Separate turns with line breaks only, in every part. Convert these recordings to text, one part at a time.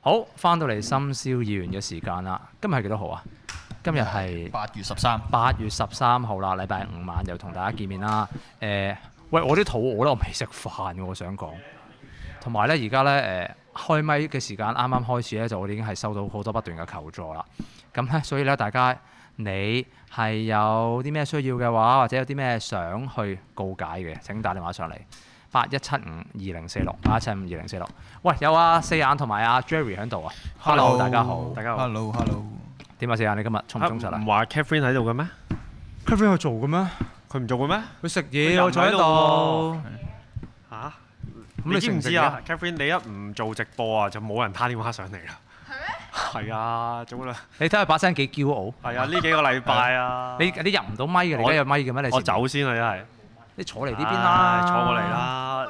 好，翻到嚟深宵議員嘅時間啦。今日係幾多號啊？今日係
八月十三，
八月十三號啦，禮拜五晚又同大家見面啦。誒、喂，我啲肚餓啦，我未食飯喎，我想講。同埋咧，而家咧誒開咪嘅時間啱啱開始咧，就我哋已經係收到好多不斷嘅求助啦。咁咧，所以咧，大家你係有啲咩需要嘅話，或者有啲咩想去告解嘅，請打電話上嚟。八一七五二零四六，八一七五二零四六。喂，有啊，四眼同埋阿 Jerry 喺度啊。Hello，大家好，
大家好
Hello，Hello。
點啊，四眼，你今日充唔充實啊
唔？話 Catherine 喺度嘅咩？
咖啡去做嘅咩？
佢唔做嘅咩？
佢食
佢
嘢
人
我坐喺
喺
度
度。嚇！
咁
你知唔
食
知
嘢
啊？Catherine，你一唔做直播啊，就冇人打電話上嚟啦。係咩？係啊，早啦。
你睇下把聲幾驕傲。
係啊，呢幾個禮拜啊。
你你入唔到咪嘅，你而
我
家有咪嘅咩？你前面
我走先啦，真係。
你坐嚟呢邊啦，
唉坐過嚟。啦。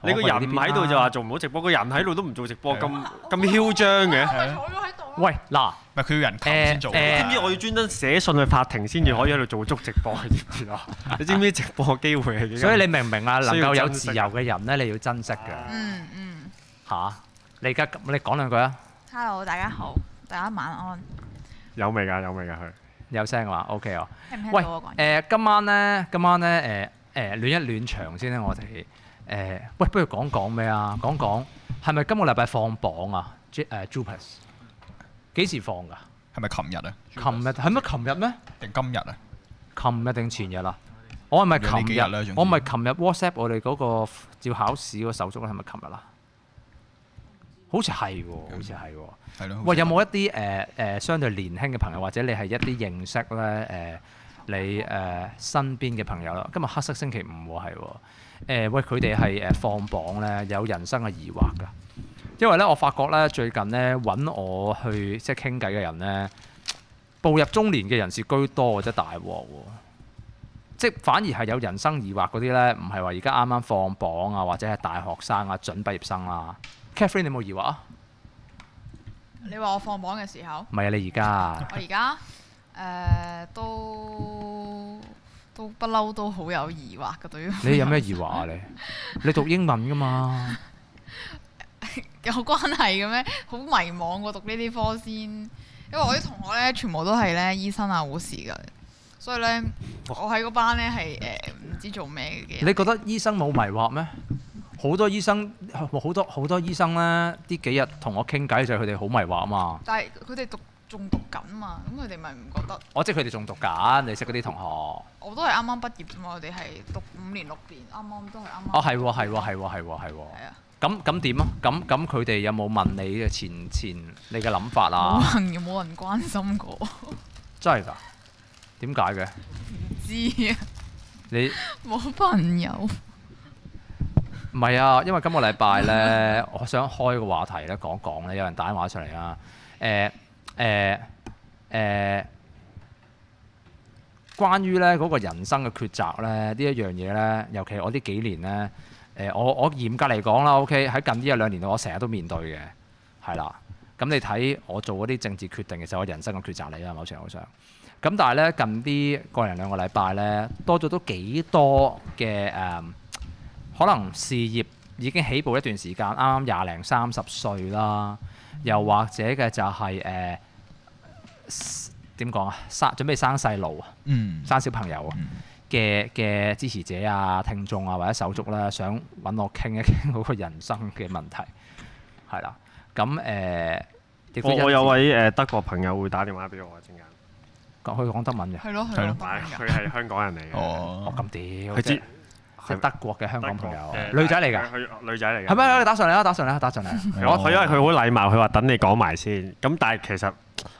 你個人唔喺度就話做唔到直播，個人喺度都唔做直播，咁咁囂張嘅。
喂嗱，
唔係佢要人頭先做㗎
誒誒
知唔知我要專登寫信去法庭先至可以喺度做足直播， 你知唔知啊？你知唔知直播機會係幾咁
所以你明唔明啊？能
需要
夠有
珍惜
自由嘅人咧，你要珍惜嘅
嗯嗯
嚇。你而家咁，你講兩句啊，
，Hello，大家好，大家晚安，
有味㗎？有味㗎佢。
有聲嘅話，OK 喎。
聽唔聽
喂，
到我講嘢？
誒今晚咧，今晚咧，誒誒暖一暖場先啦，我哋誒喂，不如講講咩啊？講講係咪今個禮拜放榜啊？J 誒 Jupas 幾時放㗎？
係咪琴日啊？
琴日係咩？琴日咩？
定今日啊？
琴日定前日啊？我係咪
有呢幾
琴
日啦仲
日？
要
我咪琴日 WhatsApp 我哋嗰個照考試嗰個手足咧，係咪琴日啊？好似係喎，好似係喎。
係咯。
喂，有冇一啲誒誒相對年輕嘅朋友，或者你係一啲認識咧誒、呃你誒、呃身邊嘅朋友啦？今日黑色星期五喎，係喎誒喂，佢哋係誒呃放榜咧，有人生嘅疑惑㗎。因為咧，我發覺咧最近咧揾我去即係傾偈嘅人咧，步入中年嘅人士居多，真係大鑊喎！即係反而係有人生疑惑嗰啲咧，唔係話而家啱啱放榜啊，或者係大學生啊、準畢業生啦、Catherine，你有冇疑惑啊？
你話我放榜嘅時候，
唔係啊，你而家啊。
我而家誒都都不嬲都好有疑惑嘅對於
你有咩疑惑啊？你你讀英文噶嘛？
有關係嘅咩？好迷茫喎，讀呢啲科先，因為我啲同學咧全部都係咧醫生啊護士㗎，所以咧我喺嗰班咧係誒唔知做咩嘅人。
你覺得醫生冇迷惑咩？好多醫生，好多好多醫生咧，呢幾日同我傾偈就係佢哋好迷惑啊嘛。
但係佢哋讀仲讀緊嘛，咁佢哋咪唔覺得？
我哦即係佢哋仲讀緊，你識嗰啲同學。哦，
我都係啱啱畢業啫嘛，我哋係讀五年六年，啱啱都係啱啱。
係喎，係喎，係喎，係喎，係喎。
係啊，
咁咁點啊？咁咁佢哋有冇問你嘅前前你嘅諗法啊？
冇人冇人關心過，唔
真係㗎？點解嘅？
知啊，
你
冇朋友。
唔係啊，因為今個禮拜咧， 我想開個話題咧，講講咧，有人打電話上嚟啊。誒誒誒，關於咧嗰個人生嘅抉擇咧，呢一樣嘢咧，尤其我呢幾年咧，誒、我我嚴格嚟講啦，OK，喺近呢一兩年我成日都面對嘅，係啦。咁你睇我做嗰啲政治決定，其實我人生嘅抉擇嚟啊啦，某程度上。咁但係咧，近啲個零兩個禮拜咧，多咗都幾多嘅誒。可能事業已經起步一段時間，啱啱廿零三十歲啦，又或者嘅就係、誒 s- 點講啊，生準備生細路啊，
嗯，
生小朋友啊
嗯
嘅嘅支持者啊、聽眾啊或者手足啦，想揾我傾一傾 嗰個人生嘅問題，係啦，咁誒。亦都
我
因
我有啊
此
位誒德國朋友會打電話俾我啊，陣間。
講佢講德文嘅，
係咯
係
係
咯
咯，
但係
得
啊佢係香港人嚟嘅。
哦
哦，
咁屌，
佢知
即即
係
德國嘅香港朋友，啊
誒
女仔嚟㗎，
佢佢女仔嚟㗎。
係咪？你打上嚟啦，啊打上嚟啦，打上嚟啦。
我佢因為佢好禮貌，佢話等你講埋先。咁但係其實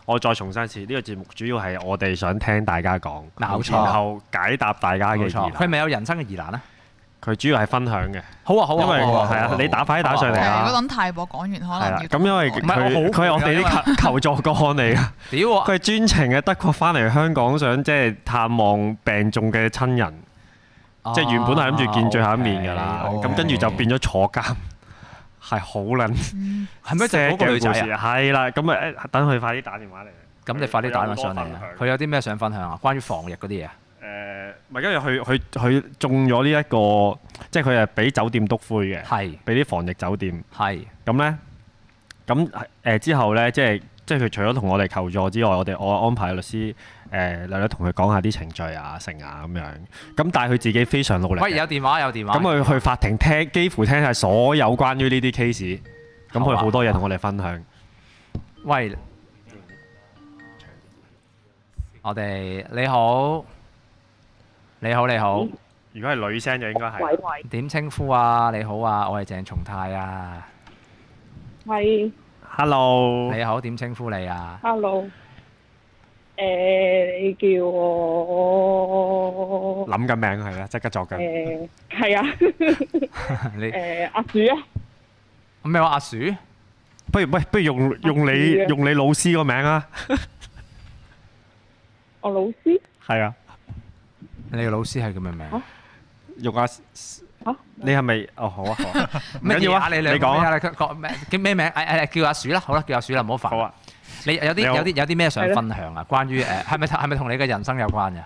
我再重申一次，呢個節目主要係我哋想聽大家講，
冇錯
然後解答大家嘅
冇
疑
錯，佢係
難。
咪有人生嘅疑難咧？
佢主要係分享嘅，
好啊好啊，
因為
好啊好啊
好
係啊
啊，
你打快啲打上嚟
係如
啊！
果等太博講完，可
係
能
啦
要，
咁因為
唔係
佢
我好
佢係我哋
攰啊
啲求求助個案嚟㗎，
屌啊！
佢係專程嘅德國翻嚟香港，想即係探望病重嘅親人，
啊
即係原本係諗住見最後一面㗎啦。
哦
咁跟住就變咗坐監，係好撚。
嗯
係咪就係嗰個女仔啊？
係啦，咁啊，誒等佢快啲打電話嚟。
咁你快啲打埋上嚟
佢有好多
啊
分！享
佢有啲咩想分享啊？關於防疫嗰啲嘢啊？
誒，唔係，因為佢佢佢中咗呢一個，即係佢係俾酒店篤灰嘅，
係
俾啲防疫酒店。
係
咁咧，咁誒、呃之後咧，即係即係佢除咗同我哋求助之外，我哋我安排律師誒略略同佢講下啲程序啊、成啊咁樣。咁但係佢自己非常努力
喂，
嘅，
有電話有電話。
咁啊佢去法庭聽，幾乎聽晒所有關於呢啲 case。咁
好
佢
啊
好多嘢同我哋分享。
喂，我哋你好，你好你好，
如果係女聲就應該
喂
係
喂，
點稱呼啊？你好啊，我係鄭松泰啊。
係
Hello，
你好，點稱呼你啊？
，hello，誒、你叫 我
諗緊名係啦，即刻作緊。
誒係、啊，
你
誒、阿鼠啊，
咩話阿鼠？
不如喂，不如用用你
啊
用你老師個名啊。
我老師
係啊，
你個老師係叫咩名？
啊
用阿
嚇，
你係咪？哦，好啊，好啊， 唔
咩
緊要啊，
你
你
兩個
講
咩
啊，
啊？你講咩？叫咩名？誒誒，叫阿鼠啦，好啦，叫阿鼠啦，唔好煩。
好啊。
你有啲
你好
有啲有啲咩想
係咯
分享啊？關於誒係咪係咪同你嘅人生有關嘅？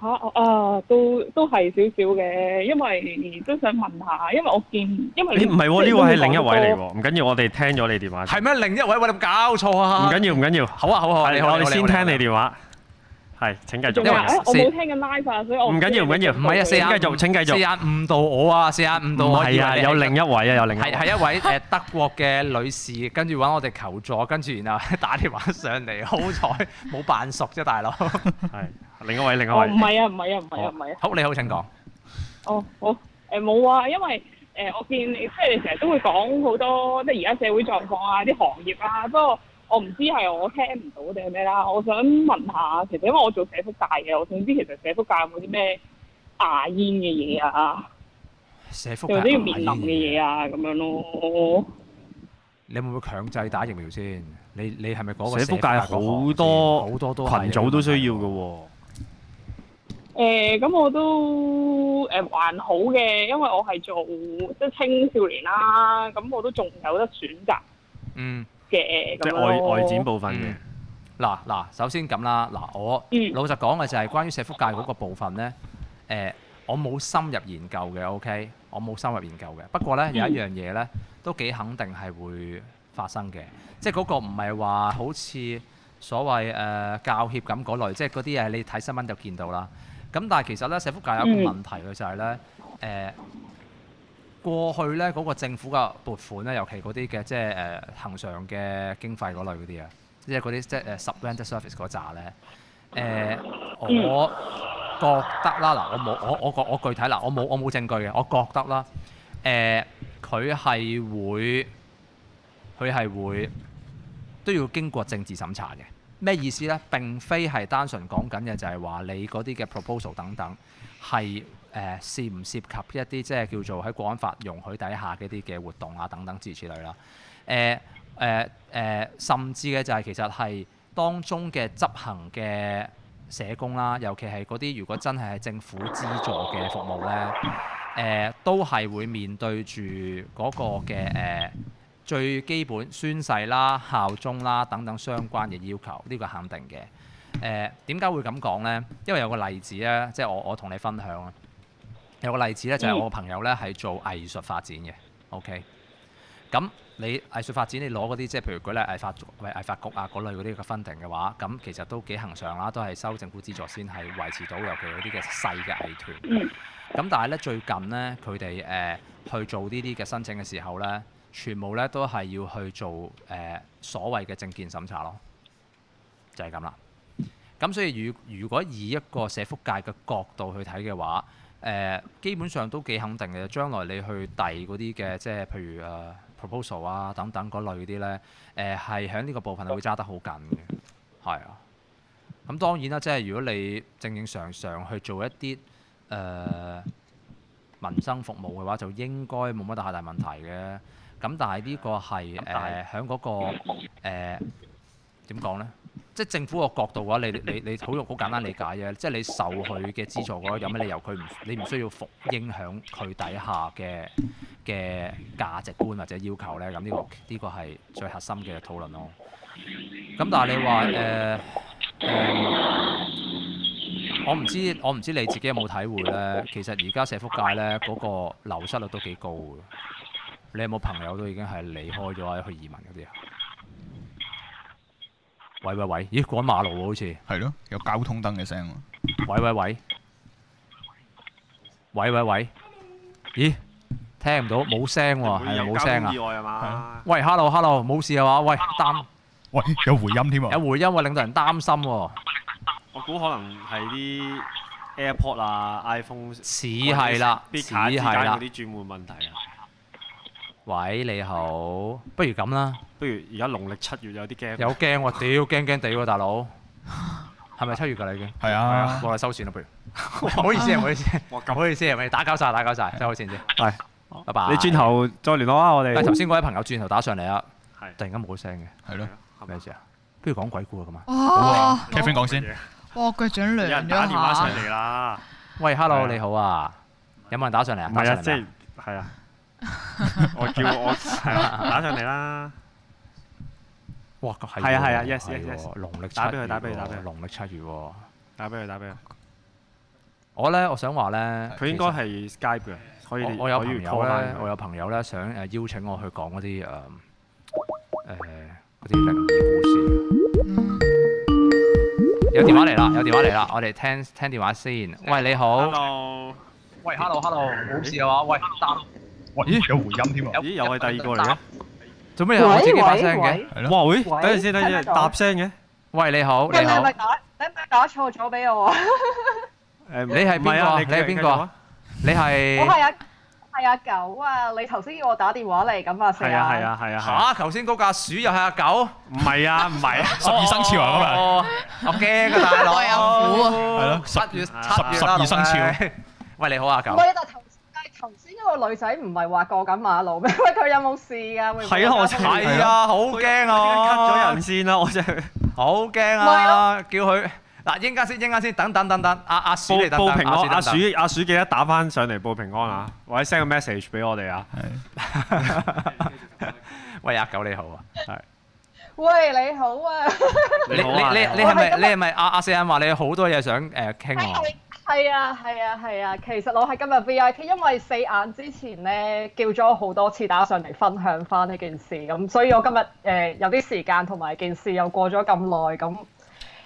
嚇啊，都都係少少嘅，因為都想問下，因為我見，因為
咦唔係喎，
即
呢
都
位係
未
另一
講
位嚟
過
喎，唔緊要，我哋聽咗你電話
係
先。
咩？另一位喂，你有冇搞錯
唔
啊？
緊要，唔緊要。
好啊好啊，好啊你好，
我哋先聽你
哋。
電話。係，請繼
仲話
因為
誒
續。
我
四
冇聽緊 live 啊，所以我
唔緊要，唔緊要。
唔係啊，四眼
請繼續，請繼
四
續。
眼誤導我啊，四眼誤導
唔
我。以
係
為
啊，
你係
有另一位啊，有另一
係
位。
係一位誒德國嘅女士，跟住揾我哋求助，跟住然後 打電話上嚟，好彩冇扮熟啫，大佬。
係另一位，另一
哦，唔
位。
係啊，唔係啊，唔係啊，唔係啊。
好，你好，請講。
哦，好，誒冇啊，因為誒、我見你即係你成日都會講好多即係而家社會狀況啊、啲行業啊，不過我唔知係我聽唔到定係咩啦。我想問下，其實因為我做社福界嘅，我想知其實社福界有冇啲咩牙煙嘅嘢啊，
社福
又或者
界
要面臨嘅嘢啊咁樣咯。
你會唔會強制打疫苗先？你你係咪嗰個
社福界
嗰行
好多
先好多都係
群組都需要嘅
有問題
喎。
誒、咁我都誒、還好嘅，因為我係做即係青少年啦，咁我都仲有得選擇
嗯。
嘅
即係
咁樣
外
咯
外展部分嘅
嗯。嗱嗱，首先咁啦，嗱我、
嗯
老實講嘅就係關於社福界嗰個部分呢，誒、我冇深入研究嘅，OK，我冇深入研究嘅。不過呢，有一樣嘢呢，都幾肯定係會發生嘅，即係嗰個唔係話好似所謂誒、呃教協咁嗰類，即係嗰啲嘢你睇新聞就見到啦。咁但係其實呢，社福界有一個問題嘅就係呢。誒、過去呢嗰、個政府嘅撥款呢，尤其嗰啲嘅即係誒恆常嘅經費嗰類嗰啲啊，即係嗰啲即係誒 subvented service 嗰扎呢。誒、我覺得啦，嗱，我冇我我我我具體嗱，我冇我冇證據嘅，我覺得啦，誒、佢係會佢係會都要經過政治審查嘅。咩意思呢？並非係單純講緊嘅就係話你嗰啲嘅 proposal 等等係誒、呃涉唔涉及一啲即係叫做喺國安法容許底下嘅一啲嘅活動啊等等之如此類啦。誒誒誒，呃甚至嘅就係其實係當中嘅執行嘅社工啦，尤其係嗰啲如果真係係政府資助嘅服務呢，誒、都係會面對住嗰個嘅誒。呃最基本宣誓啦、效忠啦等等相關嘅要求，呢個肯定嘅。誒點解會咁講呢？因為有個例子咧，即係我我同你分享啊。有個例子咧，就係、我個朋友咧係做藝術發展嘅。OK，咁你藝術發展你攞嗰啲即係譬如舉例藝發喂藝發局啊嗰類嗰啲嘅 funding 嘅話，咁其實都幾恒常啦，都係收政府資助先係維持到，尤其嗰啲嘅細嘅藝團。
嗯
咁但係咧最近咧，佢哋呃誒去做呢啲嘅申請嘅時候咧，全部咧都係要去做誒、呃所謂嘅證件審查咯，就係咁啦。咁所以如如果以一個社福界嘅角度去睇嘅話，誒、呃基本上都幾肯定嘅。將來你去遞嗰啲嘅，即係譬如誒、呃 proposal 啊等等嗰類嗰啲咧，誒係喺呢個部分係會揸得好緊嘅，係啊。咁當然啦，即係如果你正正常常去做一啲誒、呃民生服務嘅話，就應該冇乜太大問題嘅。咁但係呢個係誒喺嗰個誒點講咧？即係政府個角度嘅話，你你你你好用好簡單理解嘅，即係你受佢嘅資助嘅話，有咩理由佢唔你唔需要服影響佢底下嘅嘅價值觀或者要求咧？咁呢、個呢、個係最核心嘅討論咯。咁但係你話誒？呃我唔知，我唔知你自己有冇體會咧。其實而家社福界咧嗰、個流失率都幾高嘅，你有冇朋友都已經係離開咗去移民嗰啲啊？喂喂喂，咦過緊馬路喎好似，
係咯，有交通燈嘅聲喎。
喂喂喂，喂喂喂，咦聽唔到冇聲
嗯
喎，係啊冇聲啊！
外啊啊
嘛？
喂，hello hello，冇事係嘛？喂，擔
喂，有回音添
有
啊！
回音喎，令到人擔心喎，
我估可能係啲 AirPod 啊、iPhone 似
似係啦，似係啦
嗰。啲轉換問題啊。
喂，你好，不如咁 啦，
不如而家農曆七月有啲驚，
有驚喎，屌驚驚地喎，大佬，係咪七月㗎你已經？
係啊，
我哋收線啦，不如。 唔好意思，啊唔好意思，唔好意思，咪打攪晒，打攪晒，收好線先。
啊係
拜拜。
你轉。頭再聯絡啊！我
喂，
哋
頭先嗰位朋友轉頭打上嚟啊，
係
突然間冇聲嘅，
係咯。
係咪
咩事啊？不如講鬼故啊咁啊。
哇！
Kevin 講先，
哇，腳掌
有
涼
人
咗
打電話上
下。
嚟啦，
喂，hello，
係啊
你好啊，有冇人打上嚟啊？
唔
打
係
上
啊，
嚟
即
未啊
係係啊，我叫我係啊打上嚟啦，
哇，係
係啊係啊
喎
yes，yes，
係
yes
喎農曆七
打俾佢
月
打俾佢
喎
打俾佢
農曆七月喎。
打俾佢打俾佢，
我咧，我想話咧，
佢應該係 Skype 嘅，可以
我我有
可以
朋友
call
咧
返，佢
我有朋友咧想誒呃邀請我去講嗰啲誒誒呃嗰啲靈異故事。
嗯
有電話嚟啦，有電話嚟啦，我哋聽聽電話先。喂，你好。
Hello，
喂，hello，hello，冇事啊嘛？喂，
喂，咦，有回音添啊！
咦又係第二個嚟嘅，
做咩啊有我自己把聲嘅？
係咯，
哇喂，
喂
等陣先等陣
聽得
先，
啊
到
搭聲嘅，
喂，你好，你好。啊
誒
你係邊個啊你係邊個啊你係啊
係啊係啊係啊係啊，
嚇？頭先嗰架鼠又係阿狗？
唔係啊唔 係啊，
十二生肖啊今日
哦我驚啊，大佬。
我有虎啊
係
咯十
七月七月啦
十十二生。
龍
肖
喂，你好，阿狗。 啊係啊，好驚啊！
佢 cut 咗人先啦，我 真係
好驚啊！叫佢嗱，應間先，應間先，等等等等，阿阿鼠嚟
報
等等，
報平
阿
安，阿鼠
等等
阿鼠記得打翻上嚟報平安啊，或者 send 個 message 俾我 哋啊，
係
喂，阿狗你好啊！你你
好啊
你你係
好啊
咪你係咪阿阿四眼話你好多嘢想誒傾喎？
係啊，係啊，係啊！其實我係今日 VIP，因為四眼之前咧叫咗我好多次打上嚟分享翻呢件事，咁所以我今日誒、呃有啲時間同埋件事又過咗咁耐，咁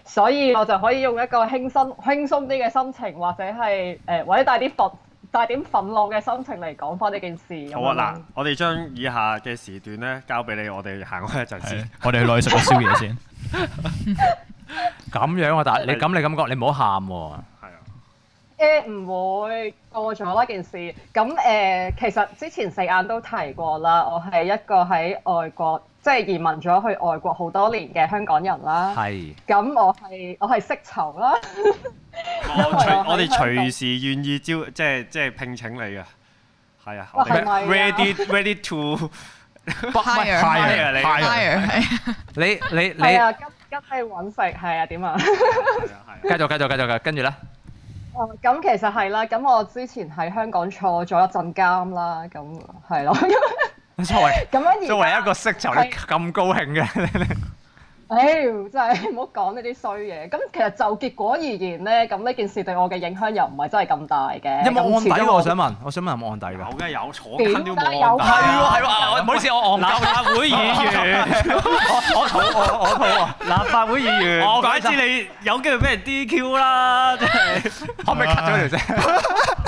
所以我就可以用一個輕鬆輕鬆啲嘅心情，或者係誒、呃或者帶啲憤帶點憤怒嘅心情嚟講翻呢件事。咁
好
樣
啊，嗱，我哋將以下嘅時段咧交俾你，我哋行開一陣
係
先。，
我哋去落去食個宵夜先。
咁樣啊，但係你咁你咁講，你唔好喊喎。
係啊，
誒唔會過咗啦件事，咁誒、呃其實之前四眼都提過啦，我係一個喺外國即係移民咗去外國好多年嘅香港人啦。
係
咁我係我係識囚啦，
我隨我哋
喺香港
隨時願意招，即係即係聘請你嘅。係啊，
哇
我哋
係咪啊
ready ready to
Higher，
hire 你
higher 係
你你你
係啊，急急你揾食係啊 點啊？
係啊係
繼
啊
續繼續繼續嘅，跟住咧
哦，咁其實係啦，咁我之前喺香港坐咗一陣監啦，咁係咯，
作為
咁樣而
作為一個色囚，你咁高興嘅，
唉，真係唔好講呢啲衰嘢。咁其實就結果而言咧，咁呢件事對我嘅影響又唔係真係咁大嘅。
有冇
咁
案底啊
始終
喎？我想問，我想問有冇案底
有
㗎？
梗係有坐
屌
緊都冇
梗係
係
有
喎
啦
案
係喎，我唔好意思，我
底。立
戇鳩，
法會議員，
我我肚餓， 我肚餓，
立法會議員，
我講
我哦鬼
真
知你有機會俾人 DQ 啦，真係。
可唔可以 cut 咗條聲？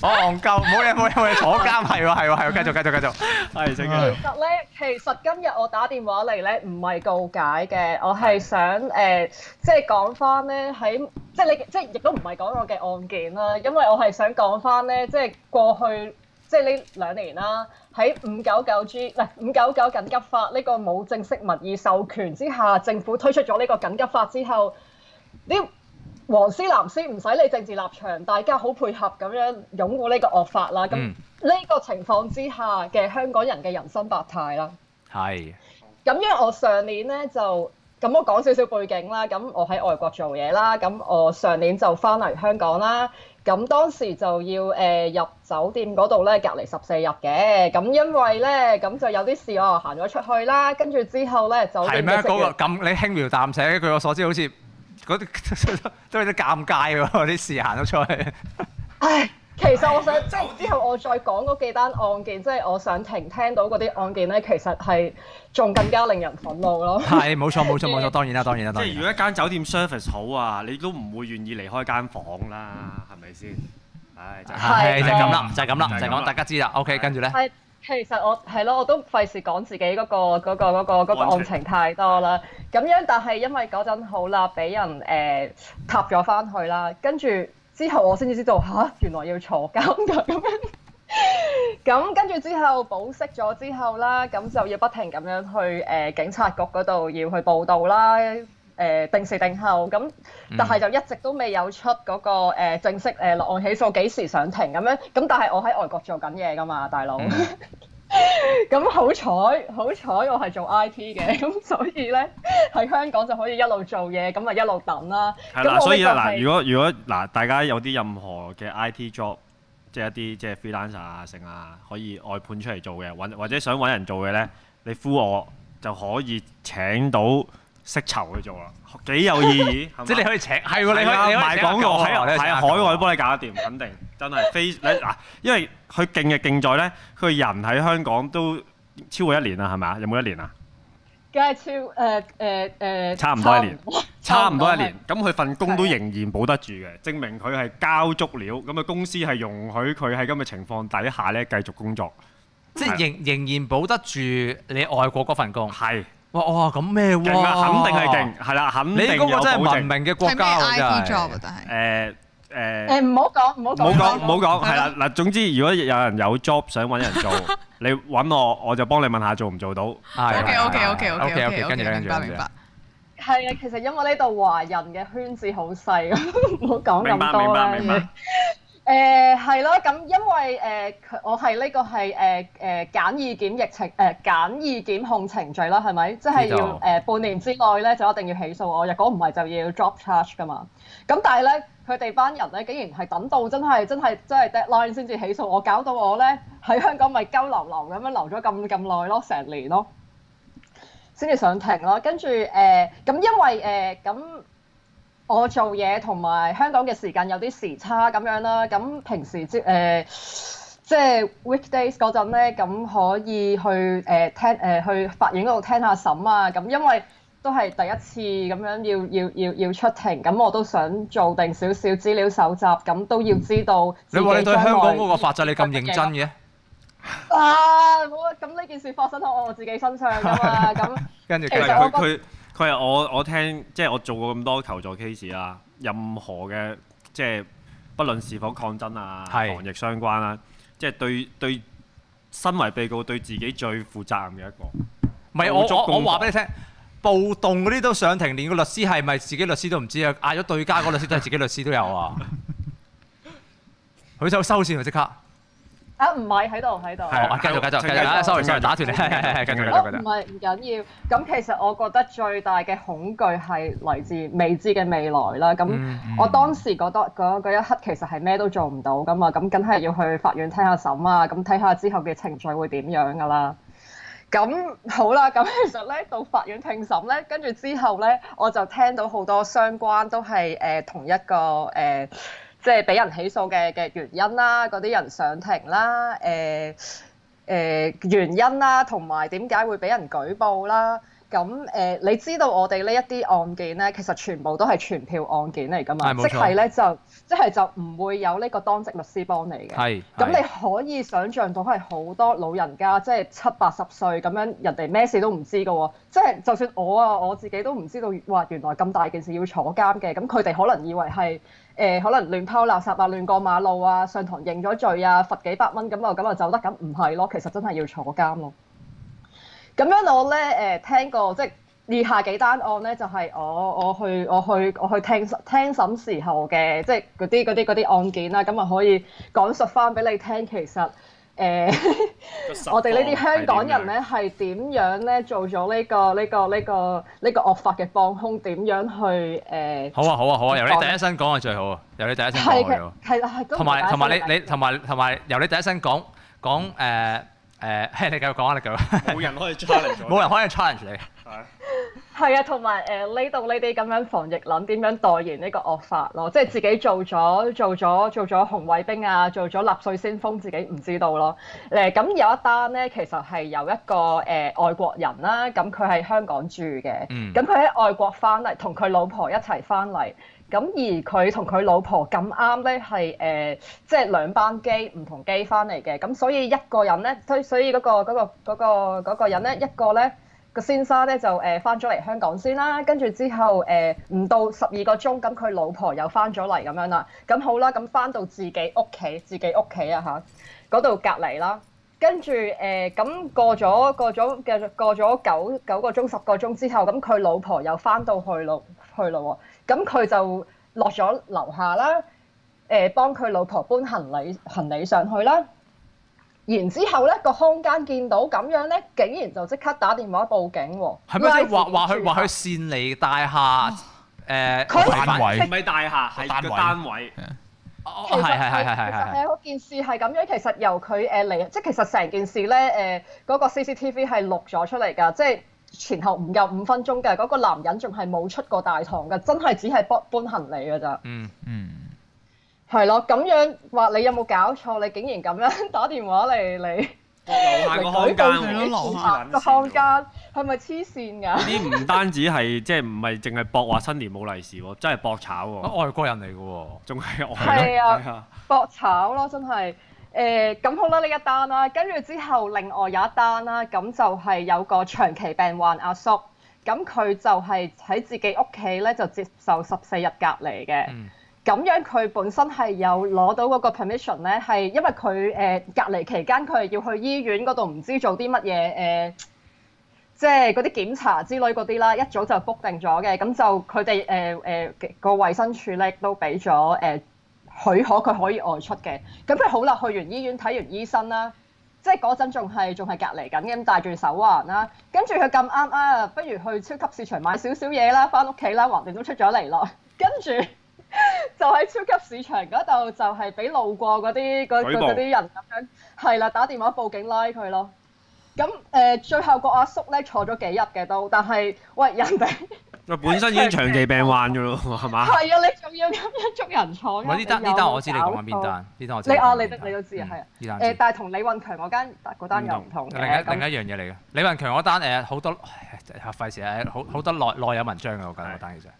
我戇鳩，冇嘢冇嘢冇嘢，坐監係喎係喎係喎，繼續繼續繼續，
係正
唉
嘅。
其實咧，其實今日我打電話嚟咧，唔係告解嘅，我係想誒、呃即係講翻咧喺，即係你即係亦都唔係講我嘅案件啦，因為我係想講翻咧，即係過去即係呢兩年啦，喺五九九 G 唔係五九九緊急法呢個冇正式民意授權之下，政府推出咗呢個緊急法之後，呢黃絲藍絲唔使理政治立場，大家好配合咁樣擁護呢個惡法啦，咁。
嗯
呢個情況之下嘅香港人嘅人生百態啦。
係
咁因為我上年咧就咁我講少少背景啦，咁我喺外國做嘢啦，咁我上年就翻嚟香港啦，咁當時就要誒、呃入酒店嗰度咧隔離十四日嘅，咁因為咧咁就有啲事我行咗出去啦，跟住之後咧酒
係
店
咩？
嘅職
嗰
員
個咁你輕描淡寫，據我所知好 似嗰啲都有啲尷尬喎，啲事行咗出去。
唉，其實我想即係之後我再講嗰幾單案件，即係我想停聽到嗰啲案件咧，其實係仲更加令人憤怒咯。
係冇錯冇錯冇錯，當然啦當然啦
即
當
係如
然啦。
果一間酒店 service 好啊，你都唔會願意離開間房啦，係咪先？唉，真係
係就係咁啦，
係
就係咁啦，
就係咁啦
就係咁，大家知啦。OK，跟住咧，
係，其實我係咯，我都費事講自己嗰、個嗰、個嗰、個嗰個案情太多啦。咁樣，但係因為嗰陣好啦，俾人誒、呃、踏咗翻去啦，跟住之後我先至知道吓、原來要坐監㗎咁樣。 咁跟住之後保釋咗之後啦，咁就要不停咁樣去誒、呃警察局嗰度要去報到啦，誒、定時定候咁
嗯
嗯
但係就一直都未有出嗰、個、呃、正式誒落案起訴幾時上庭咁樣，咁但係我喺外國做緊嘢㗎嘛，大
嗯
佬。 咁好彩，好彩我係做 I T 嘅，咁所以咧喺香港就可以一路做嘢，咁咪一路等啦。
係啦，
咁我
所
呢
以咧
就
嗱，
係
如果如果嗱，大家有啲任何嘅 IT job，即係一啲即係 freelancer 啊、成啊，可以外判出嚟做嘅，揾或者想揾人做嘅咧，你呼我就可以請到識籌去做啦，幾有 意義，係嘛
即係你可以請，係
係
喎，
啊
你可以你可以
賣
請阿
廣
九
告
啊
喺
你可以
喺
請阿
海
九啊
外幫你搞得掂，肯定真係非你嗱，因為佢勁嘅勁在咧，佢人喺香港都超過一年啦，係咪啊？有冇一年啊？
梗係超呃誒誒誒，
差唔多一年，差唔多一年，咁佢份工都
係
仍然保得住嘅，證明佢係交足料，咁啊公司係容許佢喺咁嘅情況底下咧繼續工作，
即係仍仍然保得住你外國嗰份工。
係
哇哇，咁咩喎？
勁啊，肯定係勁，係啦，肯
你
定有
嗰
保
個真係文
證。
明嘅國
係咩
家喎，
IT
真
job
係。？
啊但係
誒誒，
誒唔好講，唔好講，
冇講冇講，係
係
啦嗱，總之如果有人有 job 想揾人 做，你揾我，我就幫你問下做唔做到。
係啊
OK
係
OK
係
OK OK
OK，OK，
OK
跟住咧
OK，明白明白。
係啊，其實因為呢度華人嘅圈子好細，唔好講
明白
咁多啦。
明白明白
誒呃係咯，咁因為誒、呃佢我係呢個係誒誒簡易檢疫程誒、簡易檢控程序啦，係咪？即係要
知
誒
道、
半年之內咧就一定要起訴我，若果唔係就要 drop charge 噶嘛。咁但係咧，佢哋班人咧竟然係等到真係真係真係 deadline 先至起訴我，搞到我咧喺香港咪鳩流流咁樣留咗咁咁耐咯，成年咯，先至上庭咯。跟住誒咁因為誒呃咁。我做嘢同埋香港嘅時間有啲時差咁樣啦，咁平時即誒、呃即係 weekdays 嗰陣咧，咁可以去誒、呃、聽誒、呃去法院嗰度聽下審啊，咁因為都係第一次咁樣要要要要出庭，咁我都想做定少少資料搜集，咁都要知道自
你
己
話你對
將
香
來
港嗰個法制你咁認真嘅，
啊，冇啊，咁呢件事發生喺我自己身上㗎嘛，咁。
跟住
其
繼
實
續。
佢
我
佢佢係我我聽，即係我做過咁多求助 case 啦，任何嘅即係不論是否抗爭啊、
係
防疫相關啦，即係對對身為被告對自己最負責任嘅一個。
唔係我
做足
我我
功課
話俾你聽，暴動嗰啲都上庭，連個律師係咪自己律師都唔知啊！嗌咗對家嗰律師都係自己律師都有啊！ 佢就收線喎，即刻。
啊，唔係喺度，喺度。
係啊繼續繼續繼續啊！sorry sorry，打斷你，係係係繼啊續繼續
哦，
繼
唔
續。
係唔緊要。咁其實我覺得最大嘅恐懼係嚟自未知嘅未來啦。咁
嗯
我當時覺得嗰嗰一刻其實係咩都做唔到噶嘛，咁梗係要去法院聽下審啊，咁睇下之後嘅程序會點樣噶啦。咁好啦，咁 其實咧到法院聽審咧，跟住之後咧，我就聽到好多相關都係誒、呃同一個誒、呃即係俾人起訴嘅嘅原因啦，嗰啲人上庭啦，誒、呃、呃原因啦，同埋點解會俾人舉報啦。咁誒、呃你知道我哋呢一啲案件咧，其實全部都係傳票案件嚟㗎嘛，
係冇錯
即係咧就即係就唔會有呢個當值律師幫你嘅。
係。
咁
係
你可以想象到係好多老人家，即係七八十歲咁樣，人哋咩事都唔知嘅喎。即係就算我啊，我自己都唔知道，哇！原來咁大件事要坐監嘅。咁佢哋可能以為係誒、呃可能亂拋垃圾啊、亂過馬路啊、上堂認咗罪啊、罰幾百蚊咁啊，咁啊走得咁唔係咯。其實真係要坐監咯。咁樣我咧誒、呃、聽過即係。以下幾單案咧，就係、我我去我去我去聽審聽審時候嘅，即係嗰啲嗰啲嗰啲案件啦，咁啊可以講述翻俾你聽，其實誒、 呃我哋呢啲香港人咧係點樣咧做咗呢、個呢、個呢、個呢、個惡法嘅幫兇，點樣去誒
好啊好啊好啊！由你第一身講係最好啊！由你第一身講
係
係好
嘅。係啦係都唔
同埋
解
同埋
釋
你你同埋同埋由你第一身講講誒誒，係你繼續講啊！你繼續。
冇人可以 challenge
冇人可以 challenge 你。
係啊，同埋誒呢度呢啲咁樣防疫諗點樣代言呢個惡法咯，即係自己做咗做咗做咗紅衛兵啊，做咗納粹先鋒，自己唔知道咯。誒、咁有一單咧，其實係有一個誒、外國人啦，咁佢喺香港住嘅，
嗯
咁佢喺外國翻嚟，同佢老婆一齊翻嚟。咁而佢同佢老婆咁啱咧，係誒、呃即係兩班機唔同機翻嚟嘅，咁所以一個人咧，所以所以嗰、個嗰、個嗰、個嗰個人咧，一個咧。個先生咧就誒翻咗嚟香港先啦，跟住之後誒唔、到十二個鐘，咁佢老婆又翻咗嚟咁樣啦，咁好啦，咁翻到自己屋企，自己屋企啊嚇，嗰度隔離啦，跟住誒咁過咗過咗繼續過咗九九個鐘十個鐘之後，咁佢老婆又翻到去咯去咯喎，咁佢就落咗樓下啦，誒、呃幫佢老婆搬行李行李上去啦。然之後咧，個空間見到咁樣咧，竟然就即刻打電話報警喎。
係咩？即係
拉
話話
自己住
佢
客
話佢善利大廈誒
哦佢
違
單
反
位
唔係大廈，係個單
單
位。
哦
其
係
實
係係係
其
係
實
係。
係嗰件事係咁樣，其實由佢誒嚟，即係其實成件事咧誒，呃嗰、個 CCTV 係錄咗出嚟㗎，即係前後唔夠五分鐘嘅，嗰、個男人仲係冇出過大堂㗎，真係只係搬搬行李㗎咋。
嗯，
嗯，
係咯，咁樣話你有冇搞錯？你竟然咁樣 打電話嚟嚟
樓下個空間
係
喎
咯樓下
啊個空間，係咪黐線㗎？
啲唔單止係 即係唔係淨係博話新年冇利是喎，真係博炒
我
喎，
哦外國人嚟嘅喎。
仲係我
哦係啊
係啊，
搏炒咯，真係。誒咁、好啦，呢一單啦，跟住之後另外有一單啦，咁就係有個長期病患阿叔，咁佢就係喺自己屋企咧就接受十四日隔離嘅。
嗯
咁樣佢本身係有攞到嗰個 permission 咧，係因為佢誒、隔離期間佢係要去醫院嗰度唔知做啲乜嘢誒，即係嗰啲檢查之類嗰啲啦，一早就 book 定咗嘅，咁就佢哋誒誒個衞生署咧都俾咗誒許可佢可以外出嘅。咁佢好啦，去完醫院睇完醫生啦。即係嗰陣仲係仲係隔離緊嘅，咁戴住手環啦，跟住佢咁啱啊，不如去超級市場買少少嘢啦，翻屋企啦，橫掂都出咗嚟咯， 跟住。就喺超級市場嗰度，就係俾路過嗰啲嗰
舉報
嗰啲人咁樣，係啦，打電話報警拉佢咯。咁誒、呃最後個阿叔咧坐咗幾日嘅都，但係喂人哋
喂 本身已經長期病患㗎咯，係嘛？
係啊，你仲要咁樣捉人坐
唔
監
係呢單
有
呢單我知你講緊
搞
邊
錯
單，呢單我知
你啊
講緊
你
邊
都你都知
單
啊係啊
嗯呢單
誒、
知。
但係同李運強嗰間嗰單又唔同
另一
嘅，咁
另一樣嘢嚟嘅，李文強嗰單誒好多唉費事啊，好好多內內有文章嘅，我覺得
係
嗰單其實。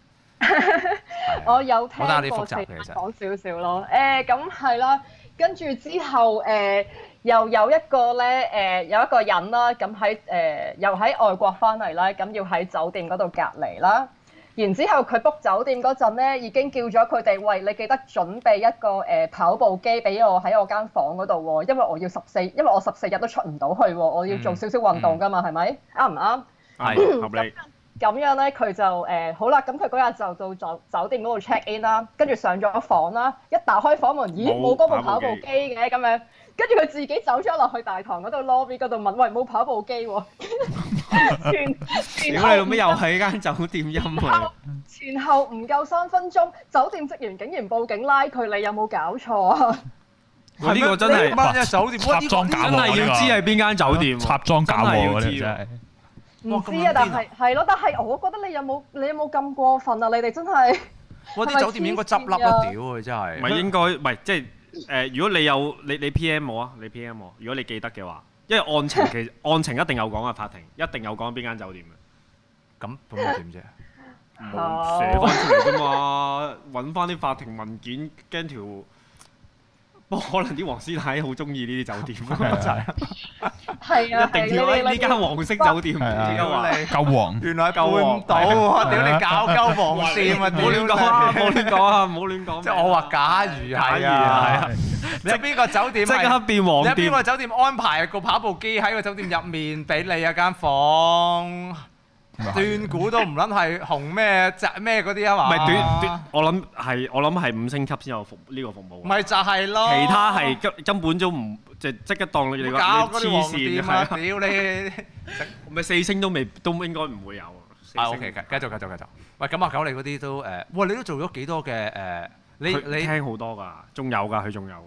我有聽
我覺得有啲
過
複雜嘅
四眼
其實
講少少咯。誒咁係啦，跟住之後誒、呃又有一個咧誒、有一個人啦，咁喺誒又喺外國翻嚟啦，咁要喺酒店嗰度隔離啦。然之後佢 book 酒店嗰陣咧，已經叫咗佢哋喂，你記得準備一個誒、呃跑步機俾我喺我間房嗰度喎，因為我要十四，因為我十四日都出唔到去喎，我要
嗯
做少少運動㗎嘛，係咪、啱唔啱？Ừ.
係合理。
咁樣咧，佢就誒、呃好啦，咁佢嗰日就到酒酒店嗰度 check in 啦，跟住上咗房啦，一打開房門，咦
冇
冇嗰部
跑
跑
步
步
機
機嘅咁樣，跟住佢自己走咗落去大堂嗰度 lobby 嗰度問，喂冇跑步機喎、 前前
屌
後
你老味，又係間酒店音啊！
前後唔夠三分鐘，酒店職員竟然報警拉佢，你有冇搞錯啊？
喂呢個真係
乜嘢酒店？
插裝假
真
喎，
係要知係
呢
邊間
個
酒
嗯
店喎。
插裝假啊
真係
喎，
要
嗰
知
啲
喎
真係。
唔
咁
知
撚癲啊
啊，但係係咯，但係我覺得你有冇你有冇咁過分啊？你哋 真係
哇！
係
啲
咪
酒店應該執笠
黐線
啦，
啊
屌佢真
唔係
係。
應該，唔係即係誒。如果你有你你 P.M 我啊，你 P.M 我，如果你記得嘅話，因為案情 其實案情一定有講啊，法庭一定有講邊間酒店嘅，
咁咁又點啫？
冇寫翻出嚟啫嘛，揾翻啲法庭文件，驚條。不過可能啲黃師奶好中意呢啲酒店，真
係啊，
係一定
係
要
你
哎
哋
呢間黃色酒店，
係啊
而家話
夠黃，
原來
夠喎
啊！
係啊
搞鳩黃
唔好亂講啊，唔好亂講啊，唔好亂講。
即係我話假如係
假
啊，你邊個酒店
即
係
刻變黃
你
店
邊，個酒店安排個跑步機喺個酒店入面俾你啊間房？斷估都唔撚係紅咩雜咩嗰啲啊
唔
嘛？
係短短，我諗係我諗係五星級先有服呢個服務。
咪就係咯。
其他係根根本都唔即即刻當你哋個
搞
你
嗰啲黃
黐線
店啊！
係啊，
屌你！
咪四星都未都應該唔會有。四
啊
星
，OK，繼繼續繼續繼續。喂，咁啊，九你嗰啲都誒，哇！你都做咗幾多嘅誒？你
佢
你
聽好多㗎，仲有㗎，佢仲有㗎。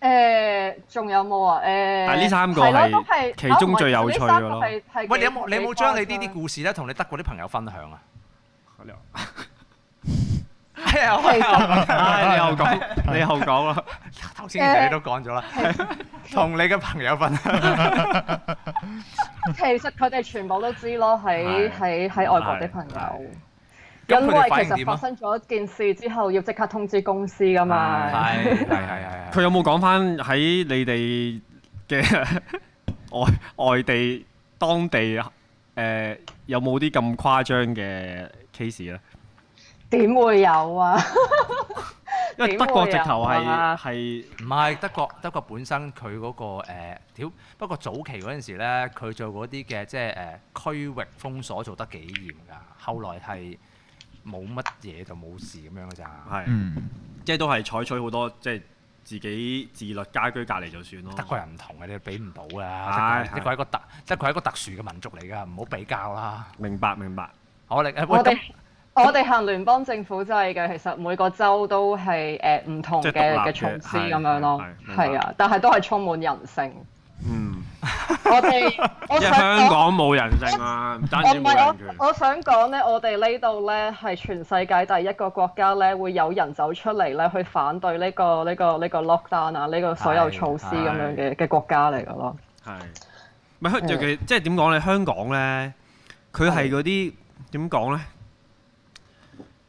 誒，仲有冇啊？誒，
但係呢三個
係咯
係
都係
其中最有趣嘅咯
啊唔係呢三個係係
喂，你有冇你有冇將你呢
幾
啲故事咧同你德國啲朋友分享 啊？
其實
唉，你後講，你後 講啦。
頭先其實你都講咗啦，同你嘅朋友分享。
其實佢哋全部都知咯，喺喺喺外國啲朋友。
咁
因
佢
為
哋反應
其實
點
發
啊？
生咗一件事之後，要即刻通知公司 噶嘛。
係係係係
佢有冇講翻喺你哋嘅 外外地當地誒、呃有冇啲咁誇張嘅 case 咧？
點會有啊？
因為德國直頭
點會有
係
啊
係
唔係德國，德國本身佢嗰、個誒屌、不過早期嗰陣時咧，佢做嗰啲嘅即係誒區域封鎖做得幾嚴㗎，後來係冇乜嘢就冇事咁樣㗎咋。
係，
嗯，
即係都係採取好多即係自己自律家居隔離就算咯。
德國人唔同嘅，你比唔到㗎。
係
德國係一個特，德國係一個特殊嘅民族嚟㗎，唔好比較啦。
明白明白，
好，你誒喂
我哋
咁
我哋行聯邦政府制嘅，其實每個州都係誒唔同
即係
嘅
獨立嘅
嘅措施
係
咁樣咯
係，明白
係啊，但係都係充滿人性。
嗯，
我哋我
因為
想
香
講
港冇人性啊，唔單
我
止
唔
冇
係啊
人權，
我，我想講咧，我哋呢度咧係全世界第一個國家咧，會有人走出嚟咧去反對呢、個呢、個呢、個 lockdown 啊，呢個所有措施咁樣嘅嘅國家嚟㗎咯。
係咪香？尤其即係點講咧？香港咧，佢係嗰啲點講咧？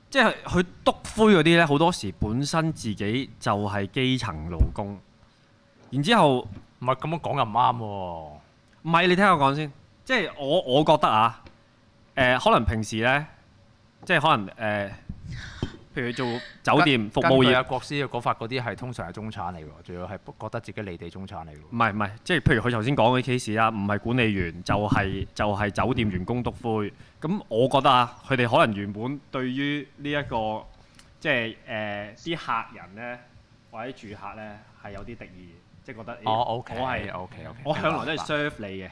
即係佢篤灰嗰啲咧，好多時本身自己就係基層勞工，然之後
唔係咁樣講又唔啱喎。
唔係，你聽我講先，即係我我覺得啊，誒、可能平時咧，即係可能誒、譬如做酒店服務
根據啊
業
阿，國師嘅講法，嗰啲係通常係中產嚟喎，仲要係覺得自己離地中產嚟
唔
喎。
係唔係，即係譬如佢頭先講嘅 case 啦，唔係管理員就係、就係、酒店員工督灰。咁我覺得啊，佢哋可能原本對於呢、一個即係誒啲客人咧或者住客咧係有啲敵意，即係覺得咦
哦，OK，
我係
OK OK，
我向來都係
明白
serve 你嘅。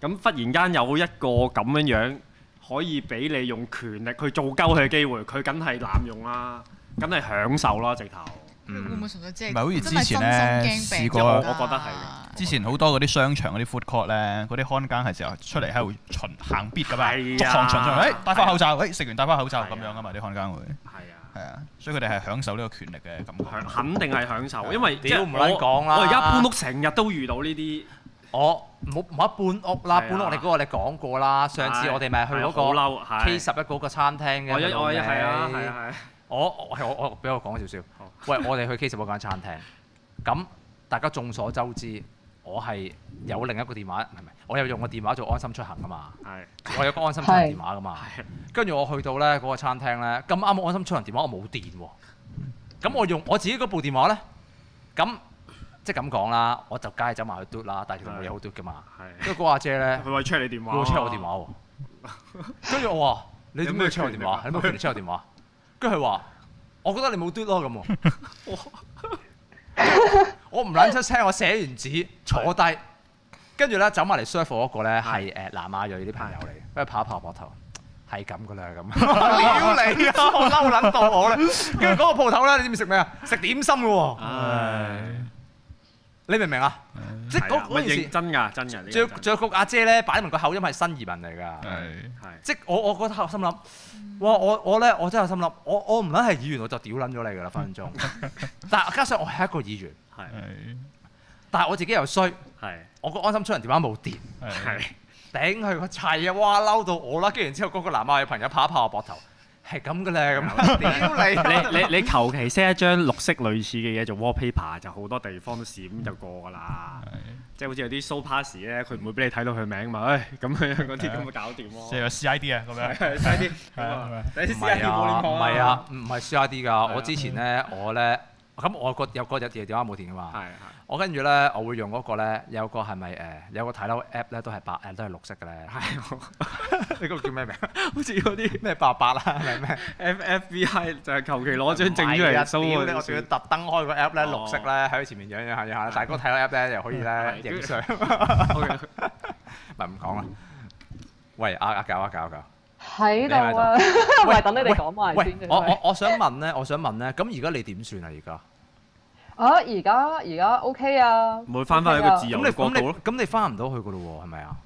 咁忽然間有一個咁樣樣可以俾你用權力去做鳩佢嘅機會，佢梗係濫用啦，梗係享受啦，直頭。
會唔會純粹即係
唔係好似
真係
之前
真
咧
心驚病
試過
毒啊
我覺得係
之前好多嗰啲商場嗰啲 food court 咧，嗰啲看更係時候出嚟喺度巡行必㗎嘛，
係啊
逐行巡上，哎誒戴翻口罩，誒食完戴翻口罩咁樣㗎嘛，啲看更會
係啊。
係啊，所以佢哋係享受呢個權力嘅感覺。
享肯定係享受，因為即
屌
係
唔撚講啦
我我而家搬屋成日都遇到呢啲，
我冇冇一搬屋啦，
係啊
搬屋我哋嗰個你講過啦。上次我哋咪去嗰
係好
個
嬲，係
K 十一嗰個餐廳嘅。
我一我一
老味
係啊係啊係啊，
我我係我我俾我講少少
好。
喂，我哋去 K 十嗰間餐廳，咁大家眾所周知，我係有另一個電話，唔係唔係，我有用個電話做安心出行噶嘛，
係
我有個安心出行電話噶嘛。跟住我去到咧嗰個餐廳咧，咁啱我安心出行電話我冇電喎，咁我用我自己嗰部電話咧，咁即係咁講啦，我就梗係走埋去嘟啦，但係其實冇嘢好嘟噶嘛。
係
跟住嗰個阿姐咧，
佢話 check 你電話，
佢 check 我電話喎。跟住我話：你點解要 check 我電話？你有冇權利啊 check 我電話？跟住佢話：我覺得你冇嘟咯咁喎。 我唔撚出聲，我寫完紙坐低，跟住咧走埋嚟 serve 我嗰個咧係誒南亞裔啲朋友嚟，跟住拍一拍膊頭。係咁噶啦，咁 屌你啊！我嬲撚到我 咧，跟住嗰個鋪頭咧，你知唔知食咩啊？食點心嘅喎，
唉，
你明唔明啊？即係
係
嗰
啊
嗰件
咪認
事，
真㗎真㗎，呢個
著
真
著個阿姐咧，擺明個口音係新移民嚟㗎。
係
係
即係我我嗰刻我心諗，哇！我我咧我真係心諗，我我唔撚係議員我就屌撚咗你㗎啦分分 鐘。但係加上我係一個議員，
係
係
但係我自己又衰，
係
我個安心出行電話冇電，
係
係
頂佢個掣啊！哇嬲到我啦！跟住然之後嗰個南亞嘅朋友拍一拍我膊頭，係咁嘅咧咁，屌啊你！
你你你求其 set 一張綠色類似嘅嘢做 wallpaper，就好多地方都閃就過㗎啦。即係好似有啲 show pass 咧，佢唔會俾你睇到佢名嘛，唉，咁樣嗰啲咁咪搞掂咯。
即係有 CID 啊咁樣。
係嘥啲，咁
係
啊
啊
你
唔
CID
啊係啊，
冇亂
唔
講
係啊，，唔係 CRD 㗎。
啊
我之前咧，我咧咁我個有個有電話冇電㗎嘛。
係係。
我跟住咧，我會用嗰個咧，有個係咪誒有個睇樓 app 咧，都係白誒都係綠色嘅咧。係，你嗰個叫咩名？
好似嗰啲
咩白白啦，係咩？
F F B I 就係求其攞張證
整
出嚟 show
啊我
佢
仲要特登開個 app 咧，
哦
綠色咧喺佢前面養養下養下，大哥睇到 app 咧又可以咧
係
影相，
OK，
咪唔講啦。喂，啊啊搞啊搞啊搞！
喺
你喺
度
度
啊，唔
喂
係等你哋講埋
喂
先，
我
嘅。
啊我我想問咧，我想問咧，咁而家你點算啊？而家
啊，而家而家 OK 啊，
咪翻返去一個自由
咁
嘅
你
國
咁
度
你
咯。
咁你翻唔到去噶咯喎，係咪啊？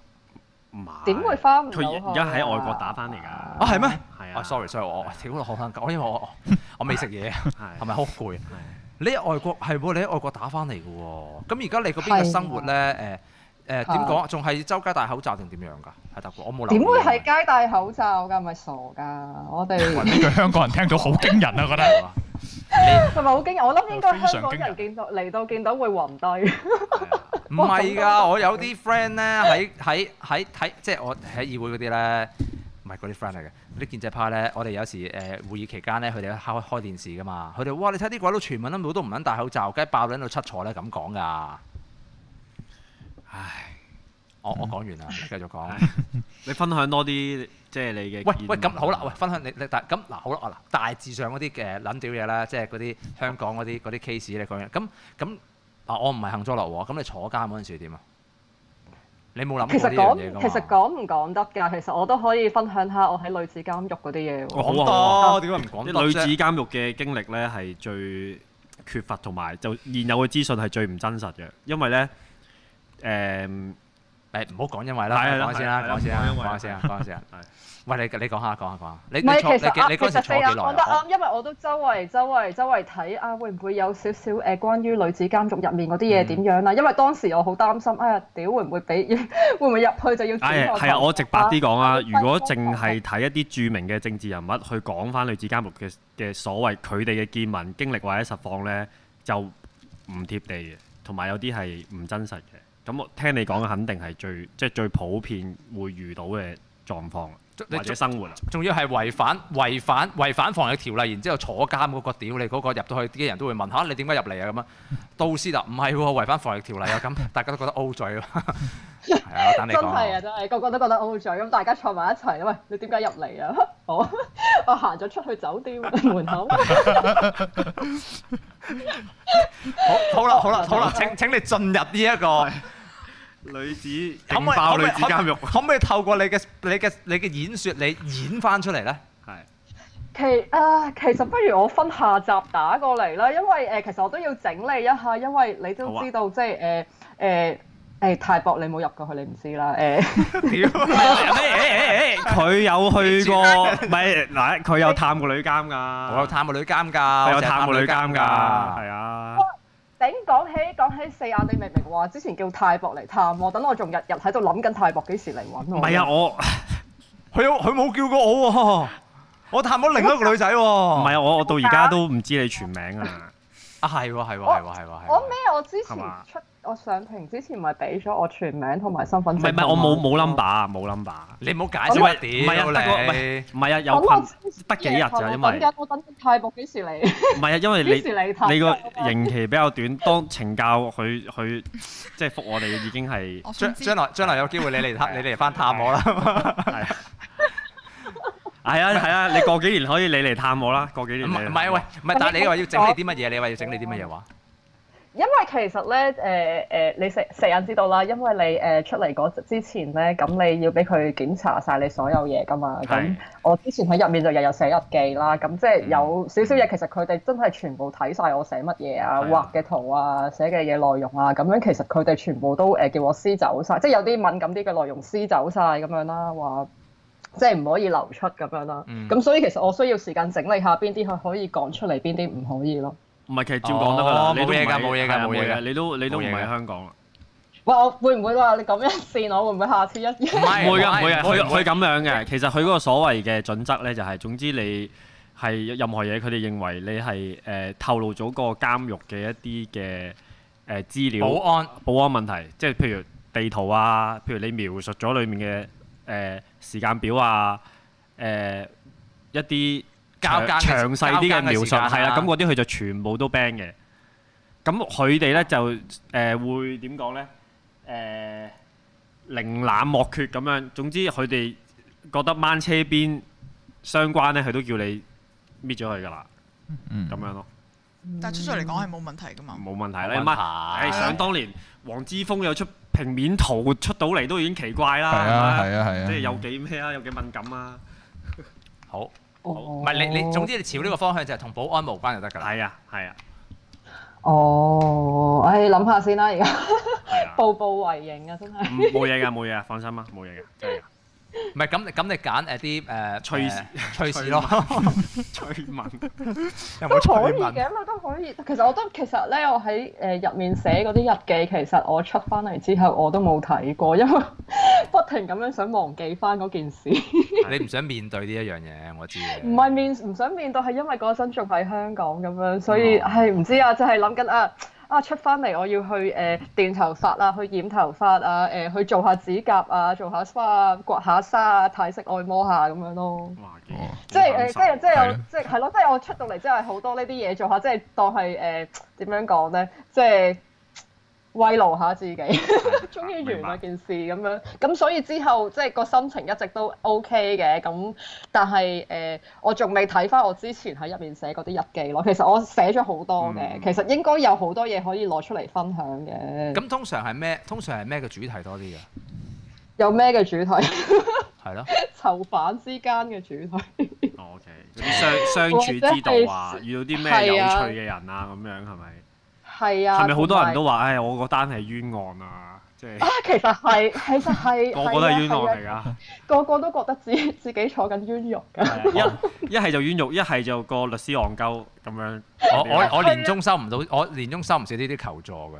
唔係
點會翻唔到去啊
佢而家喺外國打翻嚟㗎。
啊係咩？
係
啊
啊
，sorry sorry，我屌我好撚我因為我 我我未食嘢，係
係
咪好攰？啊
係
你喺外國係喎，你喺外國打翻嚟嘅喎。咁而家你嗰邊嘅生活咧，誒誒點講啊？仲係周街戴口罩定點樣㗎？喺德國，我冇留意。啊
點會喺街戴口罩㗎？咪傻㗎！我 哋
喂呢句香港人聽到好驚人啊，覺 得。
係咪好驚？我諗應該
非常
香港
驚人
人見到嚟到見到會暈低。
係啊
唔係㗎，我有啲 friend 咧喺喺喺喺，即係我喺議會嗰啲咧，唔係嗰啲 friend 嚟嘅，嗰啲建制派咧，我哋有時誒、呃、會議期間咧，佢哋開開電視㗎嘛，佢哋哇你睇啲鬼佬全民都冇都唔撚戴口罩，梗係爆撚到七彩咧咁講㗎。
唉，
我
嗯
我講完 啦，你繼續講。
你分享多啲即係你嘅
喂
見啊
喂，咁
聞
好啦，喂，分享你你大咁嗱好啦，嗱大致上嗰啲嘅撚屌嘢啦，即係嗰啲香港嗰啲嗰啲 case 你講嘅，咁咁啊，我唔係幸災樂禍，咁你坐監嗰陣時點啊？你冇諗
其
過
實
呢樣
講
嘢㗎嘛？
其實講唔講得㗎？其實我都可以分享下我喺女子監獄嗰啲嘢
哦
喎。
好啊
多，
好
點解唔講
啲
多
女
啫？
子監獄嘅經歷呢係最缺乏，同埋就現有嘅資訊係最唔真實嘅，因為呢，誒、
誒唔好講因為
係
啦，
啦
講先啦，
係啦
講先啦
唔好，因為
講先啦，講先啦
係。
喂，你你講下講下講下，你
唔
你
係，
坐你
其實啊，
你
其
嗰陣時
實
坐
你啊
幾耐
講得
啊？
啱，因為我都周圍周圍周圍睇啊，會唔會有少少誒關於女子監獄入面嗰啲嘢點樣啦？因為當時我好擔心，哎呀，屌會唔會俾 會唔會入去就要
哎
唉，
剪頭
係啊，
髮
我直白啲講啊，
啊
如果淨係睇一啲著名嘅政治人物去講翻女子監獄嘅嘅所謂佢哋嘅見聞、經歷或者實況呢，就唔貼地嘅，同埋有啲係唔真實嘅。咁我聽你講嘅肯定係最即係最普遍會遇到嘅狀況
你
或者生活啦。啊
仲要係違反違反違反防疫條例，然之後坐監嗰個屌你嗰個入到去啲人都會問吓你點解入嚟啊 咁啊？導師啦，唔係喎，違反防疫條例啊咁，大家都覺得 O 嘴啊。 係啊，等你
真
講
係啊，
啊。
真係個個都覺得 O 嘴，咁大家坐埋一齊，喂，你點解入嚟啊？ 我我行咗出去酒店門口，
好好啦好啦好啦，請請你進入呢一個。
女子
可唔
勁
可以可唔
爆女
可以
子監獄
可唔可以透過你嘅你嘅你嘅演説，你演翻出嚟咧？
係。
其啊，其實不如我分下集打過嚟啦，因為誒、呃其實我都要整理一下，因為你都
啊
知道、即係誒誒誒泰博你冇入過去，你唔知啦誒。呃
佢有去過，唔係嗱，佢有探過女監㗎。
我有探過女監㗎，
佢
我
有
成日
探過女監㗎，係
㗎。
啊。
頂講起講起四眼，你明明話之前叫泰博嚟探我，等我仲日日喺度諗緊泰博幾時嚟揾我。
唔係啊，，我
佢有佢冇叫過我喎，我探咗另一個女仔喎。
唔係啊，我我到而家都唔知你全名啊。
啊，係喎，係喎，係喎，係喎，係
我
喎
咩？我之前
係嘛
出我上庭之前咪俾咗我全名同埋身份
唔
證。
係唔係，我冇冇 number 啊，冇 number 啊。
你唔好解
我
釋
咪
我
唔係啊，得個唔
屌你
係！唔係啊，有
咁我
困
之前
得幾日咋，因
我等
為
緊我等緊泰博幾時嚟？
唔係啊，因為
幾時嚟探
你你
我啊
個刑期比較短，當懲教佢佢即係覆我哋已經係
我想
將
知
將來將來有機會你嚟探你嚟翻探我啦。
係啊係啊係啊，你過幾年可以你嚟探我啦，過幾
唔
年你
係
嚟
唔
探
係
我
喂，唔係但係你話要整理啲乜嘢？你話要整理啲乜嘢話？
因為其實咧，誒、誒、你四四眼知道啦，因為你誒、呃出嚟嗰之前咧，咁你要俾佢檢查晒你所有嘢噶嘛。
係
咁我之前喺入面就日日寫日記啦，咁即
嗯
係有少少嘢，其實佢哋真係全部睇晒我寫乜嘢啊、
係啊
畫嘅圖啊、寫嘅嘢內容啊，咁樣其實佢哋全部都誒、呃叫我撕走晒，即係有啲敏感啲嘅內容撕走晒咁樣啦，話。即係唔可以流出咁樣啦，
嗯
咁、所以其實我需要時間整理下邊啲佢可以講出嚟，邊啲唔可以咯。
唔係其實照講得㗎啦
哦，
你都唔
冇嘢
係
㗎冇嘢㗎
係啊
冇嘢㗎
你都你都唔
冇嘢
係
㗎
香港啦。
喂，我會唔會話你咁樣線我？會唔會下次一唔
唔係
唔會㗎，
唔
唔
會唔
會㗎，
會
佢
唔
佢
會
咁樣嘅。其實佢嗰個所謂嘅準則咧，就係、總之你係任何嘢，佢哋認為你係誒、呃透露咗個監獄嘅一啲嘅誒資料
保安
保安問題，即係譬如地圖啊，譬如你描述咗裡面嘅誒、呃、時間表啊，誒、一啲
交更嘅
詳詳細啲嘅
交更
描述
嘅時間啊
係啦，咁嗰啲佢就全部都 ban 嘅。咁佢哋咧就誒、呃、會點講咧？誒、Ờ, 零冷漠缺咁樣，總之佢哋覺得掹車邊相關咧，佢都叫你搣咗佢㗎啦，
嗯
咁樣咯，
但係出咗嚟講係冇問題噶嘛。
冇問題啦。
冇問
掹
題
係想當年黃之峰有出平面圖出到嚟都已經奇怪啦，
係啊
咪
係啊係啊。
即係有幾咩啊，有幾敏感啊，
好，哦
à,
唔係你你總之你朝呢個方向就係同保安無關就得㗎啦。
係啊係啊，
哦，唉，諗下先啦，而家
係啊，
步步為營啊，真係。
唔冇嘢㗎，冇嘢㗎，放心啊，冇嘢㗎，真係㗎
唔係咁，咁你揀誒啲誒
趣事
趣事咯，
吹問
有
都
冇趣
可以
問？
嘅，咪都可以。其實我都其實咧，我喺呃誒入面寫嗰啲日記，其實我出翻嚟之後我都冇睇過，因為 不停咁樣想忘記翻嗰件事。
你唔想面對呢一樣嘢，我知嘅。
唔係面唔想面對，係因為嗰陣仲喺香港咁樣，所以係唔知啊，就係諗緊啊啊出翻嚟我要去誒、呃、電頭髮啊，去染頭髮啊，誒、去做下指甲啊，做下 SPA 啊，刮下痧啊，泰式按摩下咁樣咯。
哇幾
哦
即係誒，
幾
即係
擔
即係
係
我
咯
即係係咯，即係我出到嚟之後係好多呢啲嘢做下，即係當係誒點樣講咧，即係慰勞下自己，
心
終於
明
完啦
白
件事咁樣。咁所以之後即係個心情一直都 OK 嘅，咁但係誒、呃我仲未睇翻我之前喺入面寫嗰啲日記咯。其實我寫咗好多嘅，
嗯
其實應該有好多嘢可以攞出嚟分享嘅。
咁通常係咩？通常係咩嘅主題多啲嘅？
有咩嘅主題？
係咯，
囚犯之間嘅主題。
哦，OK，嗰啲相相處之道啊
或，者係
遇到啲咩有
係啊
趣嘅人啊，咁樣係咪？
係啊，
係咪好多人
同埋
都話，唉，我嗰單係冤案啊，即係
啊，其實 係，其實 係，
個個都係冤
係啊
案嚟
係啊
㗎。
個個都覺得自己自己坐緊冤獄㗎。
一一係就冤獄，一係就個律師戇鳩咁樣。
我
啊
我我年中收唔到，我年中收唔少呢啲求助嘅。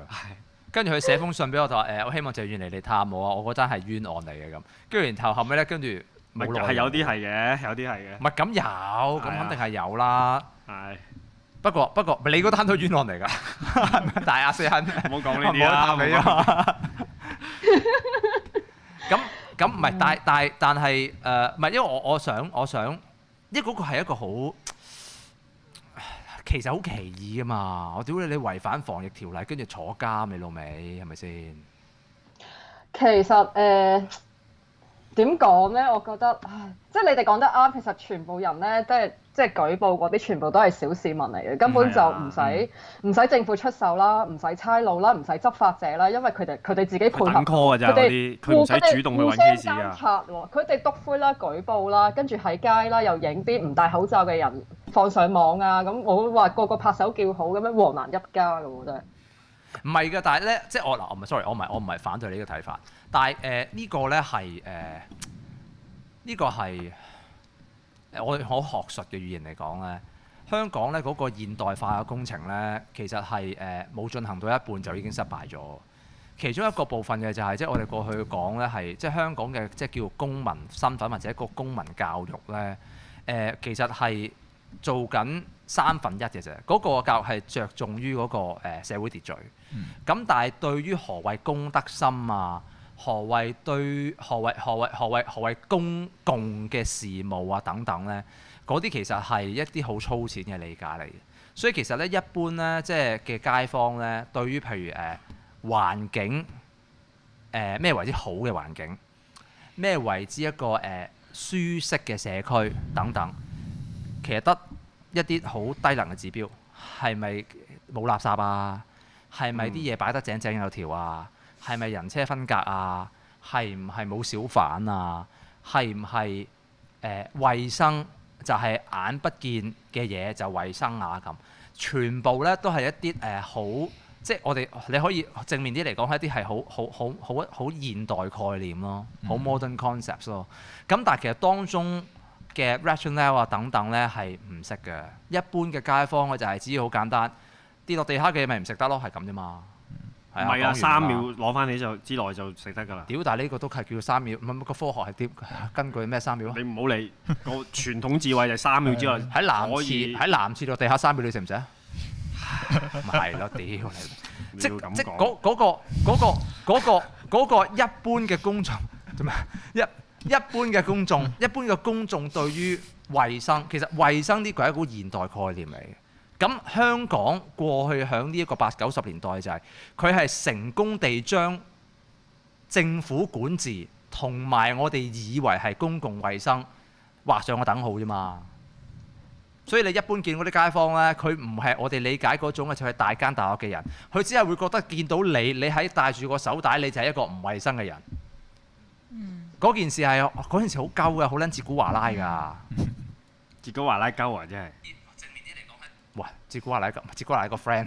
跟住佢寫封信俾我，就話誒，我希望謝遠嚟嚟探我啊，我嗰單係冤案嚟嘅咁。跟住然後後尾咧，跟住冇
咪就
耐
係有啲係嘅，有啲係嘅
唔，係咁有，咁
係啊
肯定係有啦。
係
不過不過，你嗰單都冤案嚟㗎， 大阿四肯。
唔好啊講呢
唔
啲啦，
好
唔
答
好
你
講
啊！咁咁唔係，但但但係誒，唔係因為我我想我想，因為嗰個係一個好其實好奇異啊嘛！我屌你，你違反防疫條例，跟住坐監你老味，係咪先？
其實誒點講咧，我覺得，唉即係你哋講得啱。其實全部人咧，即係即係舉報嗰啲，全部都係小市民嚟嘅，根本就唔使唔使政府出手啦，唔使差佬啦，唔使執法者啦，因為佢哋佢哋自己配合
佢等 call 㗎咋
佢
嗰
哋
啲，佢唔
互
使主動去
互
揾
相
case 啊
監
㗎。
察喎，佢哋督灰啦、舉報啦，跟住喺街啦又影啲唔戴口罩嘅人放上網啊，咁我話個個拍手叫好咁樣，黃難一家㗎喎真係。
唔係㗎，但係咧，即係我嗱，我唔係 sorry，我唔係我唔係反對你嘅睇法，但係誒、呃呢個咧係誒呢個係呃我好學術嘅語言嚟講咧，香港咧嗰個現代化嘅工程咧，其實係誒冇進行到一半就已經失敗咗。其中一個部分嘅就係、即係我哋過去講咧係即係香港嘅即係叫公民身份或者一個公民教育咧，誒、其實係做緊三分一嘅啫。嗰、個教育係着重於嗰、個、呃、社會秩序。咁但係對於何謂公德心啊，何謂對何謂何謂何謂何謂公共嘅事務啊等等咧，嗰啲其實係一啲好粗淺嘅理解嚟嘅。所以其實咧，一般咧即係嘅街坊咧，對於譬如誒、呃、環境誒咩、為之好嘅環境，咩為之一個誒、呃舒適嘅社區等等，其實得一啲好低能嘅指標，係咪冇垃圾啊？係咪啲嘢擺得井井有條啊？係咪人車分隔啊？係唔係冇小販啊？係唔係誒衞生就係眼不見嘅嘢就衞生啊咁？全部咧都係一啲誒、呃好，即係我哋你可以正面啲嚟講，係一啲係好好好好好現代概念咯，好 modern concepts 咯。咁但係其實當中嘅 rationale 啊等等咧係唔識嘅，一般嘅街坊嘅就係只要好簡單，跌落地下嘅嘢咪唔食得咯，係咁啫嘛。
唔係啊，
講完啦
三秒攞翻起就之內就食得㗎啦。
屌！但係呢個都係叫三秒，唔係唔係個科學係點？ 根據咩三秒啊
你？唔好理個傳統智慧就係三秒之內
喺男廁
可以
喺男廁落地下三秒，你食唔食啊？ 咪係咯，屌你！
你
即
要咁
即
講，
嗰嗰個嗰個嗰個嗰個一般嘅公眾做咩？一一般嘅公眾，一般嘅公眾對於衞生，其實衞生呢個係一個現代概念嚟嘅。咁香港過去喺呢一個八九十年代就係佢係成功地將政府管治同埋我哋以為係公共衞生畫上個等號啫嘛。所以你一般見嗰啲街坊咧，佢唔係我哋理解嗰種嘅，就係大奸大惡嘅人。佢只係會覺得見到你，你喺戴住個手帶，你就係一個唔衞生嘅人。
嗯，
嗰件事係嗰件事好鳩嘅，好撚自古華拉㗎。
結果華拉鳩啊，真係。
哇！節瓜奶個節瓜奶個 friend，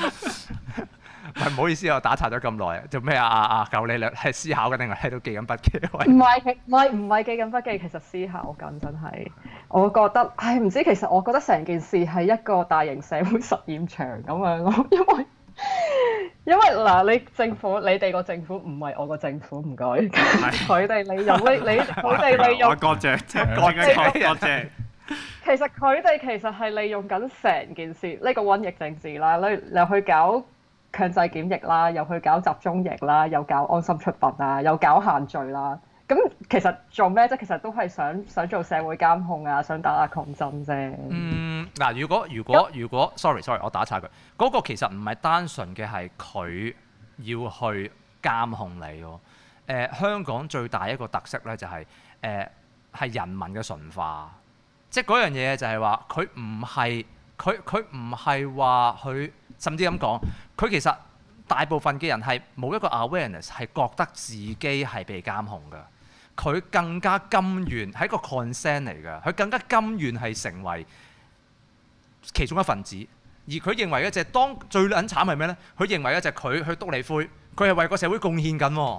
唔係唔好意思，我打岔咗咁耐，做咩啊啊啊！夠你兩係思考緊定係喺度記緊筆記？
唔
喂，
係其唔係唔係記緊筆記，其實思考緊真係，我覺得唉唔知其實我覺得成件事係一個大型社會實驗場咁樣咯， 因為因為嗱你政府你哋個政府唔係我個政府唔該， 佢哋利用呢你佢哋利 用
我。割隻，即係
割
割
隻
隻，割隻。
其實佢哋其實係利用緊成件事呢、個瘟疫政治啦，你又去搞強制檢疫啦，又去搞集中營啦，又搞安心出品啊，又搞限聚啦。咁其實做咩啫？其實都係想想做社會監控啊，想打壓抗爭啫。
嗯，嗱，如果如果如果，sorry sorry，我打岔佢，嗰、個其實唔係單純嘅係佢要去監控你喎。誒、香港最大一個特色咧就係誒係人民嘅馴化，即係嗰樣嘢就係話佢唔係佢佢唔係話佢甚至咁講，佢其實大部分嘅人係冇一個 awareness 係覺得自己係被監控㗎。佢更加甘願係一個 consent 嚟㗎，佢更加甘願係成為其中一份子。而佢認為一隻當最撚慘係咩呢？佢認為一隻佢去篤你灰，佢係為個社會貢獻緊喎。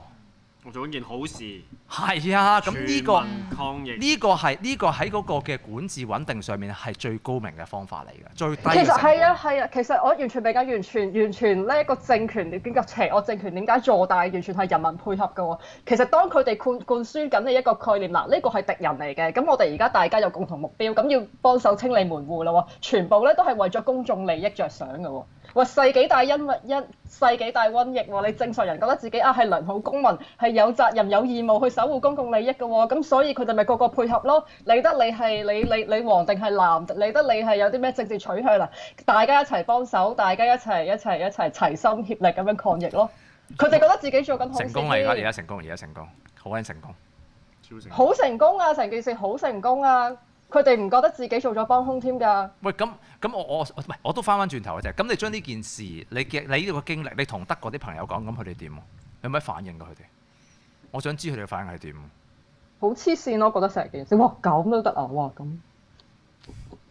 我做緊件好事，
係啊，咁呢、個
全民抗疫，
呢個係呢、個喺嗰個嘅管治穩定上面係最高明嘅方法嚟嘅，最低
其
嘅
實
成
係
本
啊，係啊，其實我完全未解，完全完全呢個政權點解邪惡政權點解坐大，完全係人民配合嘅喎。其實當佢哋灌灌輸緊你一個概念，嗱呢個係敵人嚟嘅，咁我哋而家大家有共同目標，咁要幫手清理門戶啦喎，全部咧都係為咗公眾利益着想嘅喎。話世紀大因為因世紀大瘟疫喎，你正常人覺得自己啊係良好公民，係有責任有義務去守護公共利益嘅喎，咁所以佢哋咪個個配合咯。理得你係你你你黃定係藍，理得你係有啲咩政治取向啦，大家一齊幫手，大家一齊一齊一齊齊心協力咁樣抗疫咯。佢哋覺得自己做緊好事
成功啦！而家而
添
家成功，而家成功，好撚成功。
超成
好成功啊！成件事好成功啊！佢哋唔覺得自己做咗幫兇添㗎。
喂，咁咁我我我唔係我都翻翻轉頭嘅啫。咁你將呢件事，你嘅你呢個經歷，你同德國啲朋友講，咁佢哋點啊？你有咩反應㗎？佢哋，我想知佢哋嘅反應係點。
好黐線咯，覺得成件事，哇咁都得啊，哇咁。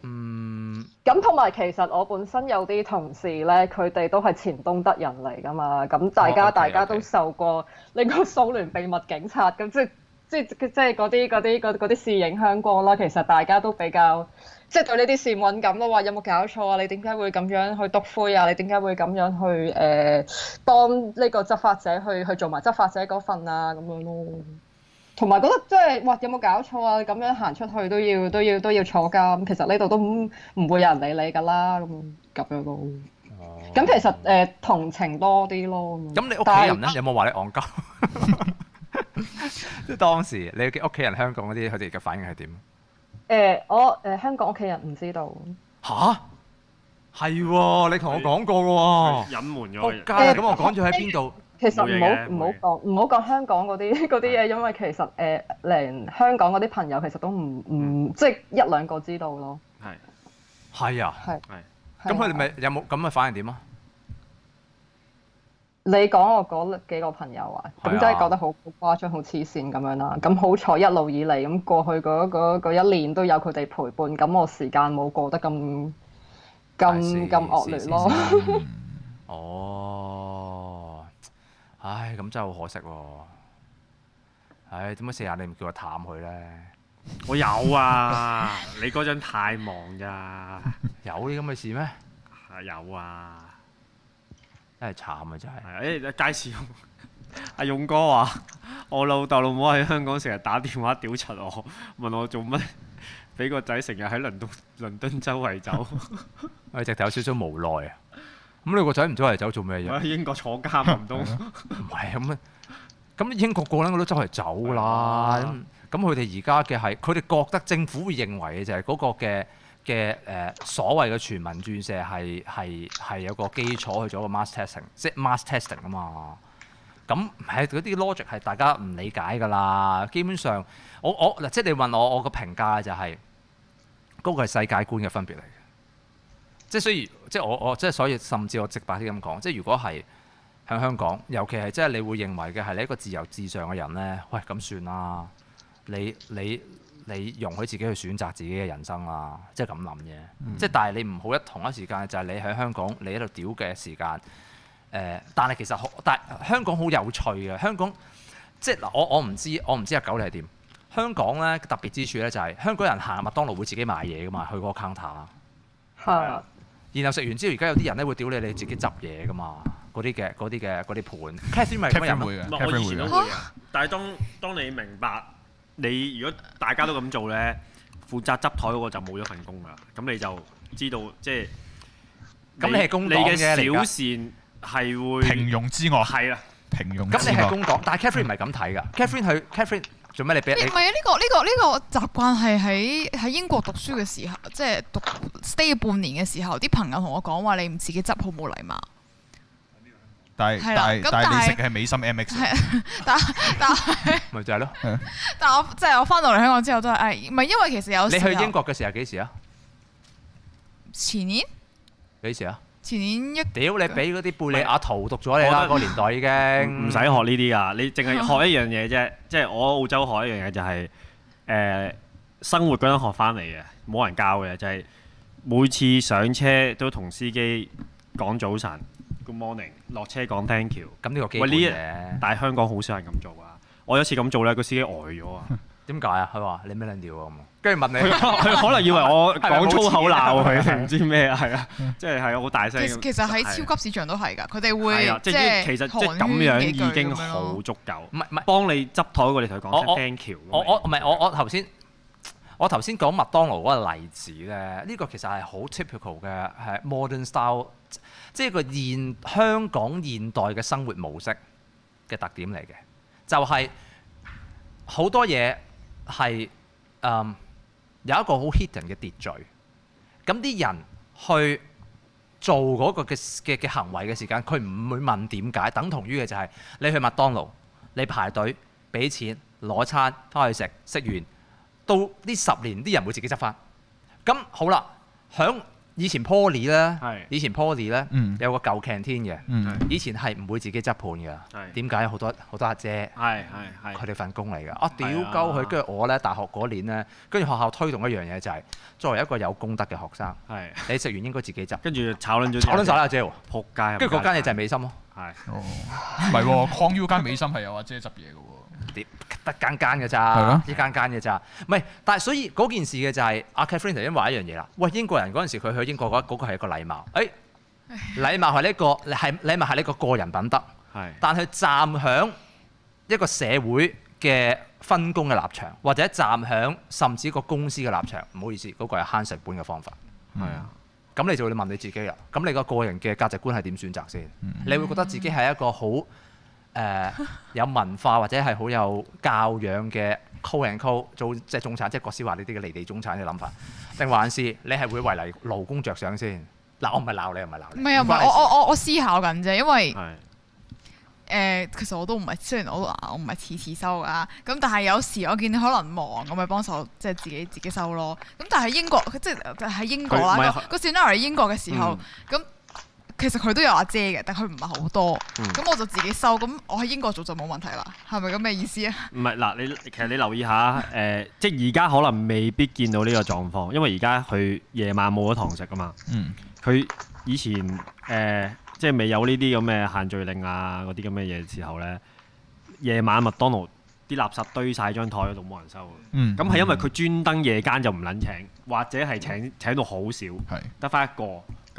嗯，
咁同埋其實我本身有啲同事咧，佢哋都係前東德人嚟噶嘛，咁大家、
哦，OK，OK
大家都受過呢個蘇聯秘密警察咁，即即即係嗰啲嗰啲嗰嗰啲事影響過啦。其實大家都比較即係對呢啲事敏感咯，話有冇搞錯啊？你點解會咁樣去篤灰啊？你點解會咁樣去誒、呃、幫呢個執法者去去做埋執法者嗰份啊？咁樣咯。同埋覺得即係哇，有冇搞錯啊？咁樣行出去都要都要都要坐監，其實呢度都唔唔會有人理你㗎啦，咁咁樣咯。咁其實誒、呃同情多啲咯。
哦咁你屋
但係
企人咧有冇話你戇鳩？ 即係當時你嘅屋企人香港嗰啲，佢哋嘅反應係點？
誒、我誒、呃香港屋企人唔知道。
吓？係喎，你同我講過嘅喎。
隱瞞
哦仆
咗
街
佢。
啦！咁我講咗喺邊度？
其實唔
冇嘢嘅
好唔好講唔好講香港嗰啲 嗰啲嘢，因為其實誒、呃、連香港嗰啲朋友其實都唔唔即係一兩個知道咯。
係
係啊。
係
係。
咁佢哋
係啊
咪有冇咁嘅反應點啊？
你講我嗰幾個朋友啊，
係啊
咁真係覺得好好誇張、好黐線咁樣啦。咁好彩一路以嚟，咁過去嗰嗰嗰一年都有佢哋陪伴，咁我時間冇過得咁咁咁惡劣咯。
咯。
嗯
哦，唉，咁真係好可惜喎。唉，點解四廿你唔叫我探佢咧？
我有啊，你嗰陣太忙咋，
有啲咁嘅事咩？
係有啊，
真係慘啊！真係。
係誒介紹阿勇哥話，我老豆老母喺香港成日打電話屌柒我，問我做乜，俾個仔成日喺倫敦倫敦周圍走，
我直頭有少少無奈啊！咁你個仔唔走嚟走做咩
我
啫？
喺英國坐監唔通？
唔係咁啊！咁英國個撚個都周圍走啦。
係
咁咁佢哋而家嘅係，佢哋覺得政府會認為嘅就係嗰個嘅嘅誒所謂嘅全民注射係係係有個基礎去做一個 mass testing，即係 mass testing 啊嘛。咁係嗰啲 logic 係大家唔理解㗎啦。基本上，我我嗱，即係你問我，我個評價就係、嗰個係世界觀嘅分別嚟嘅。即係雖然，即係我我即係所以，甚至我直白啲咁講，即係如果係喺香港，尤其係即係你會認為嘅係你一個自由至上嘅人咧，喂咁算啦，你你你容許自己去選擇自己嘅人生啦，即係咁諗啫。即係但係你唔好一同一時間就係你喺香港，你喺度屌嘅時間。誒、但係其實好，但係香港好有趣嘅。香港即係嗱，我我唔知，我唔知阿九你係點。香港咧特別之處咧就係、香港人行麥當勞會自己買嘢噶嘛，去嗰個 counter。 啊
係啊
然後食完之後，而家有啲人咧會屌你你自己執嘢噶嘛，嗰啲嘅嗰啲嘅嗰啲盤。Catherine 咪咁啊嘅人咯
Catherine 會嘅
唔係我以前都
，Catherine 會嘅。啊
會嘅，但係當當你明白你如果大家都咁做咧，負責執台嗰個就冇咗份工啦。咁你就知道即係
咁你係工黨
嘅
嘅嚟
小
㗎
善係會
平庸之惡，
係啦，
平庸之
咁你係
惡。
工黨，但係 Catherine 唔係咁睇㗎。Catherine 佢 Catherine 做咩？你俾
呢
你
唔係啊？呢個呢個呢個習慣係喺喺英國讀書嘅時候，即係讀 stay 半年嘅時候，啲朋友同我講話你唔自己執好冇禮貌。
但係
係啦
但係
咁
但係你
但係
食嘅係美心啊 MX，
但但
咪就係咯。
但我即係我翻到嚟香港之後都係，唉唔係因為其實有
你去
時候
英國嘅時候幾時啊？
前年
幾時啊？
前年一
屌你俾嗰啲貝利亞圖讀咗你啦，
我覺得
嗰個年代已經
唔使學呢啲㗎，你淨係學一樣嘢啫。即係我喺澳洲學一樣嘢就係、誒、生活嗰陣學翻嚟嘅，冇人教嘅，就係、每次上車都同司機講早晨，Good morning，落車講 Thank you。
咁呢個基
喂
本
呢一
嘅。
但係香港好少人咁做啊！我有一次咁做咧，個司機呆咗啊！
點解啊？佢話你咩撚料啊咁啊，跟住問
佢
你
佢可能以為我
係咪冇
講粗口
錢啊
鬧佢，定唔知咩啊？係啊，即係係好大聲
其
咁。
實其實喺
係啊
超級市場都係㗎，佢哋
係啊
會
即係
係
其實即係
寒
咁
暄
樣
幾句
已經
咁樣咯
好足夠。
唔係唔係
幫你執台嗰個，你同佢講
我
聲
我
thank you 咁樣。
我我唔係我我頭先我頭先講麥當勞嗰個例子咧，呢個其實係好 typical 嘅係 modern style，即係個現香港現代嘅生活模式嘅特點嚟嘅，就係、好多嘢係嗯有一個好 hidden 嘅秩序，咁啲人去。做嗰個嘅嘅嘅行為嘅時間，佢唔會問點解，等同於嘅就係、你去麥當勞，你排隊俾錢攞餐翻去食，食完到呢十年啲人會自己執翻。咁好啦，響以前 Poly
係
咧，以前 Poly 咧、
嗯
有個舊 canteen 嘅，
嗯，
以前係唔會自己執盤
係
嘅。點解好多好多阿姐？
係係
佢
係
哋份工嚟㗎，啊屌
係啊
鳩佢！跟住我咧，大學嗰年咧，跟住學校推動一樣嘢就係、作為一個有功德嘅學生，
係，
你食完應該自己執。
跟住炒撚咗，
炒撚晒啦，阿姐喎！
仆街！
跟住嗰間嘢就係美心咯，
係
哦唔係喎，Con U 間美心係有阿姐執嘢嘅喎，
碟得間間嘅
係
咋
咯，
一間間嘅咋，唔係，但係所以嗰件事嘅就係阿 Catherine 頭先話一樣嘢啦，喂英國人嗰陣時佢去英國嗰嗰個係一個禮貌，誒禮貌係呢個係禮貌係呢個個人品德，
係
但係站響一個社會嘅分工嘅立場，或者站響甚至個公司嘅立場，唔好意思，嗰個係慳成本嘅方法。
係啊，
咁你就會問你自己啦。咁你個個人嘅價值觀係點選擇先？你會覺得自己係一個好誒、呃有文化或者係好有教養嘅 co and co 做即係中產，即係郭思華呢啲嘅離地中產嘅諗法，定還是你係會為嚟勞工着想先？嗱，我唔係鬧你，唔係鬧
唔
你，
係啊，唔
關
係
你
我
事
我我我思考緊啫，因為誒、
係
呃其實我都唔係，雖然我都啊我唔係次次收㗎，咁但係有時我見你可能忙，我咪幫手即係自己自己收咯。咁但係英國即係喺英國
佢唔
啦
係，
個個 s e n 喺英國嘅時
嗯
嗯
候，咁、其實佢都有阿姐嘅，但佢唔係好多。
嗯
咁、我就自己收，咁我喺英國做就冇問題啦，係咪咁嘅意思啊？
唔係嗱？你其實你留意下誒，即係而家可能未必見到呢個狀況，因為而家佢夜晚冇咗堂食啊嘛。
嗯，
佢以前誒、呃即係未有呢啲咁嘅限聚令啊，嗰啲咁嘅嘢時候咧，夜晚麥當勞啲垃圾堆晒張台嗰度冇人收嘅。
嗯，
咁係因為佢專登夜間就唔撚請，或者係請請到好少，
係
得翻一個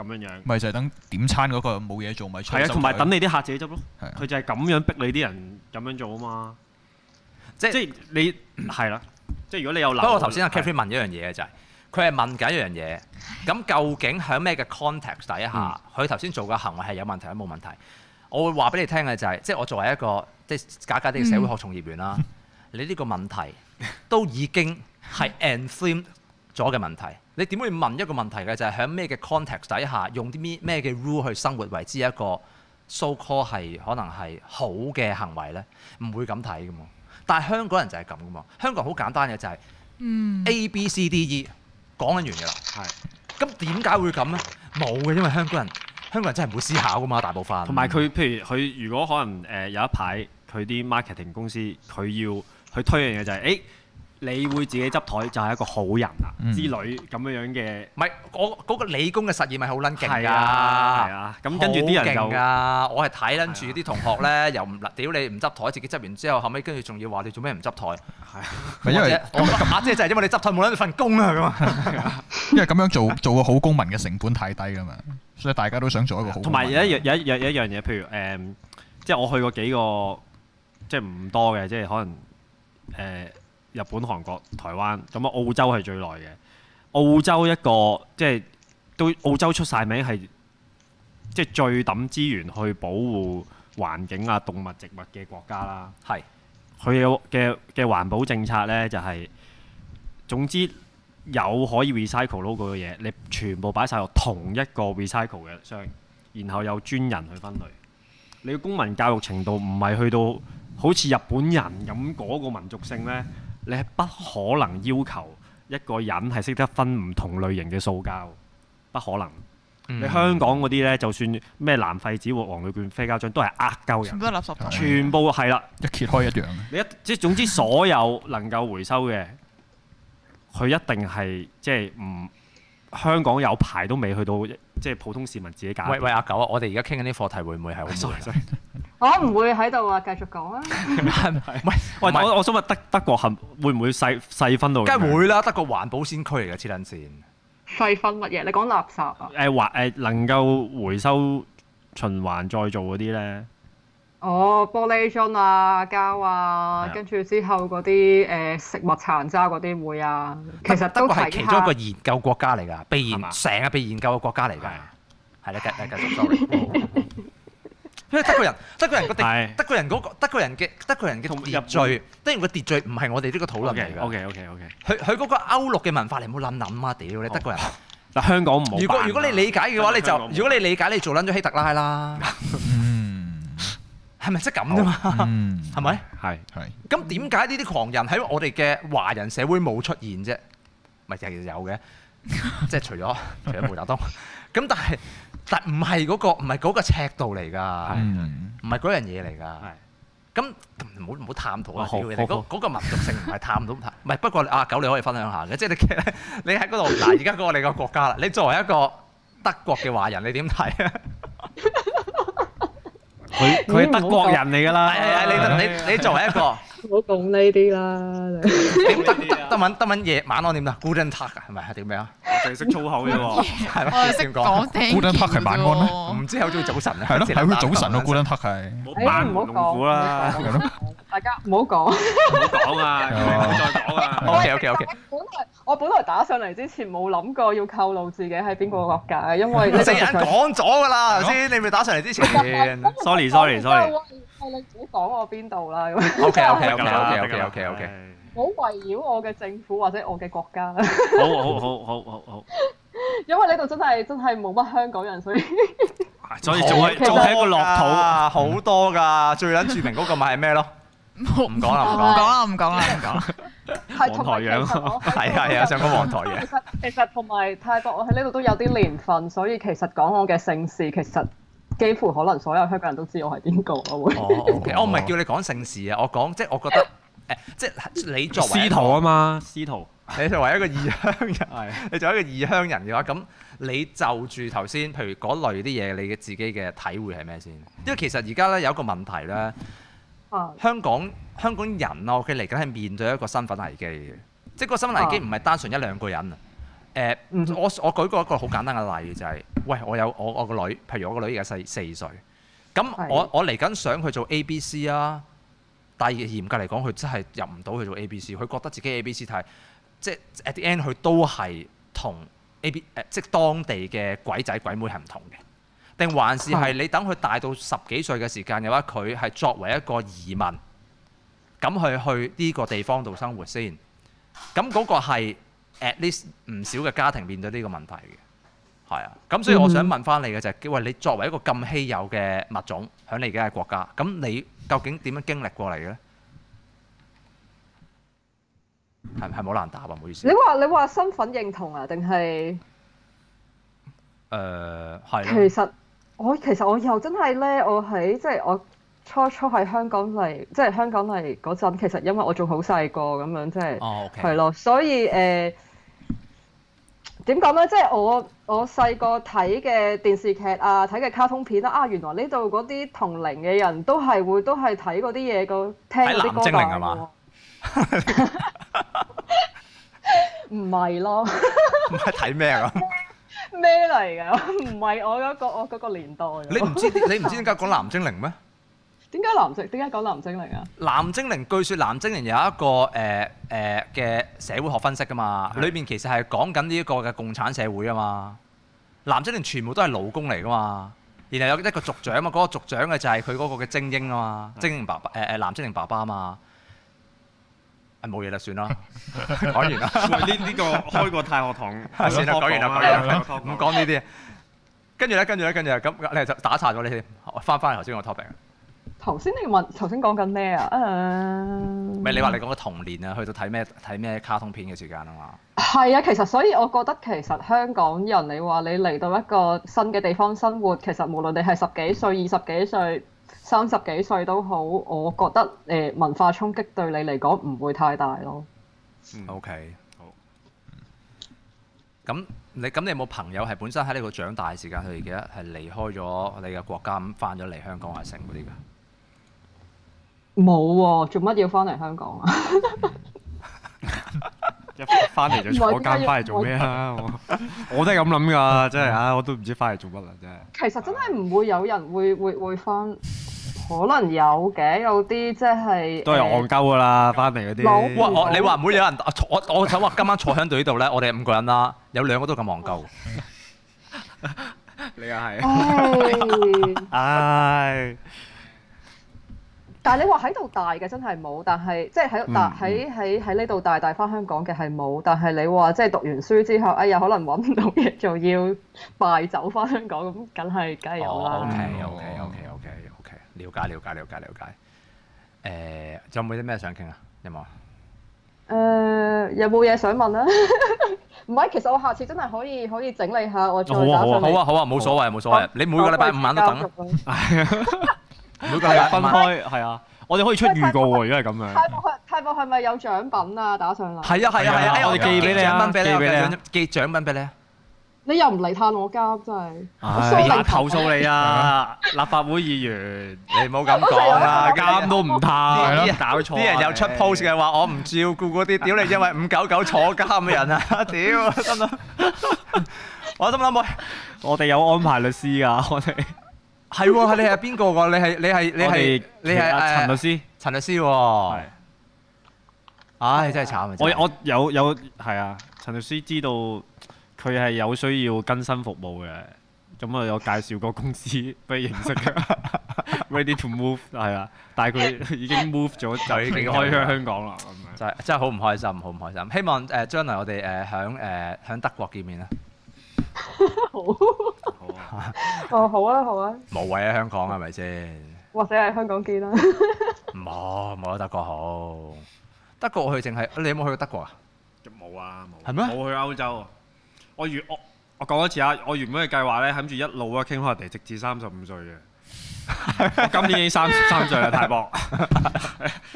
咁樣樣。
咪就係等點餐嗰個冇嘢做咪出
係啊，同埋等你啲客自己執咯。
係啊
佢就係咁樣逼你啲人咁樣做啊嘛。
即
即係你 係啦，即係如果你有留，
不過頭先阿
係
Catherine 問一樣嘢嘅就係，佢係問緊一樣嘢，咁究竟喺咩嘅 context 底
嗯
下，佢頭先做嘅行為係有問題定冇問題？我會話俾你聽嘅就係、即係我作為一個即係假假啲嘅社會學從業員啦，
嗯
你呢個問題都已經 係 enflamed 咗嘅問題。你點會問一個問題嘅就係喺咩嘅 context 底下，用啲咩咩嘅 rule 去生活為之一個 so call 係可能係好嘅行為呢？唔會咁睇噶嘛。但係香港人就係咁噶嘛。香港好簡單嘅就係、
嗯，
A、B、C、D、E 講緊完嘅啦。
係
咁點解會咁呢？冇嘅，因為香港人香港人真係唔會思考噶嘛，大部分。
同埋佢，譬如佢如果可能誒、呃有一排佢啲 marketing 公司佢要佢推樣嘢就係、誒、你會自己執台就係一個好人啦
嗯
之類咁樣樣嘅。
唔係我嗰個理工嘅實驗係好撚勁㗎，
係啊，係啊，咁跟住啲人
好勁
就
啊！我係睇撚住
係啊
啲同學咧，又唔屌你唔執台，自己執完之後，後尾跟住仲要話你做咩唔執台？
因
或
為
者我阿姐就係因為你執台冇撚份工啊咁啊！
因為咁樣做 做個好公民嘅成本太低啦嘛，所以大家都想做一個好公民。
同埋有一樣有一有一有一樣嘢，譬如誒、嗯即係我去過幾個，即係唔多嘅，即係可能誒、日本、韓國、台灣，咁啊澳洲係最耐嘅。澳洲一個即係都澳洲出晒名係即係最抌資源去保護環境啊、動物、植物嘅國家啦。
係
佢有嘅嘅環保政策呢，就係、總之有可以 recycle logo 嘅嘢，你全部擺晒落同一個 recycle 嘅箱，然後有專人去分類。你嘅公民教育程度唔係去到好似日本人咁嗰個民族性呢，你係不可能要求一個人係識得分唔同類型嘅塑膠，不可能。
嗯
你香港嗰啲呢，就算咩藍廢紙、黃鋁罐、啡膠樽，都係呃鳩
全
人，
部都係垃圾
係
桶。
全部係啦。
一揭開一樣嘅，
你一即係總之所有能夠回收嘅，佢一定係即係唔香港有排都未去到即係普通市民自己搞。
喂喂阿九啊，我哋而家傾緊啲課題會唔會係好悶啊？
我唔會喺度啊，繼續講啊。
喂，
唔係
我我想問德德國係會唔會細細分到咁
梗
樣？
係會啦，得個環保先驅嚟嘅黐撚線。
細分乜嘢？你講垃圾啊？
誒環誒能夠回收循環再做嗰啲咧，
哦，玻璃樽啊、膠
係
啊
啊，
跟住之後嗰啲誒食物殘渣嗰啲會啊，其實
德
都
國係
睇
其
下
中一個研究國家嚟㗎，被
係
研
嘛
成日被研究嘅國家嚟㗎
係。
係啦，繼誒繼續，sorry。因為德國人，德國人個
係
定，德國人嗰個，德國人嘅德國人嘅
同日
秩序，德國人嘅秩序唔係我哋呢個討論嚟
o k
㗎
o。k OK OK。
佢佢嗰個歐陸嘅文化，你唔好諗諗啊！屌你
好
德國人，
但香港唔好
如果
辦
如果你理解嘅話，你就
香港冇
如果你理解，你做撚咗希特拉啦，
嗯
係咪即係咁啫嘛？
嗯，
係咪？
係
係
咁點解呢啲狂人喺我哋嘅華人社會冇出現啫？咪其實有 嘅，即係除咗除咗毛澤東，咁但係但唔係嗰個唔係嗰個尺度嚟㗎，
嗯
唔係嗰樣嘢嚟㗎。
係
咁唔好唔好探討
哦
啦，
好
屌你哋
好
嗰嗰個民族性唔係探討， 唔係不過啊狗你可以分享下嘅，即係你 嘅你喺嗰度嗱，而家嗰個你個國家啦，你作為一個德國嘅華人，你點睇啊？
佢佢係德國人嚟㗎啦，
係係係，啊你你你作為一個
唔好講呢啲啦。
點德德德文德文夜晚安點啊？Guten Tag 係咪啊？點樣啊？
就係識粗 口嘅喎，
係
我
咪
係
點
識
講
講 thank
Golden
you
Park 係晚安咩
啫喎
唔知口中早晨啊？
係咯，
是
係
但
會
打
早晨
打
咯
打
，Golden Tuck 係
唔好
誒
扮
哎唔
龍
好
虎
講
啦，
係咯，
大家唔好講。
唔好講 啊，
係啊
咁你唔好再講啊。
OK OK OK，
本來我本來打上嚟之前冇諗過要透露自己喺邊個國家，因為呢個
四眼
實在
講咗㗎啦，頭先你咪打上嚟之前。
sorry sorry sorry，
喂你啊唔好講我邊度啦， 咁
OK OK
得
OK
㗎
OK
啦得
OK
㗎啦
OK OK。
唉
唔好圍繞我嘅政府或者我嘅國家，
好好好好好好，
因為呢度真係真係冇乜香港 人，所以
所以仲係仲係一個落
啊，好多㗎，最撚著名嗰個咪係咩咯？
冇
唔講啦唔
唔
講
講啦，唔講啦，唔講啦。
係同埋其實我
係啊係啊，上個黃台嘅
其。實 其實同埋泰國，我喺呢度都有啲年份，所以其實講我嘅姓氏，其實幾乎可能所有香港人都知我係邊個咯。會
哦，OK，我唔係叫你講姓氏啊，我講即係我覺得誒，即係你作
土，
為
司徒啊嘛，司徒
你作為一個異鄉人，
係
你作為一個異鄉人嘅話，咁你就住頭先，譬如嗰類啲嘢，你嘅自己嘅體會係咩先？因為其實而家咧有一個問題咧，
啊，
香港香港人啊，佢嚟緊係面對一個身份危機嘅，即係個身份危機唔係單純一兩個人啊。誒、
嗯
我我舉過一個好簡單嘅例就係、喂，我有我我個女，譬如我個女而家細四歲，咁
係
我我嚟緊想去做 A、B、C 啊，但係嚴格嚟講，佢真係入唔到去做 A、B、C，佢覺得自己 A、B、C 太即係 at the end 佢都係同 A、B 誒、即係當地嘅鬼仔鬼妹係唔同嘅。定還是係你等佢大到十幾歲嘅時間嘅話，佢係作為一個移民，咁去去呢個地方度生活先。咁嗰個係 at least 唔少嘅家庭面對呢個問題嘅，係啊。咁所以我想問翻你嘅就係、喂，你作為一個咁稀有嘅物種，喺你而家嘅國家，咁你究竟點樣經歷過嚟嘅咧？係係咪好難答啊？唔好意思。
你
誒
話你話身份認同啊，定係？
係
其
咯，
實我其實我又真係咧，我喺即係我初初喺香港嚟，即係香港嚟嗰陣，其實因為我仲好細個咁樣，即係
哦，OK，
係咯，所以誒點講咧？即係我我細個睇嘅電視劇啊，睇嘅卡通片啊，啊原來呢度嗰啲同齡嘅人都係會都係睇嗰啲嘢個聽嗰
睇
啲
藍
歌
精靈
大
係嘛
㗎喎？唔係咯，
唔係睇咩啊？
咩嚟㗎？唔係我嗰、個我嗰個年代啊㗎。
你唔知你唔知點解講藍精靈咩？
點解藍精？點解講藍精靈啊？
藍精靈據說藍精靈有一個誒誒嘅社會學分析噶嘛，裏面其實係講緊呢一個嘅共產社會啊嘛。藍精靈全部都係勞工嚟噶嘛，然後有一個族長啊嘛，嗰、個族長嘅就係佢嗰個嘅精英啊嘛，精英爸爸誒誒藍精靈爸爸啊嘛。誒冇嘢啦，算啦，講完啦。
喂呢呢個開過太學 堂，
算
啊
啦，講完啦，講
啦
完啦，唔講呢啲。跟住咧，跟住咧，跟住咧，咁你就打岔咗你添。翻翻嚟頭先個 topic，
頭先你問頭先講緊咩啊？誒、
咪你話你講個童年啊，去到睇咩睇咩卡通片嘅時間啊嘛。
係啊，其實所以我覺得其實香港人，你話你嚟到一個新嘅地方生活，其實無論你係十幾歲、二十幾歲、三十幾歲都好，我覺得誒、呃文化衝擊對你嚟講唔會太大咯。
O K，
好。
嗯咁你咁你有冇朋友係本身喺呢度長大嘅時間，佢而家係離開咗你嘅國家咁翻咗嚟香港啊成嗰啲㗎？
冇喎、做乜要翻嚟香港啊？
一翻嚟就坐監，翻嚟做咩啊？我我都係咁諗㗎，真係啊！我都唔知翻嚟做乜啦，真係。
其實真係唔會有人會會會翻，可能有嘅，有啲即係
都係
呃
戇鳩㗎啦，翻嚟嗰啲。
冇
哇！
哇
我
我
你
你
話唔
話
會有人啊我我想話今晚坐喺隊度咧， 我哋五個人啦，有兩個都咁戇
哦
鳩。
你又 係。
唉。
唉，
但係你話喺度大嘅真係冇，但係即係
嗯
喺大喺喺喺呢度大大翻香港嘅係冇，但係你話即係讀完書之後，哎呀可能揾唔到嘢做，要敗走翻香港咁，梗係梗係
啊
有
哦
啦。
，OK OK OK OK OK，了解了解了解了解。誒，仲有冇啲咩想傾啊？有冇啊？
誒、有冇嘢想問啊？ 唔係，其實我下次真係可以可以整理下我再
好啊
打上嚟
好啊好啊，冇所謂冇所謂。你每個禮拜五晚都等啊，
等。
每個禮拜
係分
五晚。
開係啊，我哋可以出預告喎，如果係咁樣。
泰博係泰博係咪有獎品啊？打上嚟。
嗯係啊係啊係啊！哎呀
我哋寄俾你啊
獎品俾你
寄俾你啊
啊，寄獎品俾你啊！
你又唔嚟探我家，真係。
唉，
蘇寧
投訴你啊，立法會議員。
你唔好咁講啦，
啱都唔
啊
啊
係
探
咯，
搞錯啊。
啲人又出
你
post 嘅話，我唔照顧嗰 啲，屌你，因為五九九坐監嘅人啊， 屌，心 諗，我心諗喂，
我哋有安排律師㗎，我哋
係 喎，你係邊個喎？你係你係你
我哋
係你係
阿陳律
誒
師。
陳律師喎
係，。
唉，真係慘啊！真係
我我有有係啊，陳律師知道佢係有需要更新服務嘅，咁啊有介紹個公司俾佢認識嘅 ，ready to move 係啊，但係 佢已經 move 咗就
已經
離開咗香港啦咁樣。
真係真係好唔開心，好唔開心。希望誒將來我哋誒響誒響德國見面啊啦，
好。 哦，好啊，好啊，
無謂喺香港係咪先？
或者喺香港見啦。
冇冇德國好，德國我去淨係你有冇去過德國啊？
冇啊冇，
係咩
冇去歐洲啊！我原我我講多次啊，我原本嘅計劃咧，諗住一路啊傾開人哋直至三十五歲 嘅。我今年已經三十三歲啦，泰 博，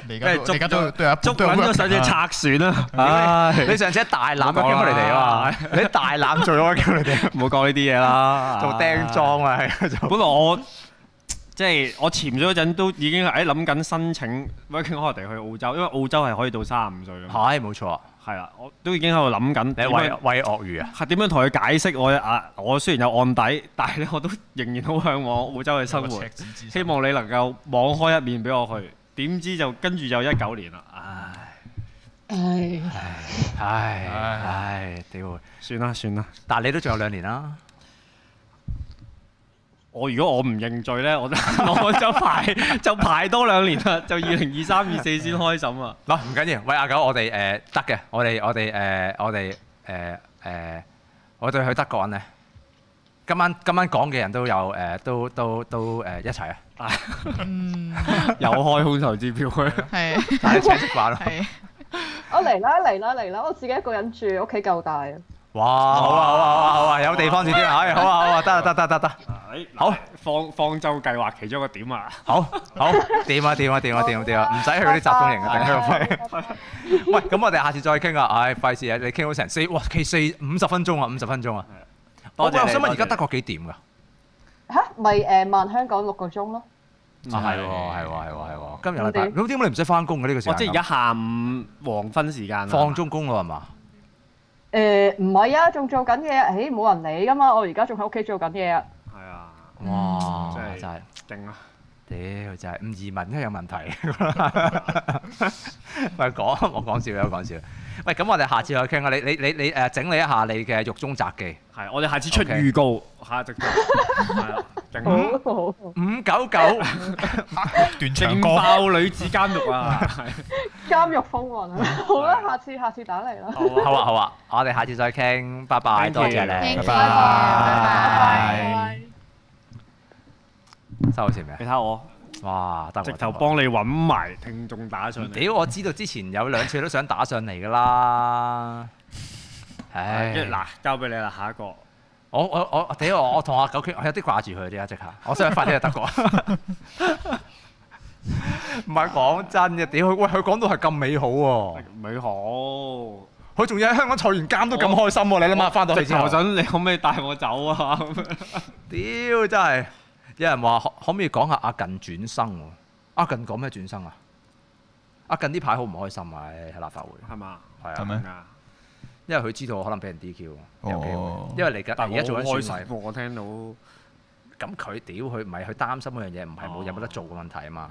你而家都你
即係
而家都
捉
都有一
捉
都有
緊咗
working
上隻
啦
拆船啊 啦！
你上次喺大欖
冇乜
叫
講
我
啦
哋嚟啊嘛，你喺大欖做咗叫你哋
唔好講呢啲嘢啦，
做釘裝啊， 係做
本來我即係我潛咗嗰陣都已經喺諗緊申請 working holiday 去澳洲，因為澳洲係可以到三十五歲嘅嘛。
係冇錯，
係啦，我都已經喺度諗緊
你
點
喂
樣
喂鱷魚啊，
係點樣同佢解釋我啊？我雖然有案底，但係咧我都仍然好向往澳洲嘅生活
有個赤，子之心
希望你能夠網開一面俾我去。點知就跟住就一九年啦，啊唉，
唉。
唉唉屌！
算啦算啦。
但係你都仲有兩年啦，
我如果我唔認罪咧，我就 我就排就排多兩年啦，就二零二三二四先開審啊。
嗱唔緊要，喂阿九，我哋誒得嘅，我哋我哋誒我哋誒誒，我哋去德國咧，今晚今晚講嘅人都有誒，都都都誒一齊啊，
又開空頭支票去。
嗯 係
但係請食 飯咯，
係
我哦嚟啦嚟啦嚟啦！我自己一個人住，屋企夠大啊！
哇好啊好啊好啊好啊，有地方住添啊，唉好啊好啊，得啊得得得得，
啊誒
好
嗱方方舟計劃其中一個點啊，
好好掂啊掂啊掂啊掂啊掂啊，唔使去嗰啲集中營 啊，定香喂，咁我哋下次再傾啊！唉，費事啊！你傾到成四，哇，其四五十分鐘啊，五十分鐘啊！我
多謝
我
你
想問
多謝
而家
你
德國幾點㗎？啊，
嚇咪誒慢香港六個鐘咯。
嗯
啊係喎，係喎，係喎，係喎！今日
咁
禮拜，
點
咁點解你唔使翻工嘅呢個時
我
間？
即係而家下午黃昏時間啊
放中工啦，係嘛？
誒唔係啊，仲做緊嘢，誒冇人理噶嘛，我而家仲喺屋企做緊嘢啊。
係啊，
哇！
真係
真係，
勁啊！
屌真係唔移民都有問題。 咪講我講笑有講笑。喂，咁我哋下次再傾啊！你你你你誒整理一下你嘅獄中雜記，
係，我哋下次出
OK
預告，下直播係啦，勁啊
嗯
好好好
五九九。
段長
勁
歌。
爆女子監 獄啊！係
監獄風雲
嗯
啊！好啦，下次下次打嚟啦。
好
好啊好啊，我哋下次再傾，拜拜，
Thank you
多謝你，
Thank you，
拜拜
拜拜。
拜。
收錢未
你睇？下我，
哇，得喎
直
得
頭
喎
幫你揾埋聽眾打上嚟。
屌！我知道之前有兩次都想打上嚟噶啦。唉，哦
一嗱，交俾你啦，下一個。
我我我屌我我同阿九傾，我有啲掛住佢啲啊，即刻，我想快啲去德 國。唔係講真嘅，屌佢喂，佢講到係咁美好喎，
美好，
佢仲要喺香港坐完監都咁開心喎，你諗下翻到去
直
之
頭
後。
想你可唔可以帶我 走啊？咁樣
屌真係！有人話可可唔可以講下阿近轉生喎？阿近講咩轉生啊？阿近呢排好唔開心啊！喺立法會，
係嘛？
係
係
啊，
咩
啊
因為佢知道可能俾人 DQ，有機
哦
會。因為嚟緊
但
而家
係我
做
好
緊
開
選委
心，，我聽到係
咁佢屌佢唔係佢擔心嗰樣嘢，唔係冇有冇得做嘅問題啊嘛，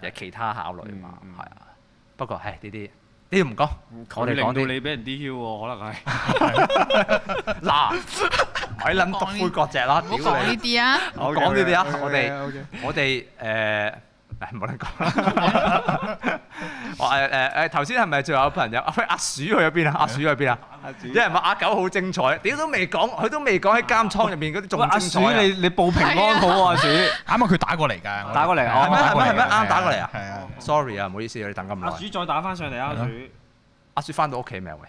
有其他考慮啊嘛
嗯，嗯
係啊。不過唉呢啲呢啲唔講，
佢
我哋
令到
講啲
你俾人 DQ 喎，可能係。
嗱，咪撚篤灰割脊啦，
唔
屌
好講
你
呢！啲啊！
我講呢啲啊，我哋
OK，OK，OK，OK
我哋呃誒，唉冇得講啦。 我誒誒誒，頭先係咪仲有朋友？啊 喂，阿鼠去咗邊啊？阿鼠去邊啊？有人話阿狗好精彩，屌都未講，佢都未講喺監倉入面嗰啲
啊喂阿
仲精
鼠，
彩啊
你你報平安好啊，阿鼠。
啱啱佢打過嚟㗎，我
打過嚟哦
啱啱打過嚟
係咩係咩
㗎
啱打過嚟啊
係啊，
Sorry 啊，唔好意思，你等咁
阿
耐
鼠。再打翻上嚟啊，阿鼠。
阿鼠翻到屋企未啊？喂，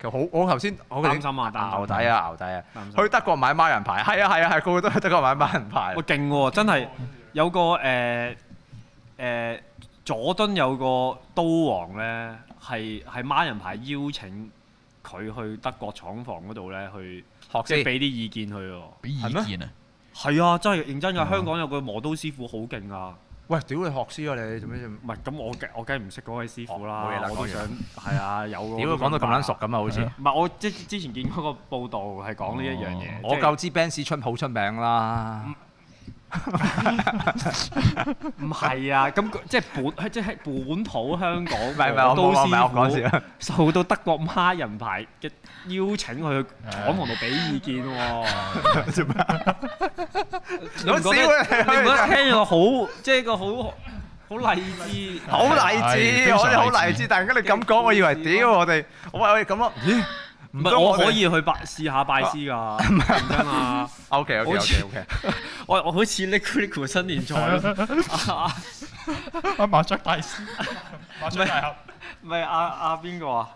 其實好，我頭先我
嗯擔心啊擔心
牛底啊，牛底啊
擔，心
去德國買孖人牌，係啊係啊係，個個都去德國買孖人牌
喂，。勁喎！真係有個誒誒佐敦有個都王咧，係係孖人牌邀請佢去德國廠房嗰度咧，去
學
即係
師
俾啲意見佢喎。
俾意 見啊，
係啊，真係認
嗯
真㗎！香港有個磨刀師傅好勁啊！
喂，屌你學師啊你，做咩？
唔係咁，我梗我梗係唔識嗰位師傅啦
哦冇嘢啦，
我都
講
想
完
係啊，有
屌佢講到咁撚熟。咁啊，好似。
唔係我即之前見嗰個報道係講呢一樣嘢，
哦我
夠
夠知 Benz 出好出名
嗯
啦，
唔係啊！咁佢即係本即係本土香港
唔係唔係我
磨刀
我唔係我
師
講笑
傅受到德國孖人牌嘅邀請去廠房度俾意見喎。
做咩？
你唔覺
我笑
得
啊你
你唔覺得聽落好即係一個好好勵志？
好
係
勵
非
志，
常
我哋好
勵
勵
志
志。突然間你咁講，我以為屌我哋，我話喂咁咯，咦？
唔
通
係我
哋
可以去拜試下拜師㗎，認真啊！
OK OK
好
OK
似
OK。
我我好似 Liquid Liquid 新年賽咯。
阿麻雀 大師，麻雀大俠，
唔係阿阿邊個啊？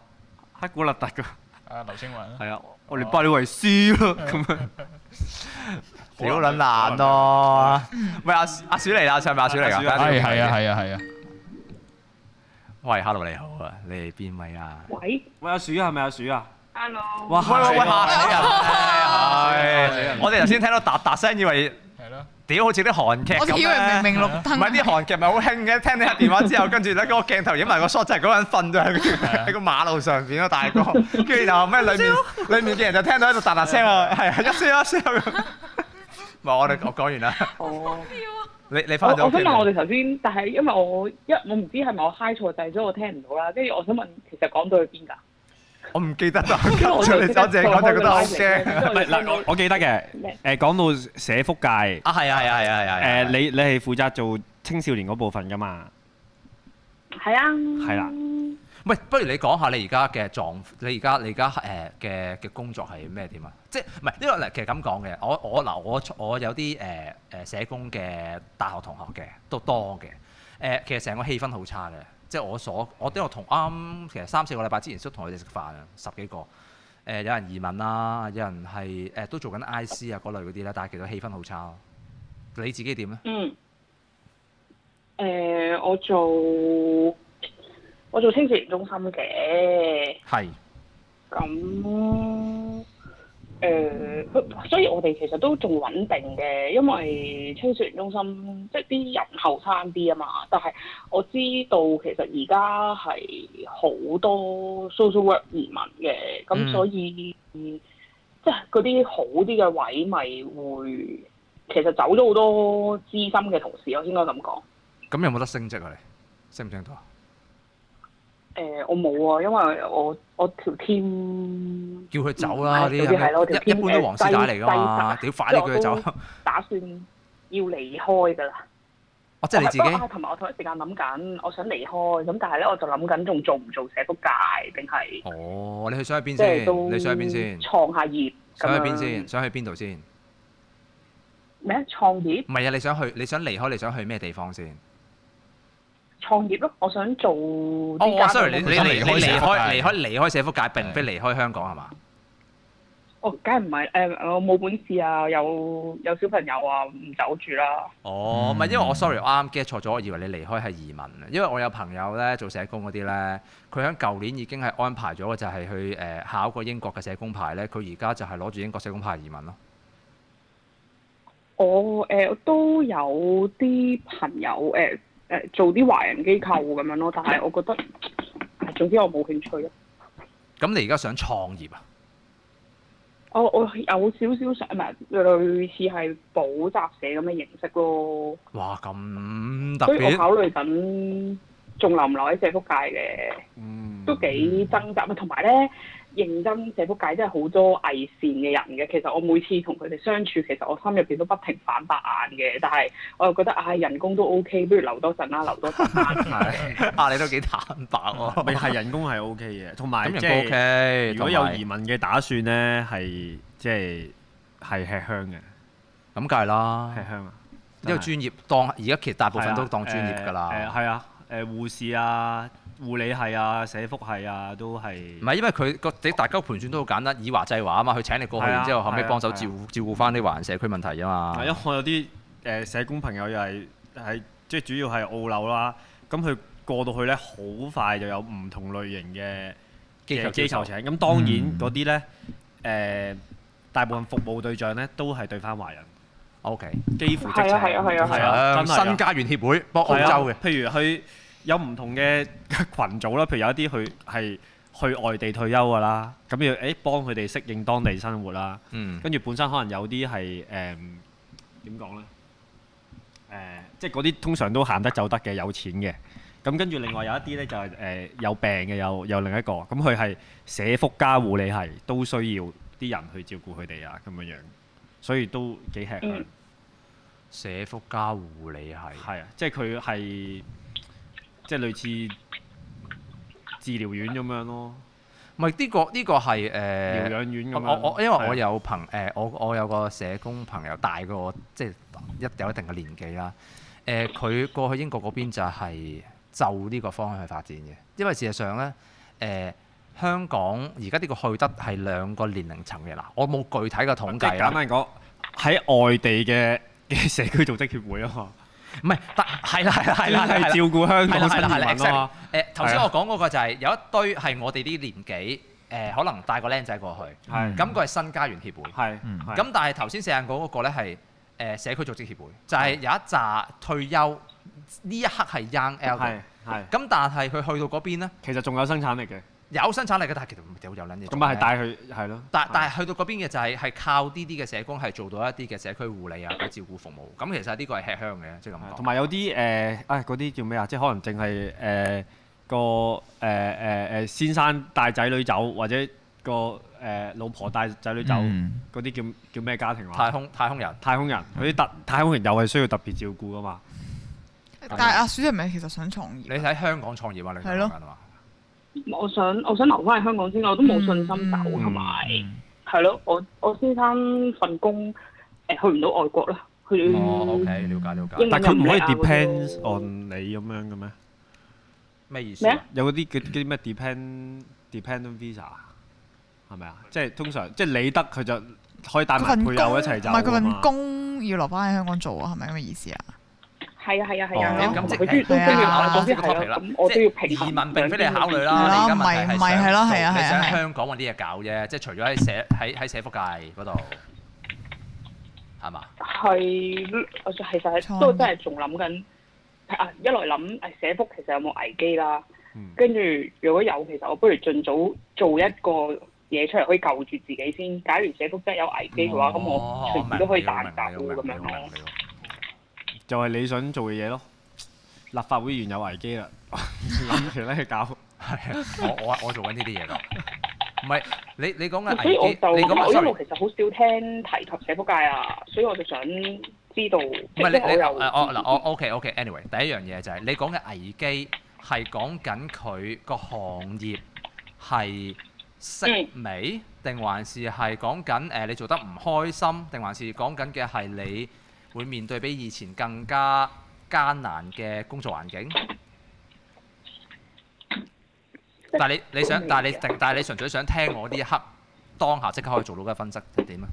黑古勒特㗎。
啊劉青雲啊，
係啊，我哋拜你 為師咯，咁樣。
屌撚爛咯！喂，阿阿小嚟啦，上咪阿小嚟
阿
㗎？
小
大家都
係
要
係啊係啊係啊，
喂，hello 你好啊，你係邊位啊？
喂
喂，阿鼠係咪阿鼠啊？
，hello，
哇！
喂喂喂，
嚇
嚇
死
死人！
人嚇死
係
人
我哋頭先聽到嗒嗒聲，以為
係咯，
屌好似啲韓劇
我
咁
哋以為
咧
明。明綠
唔
燈，
係啲韓劇咪好興嘅，聽你下電話之後，跟住咧嗰個鏡頭影埋個 shot 就係嗰個人瞓咗喺個喺個馬路上邊咯，大哥。跟住就咩裏面裏面嘅人就聽到喺度嗒嗒聲啊，係啊，一聲一聲咁。唔係我哋我講完啦，
哦。
你你
我
翻咗
我
屋企
想
未
問我哋頭先，但係因為我一我唔知係咪我嗨錯掣，所以我聽唔到啦。跟住我想問，其實講到去 邊㗎？
我唔記得啦，
因為
我
我
淨係講就覺得好驚。
唔
唔係嗱，我我記得嘅。誒講到社福界，
啊係啊係啊係啊係啊！
誒你你係負責做青少年嗰部分㗎嘛？
係啊，
係啦
喂，不如你講下你而家嘅狀，你而家你而家誒嘅嘅工作係咩點啊？即係唔係因為嗱，其實咁講嘅，我我嗱我我有啲誒誒社工嘅大學同學嘅都多嘅，誒、其實成個氣氛好差嘅，即係我所我都有同啱其實三四個禮拜之前都同佢哋食飯啊，十幾個。誒、誒有人移民啦，有人係誒都做緊 IC 啊嗰類嗰啲咧，但係其實氣氛好差咯。你自己點咧？
嗯。誒、我做我做清潔中心嘅，
係
咁誒、所以我哋其實都仲穩定嘅，因為清雪中心即係啲人後生啲啊嘛。但係我知道其實而家係好多 social work 移民嘅，
嗯
咁所以、即係嗰啲好啲嘅位咪會其實走咗好多資深嘅同事咯，應該咁講。
咁有冇得升職啊？你升唔升到啊？
誒、我冇啊，因為我我條 team
叫佢走啦！
嗯
啲
係嗰啲係咯
係咪一一般都黃絲帶嚟㗎嘛，
低
屌快啲叫佢
因為我
走！
打算要離開㗎啦。
哦，即係你自
不 過啊
己
同埋我同一時間諗緊，我想離開，咁但係咧我就諗緊仲做唔做社福界，定係
哦，你去想去邊
即係
先？
都
你想去邊先？
創下業咁
想去
樣
邊先？？想去邊度先？
咩創業？
唔係啊！你想去？你想離開？你想去咩地方先？
創業咯，我想做啲
哦我
家
，sorry，
庭
你
服務
你你你
你
離
離
開
開
離開離開社福界，並
係
非離開香港係嘛？
哦，梗係唔係誒？我冇本事啊，有有小朋友啊，唔走住啦。
哦，唔係、
嗯
因為我 sorry，我啱 get 錯咗，我以為你離開係移民啊，因為我有朋友咧做社工嗰啲咧，佢喺舊年已經係安排咗，就係去誒、呃考過英國嘅社工牌咧，佢而家就係攞住英國社工牌移民咯。
我誒、都有啲朋友誒誒、做啲華人機構咁樣咯，但係我覺得，唉總之我冇興趣咯。
咁你而家想創業啊？
我哦我有少少想唔係類似係補習社咁嘅形式咯，
哇，咁特
所以我
別
考慮緊仲留唔留喺社福界嘅，
嗯
都幾掙扎啊！同埋咧，認真社福界真係好多偽善嘅人嘅。其實我每次同佢哋相處，其實我心入邊都不停反白眼嘅，但係我又覺得唉、人工都 OK，不如留多陣啦，留多陣啦。
係 啊！你都幾坦白喎。
咪係人工係 O K 嘅，同埋
咁人
即
都
係
OK，
如果
同
有
埋
移民嘅打算咧，係即係係吃香嘅，
咁梗係啦，
吃香啊！
因為
真係
專業當而家其實大部分都當
係啊
專業㗎
誒誒
啦。
係啊，誒護士啊、護理係啊、社福係啊，都係
唔係因為佢個你大家盤算都好簡單，以華制華啊嘛，佢請你過去，
係啊
然之後後尾
係啊
幫手
係啊
照顧照顧翻啲華人社區問題啊嘛。
係因為我有啲誒、呃社工朋友又係係即係主要係澳紐啦，咁佢過到去咧，好快就有唔同類型嘅
機構
嘅
接
機
受
構請。咁當然
嗯
嗰啲咧誒，大部分服務對象咧都係對翻華人，
O K，
幾乎即
係啊係啊係啊
係啊，真係啊
新家園協會幫澳洲嘅
係啊，譬如佢有唔同嘅群組啦，譬如有一啲佢係去外地退休噶啦，咁要誒幫佢哋適應當地生活啦。
嗯，
跟住本身可能有啲係誒點講咧？誒、即係嗰啲通常都行得走得嘅，有錢嘅。咁跟住另外有一啲咧就係、誒、有病嘅，有有另一個。咁佢係社福加護理係都需要啲人去照顧佢哋啊，咁樣樣，所以都幾吃香。
嗯
社福加護理係
係啊，即係佢係即係類似治療院咁樣咯，
咪呢個呢個係誒？
療養院咁
我
樣。
我我因為
係啊
我有朋誒，我我有個社工朋友大過我，即係一有一定嘅年紀啦。誒，佢過去英國嗰邊就係就呢個方向去發展嘅，因為事實上咧誒，香港而家呢個去得係兩個年齡層嘅嗱，我冇具體嘅統
即係
計啊
簡
啦，
單講，喺外地嘅嘅社區組織協會啊嘛，
唔係，但係啦係啦係啦
專係
係啦
照。顧香
係啦
港新
係啦係啦
移民啊嘛。
誒頭先
係啊
我講嗰個就係有一堆係我哋啲年紀誒、可能帶個僆仔過去，
係
咁佢係新家園協會。
係
嗯
係
咁但係頭先四眼講嗰個咧係誒社區組織協會，就係、有一紮退休呢一刻係 young e l d
係
e
係，
咁但係佢去到嗰邊咧
其實仲有生產力嘅，
有生產力嘅，但係其實唔屌有撚嘢做咩。
咁咪係帶佢係咯。
但但係去到嗰邊嘅就係係靠呢啲嘅社工係做到一啲嘅社區護理啊、嗰啲照顧服務。咁其實呢個係吃香嘅，即係咁
係
講。
同埋有啲誒啊嗰啲叫咩啊？即係可能淨係誒個誒誒誒先生帶仔女走，或者個誒、老婆帶仔女走，嗰
嗯
啲、叫叫咩家庭
太
話？
空太空人
太空人嗰啲特太空人又係需要特別照顧噶嘛？
但係阿鼠係咪其實想創
你
業？
喺香港創業啊？你
係咯
講緊嘛？
我想我想留翻喺香港先，我都冇信心走，
嗯
同埋
嗯
係咯，我我先生份工誒、去唔到外國啦，去
嗯
哦，OK，了解了解
英。
但佢唔可以
咁你嗌
depends
嗰個
on 你咁樣嘅咩？
咩意思
咩
啊
啊？
有嗰啲叫嗰啲咩 depend dependent visa 啊係咪啊？即係通常即係理得佢就可以帶埋
佢份
配偶一齊走
工
啊嘛
唔係佢份工要留翻喺香港做啊，係咪咁嘅意思啊？
係啊係啊係
哦
啊，
咁
咁
即
佢
係
都都都
係
要
啊
考
講
啲
呢個 topic
係
啦
啦，咁我都
即
要平
係
衡
移民並非你考慮
係
啦，
啦
你而家問題
唔係
係
係啦係啊
想
係啊
你
係
想
啊
香港揾啲嘢搞啫，即係除咗喺社喺喺社福界嗰度，係嘛？
係，我就其實係都真係仲諗緊啊！一來諗誒社福其實有冇危機啦，
嗯
跟住如果有，其實我不如盡早做一個嘢出嚟，可以救住自己先。假如社福真係有危機嘅啊話，咁、
哦
我隨時都可以
明白
彈走
明白
咁樣
明白
咯
明。白
就係你想做嘅嘢咯。立法會原有危機啦， 諗住咧搞
係啊，我我我做緊呢啲嘢㗎。唔係你你講嘅
所以我
啊危機，你
就
講
我
嘅
一
sorry
路。其實好少聽提及社福界啊，所以我就想知道。
唔係你你誒我嗱我 OK OK anyway，第一樣嘢就係你講嘅危機係講緊佢個行業係息微，定還是係講緊誒你做得唔開心，定還是講緊嘅係你會面對比以前更加艱難嘅工作環境？但係你你想，但係你定，但係你純粹想聽我呢一刻當下即刻可以做到嘅分析係點啊？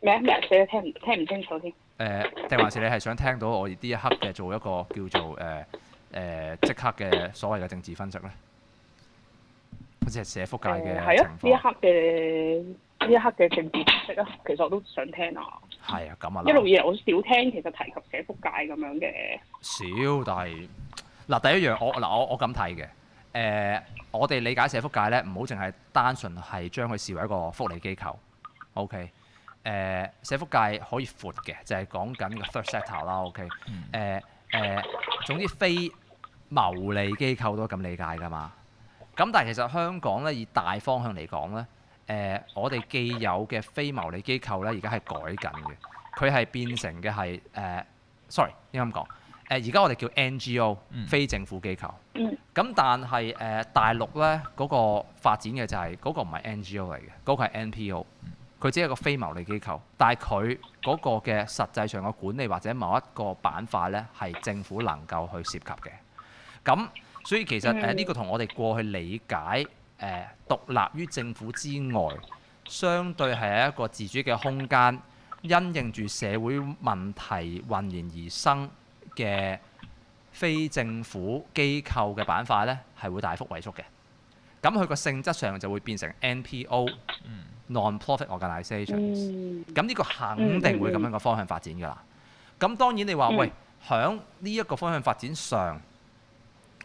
咩咩寫得聽唔聽唔清楚添？
誒，呃定還是你係想聽到我呢一刻嘅做一個叫做誒誒即刻嘅所謂嘅政治分析咧？好似係社福界
誒
嘅
係啊
情，
呢一
況，
刻嘅呢一刻嘅政治知識啊，其實我都想聽啊。
係啊，咁啊
一路
啦，
以嚟我都少聽，其實提及社福界咁樣嘅，
少，但係嗱第一樣我嗱我我咁睇嘅誒，我哋理解社福界咧，唔好淨係單純係將佢視為一個福利機構，OK？誒、社福界可以闊嘅，就係講緊個 third sector 啦，OK？
嗯
誒誒，總之非牟利機構都咁理解㗎嘛。咁但係其實香港咧，以大方向嚟講咧，誒、我哋既有嘅非牟利機構咧，而家係改緊嘅，佢係變成嘅係誒，sorry 應該咁講，誒而家我哋叫 NGO、
嗯
非政府機構。
嗯
咁但係誒、呃大陸咧嗰、個發展嘅就係、嗰、個唔係 NGO 嚟嘅，嗰、個係 NPO，佢只係一個非牟利機構，但係佢嗰個嘅實際上嘅管理或者某一個板塊咧係政府能夠去涉及嘅。咁所以其實誒呃呢、
嗯
個同我哋過去理解誒、呃、獨立於政府之外，相對係一個自主嘅空間，因應住社會問題混然而生嘅。非政府機構嘅板塊呢，係會大幅萎縮嘅。咁佢個性質上就會變成 NPO
嗯
（non-profit organisations）。
嗯，
咁呢個肯定會咁樣個方向發展㗎啦。咁當然你話
嗯
喂，響呢一個方向發展上，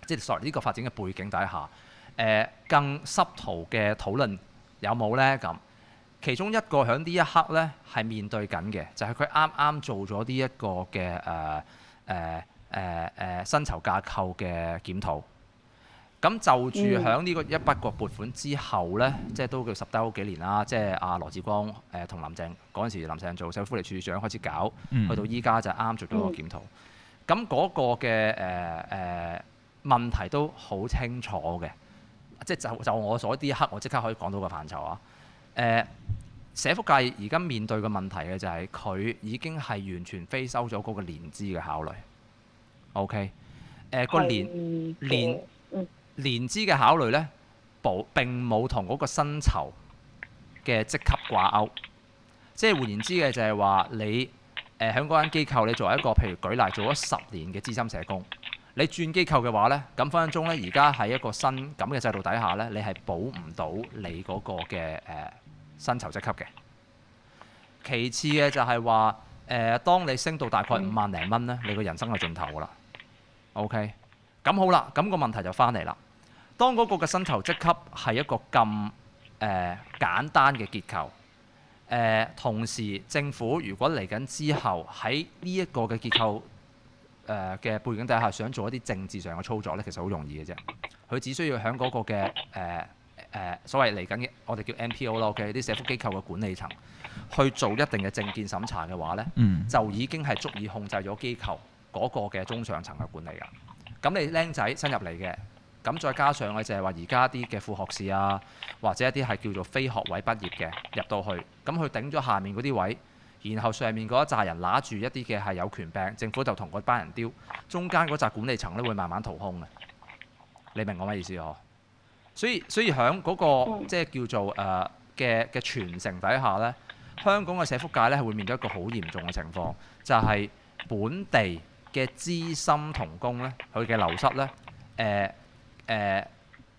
即係 sorry 呢個發展嘅背景底下，誒、更濕圖嘅討論有冇呢？咁其中一個響呢一刻呢，係面對緊嘅，就係佢啱啱做咗呢一個嘅呃誒誒誒誒呃薪酬架構嘅檢討。咁就住響呢個一筆過撥款之後呢，即係都叫十低好幾年啦。即係阿羅志光誒同林鄭嗰陣時，林鄭做社會福利處處長開始搞，
嗯
去到依家就啱做咗個檢討。咁嗰個嘅誒誒問題都好清楚嘅，即係就就我所呢一刻，我即刻可以講到個範疇啊。誒、社福界而家面對嘅問題嘅就係佢已經係完全非收咗嗰個年資嘅考慮。OK，誒、個年。
嗯
連年資嘅考慮呢，冇並冇同嗰個薪酬嘅職級掛鈎。即係換言之嘅就係話你呃誒喺嗰間機構，你作為一個譬如舉例做咗十年嘅資深社工，你轉機構嘅話呢，咁分分鐘呢，而家喺一個新咁嘅制度底下呢，你係補唔到你嗰個嘅誒、呃薪酬職級嘅。其次嘅就係話誒，當你升到大概五萬零蚊呢，你個人生就盡頭㗎啦。OK。咁好啦，咁、個問題就翻嚟啦。當嗰個嘅薪酬職級係一個咁誒、呃、簡單嘅結構，誒、呃同時政府如果嚟緊之後喺呢一個嘅結構誒嘅、背景底下，想做一啲政治上嘅操作呢，其實好容易嘅啫。佢只需要喺嗰個嘅誒誒所謂嚟緊嘅，我哋叫 NPO 咯嘅啲社福機構嘅管理層去做一定嘅政見審查嘅話呢。
嗯
就已經係足以控制咗機構嗰個嘅中上層嘅管理啦。咁你僆仔新入嚟嘅，咁再加上嘅就係話而家啲嘅副學士啊，或者一啲係叫做非學位畢業嘅入到去，咁佢頂咗下面嗰啲位，然後上面嗰一紮人揦住一啲嘅係有權柄，政府就同嗰班人丟，中間嗰紮管理層咧會慢慢掏空嘅。你明我咩意思嗬？所以所以喺嗰、個
嗯
即係叫做誒嘅嘅傳承底下咧，香港嘅社福界咧係會面對一個好嚴重嘅情況，就係、本地嘅資深童工咧，佢嘅流失咧，誒、誒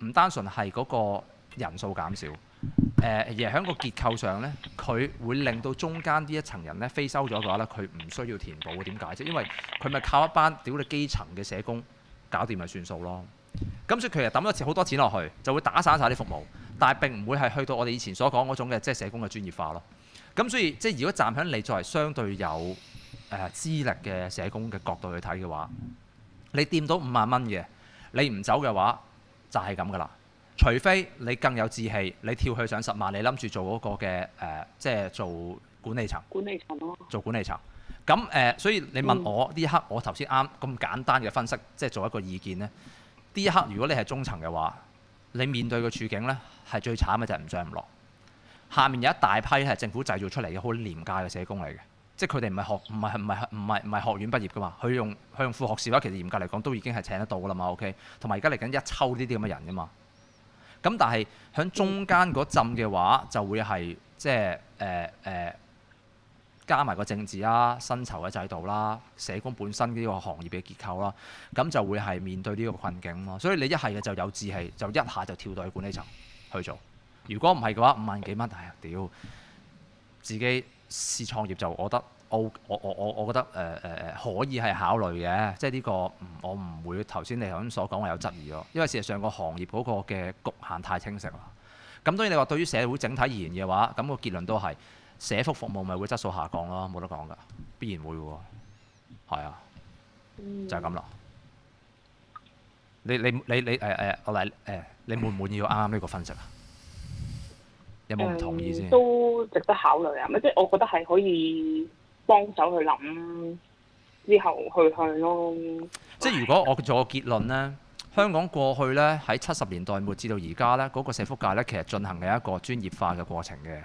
唔單純係嗰個人數減少，誒、呃而係喺個結構上咧，佢會令到中間呢一層人咧非收咗嘅話咧，佢唔需要填補嘅。點解啫？因為佢咪靠一班屌你基層嘅社工搞掂咪算數咯。咁所以佢又抌咗好多錢落去，就會打散晒啲服務，但係並唔會係去到我哋以前所講嗰種嘅即係社工嘅專業化咯。咁所以即係如果站喺你作為相對有誒、呃、資歷嘅社工嘅角度去睇嘅話，你掂到五萬蚊嘅，你唔走嘅話就係咁噶啦。除非你更有志氣，你跳去上十萬，你諗住做嗰個嘅誒、呃即係做管理層。
管理層咯，
做管理層。咁誒、呃所以你問我呢一刻，我頭先啱咁簡單嘅分析，即係做一個意見呢。呢一刻如果你係中層嘅話，你面對嘅處境呢係最慘嘅就係唔上唔落。下面有一大批係政府製造出嚟嘅好廉價嘅社工嚟嘅，即係佢哋唔係學唔係唔係唔係唔係學院畢業噶嘛，佢用佢用副學士嘅話，其實嚴格嚟講都已經係請得到噶啦嘛，OK。同埋而家嚟緊一抽呢啲咁嘅人噶嘛。咁但係喺中間嗰陣嘅話，就會係即係誒誒。呃加埋個政治啦、薪酬嘅制度啦、社工本身呢個行業嘅結構啦，咁就會係面對呢個困境咯。所以你一係嘅就有志氣，就一下就跳到去管理層去做。如果唔係嘅話，五萬幾蚊，哎呀屌！自己試創業就我覺得 O，我我我我覺得誒誒誒可以係考慮嘅，即係呢個唔我唔會頭先你頭先所講話有質疑咯，因為事實上個行業嗰個嘅局限太清晰啦。咁當然你話對於社會整體而言嘅話，咁、個結論都係社福服務咪會質素下降咯，冇得講噶，必然會喎。係啊，就係咁啦。你你你你誒誒，我嚟誒，你滿唔滿意我啱啱呢個分析啊？有冇唔同意先
誒？嗯都值得考慮啊！咪即係我覺得係可以幫手去諗之後去向咯。
即係如果我做個結論呢，香港過去呢，喺七十年代末至到而家呢，嗰、個社福界呢，其實進行嘅一個專業化嘅過程嘅，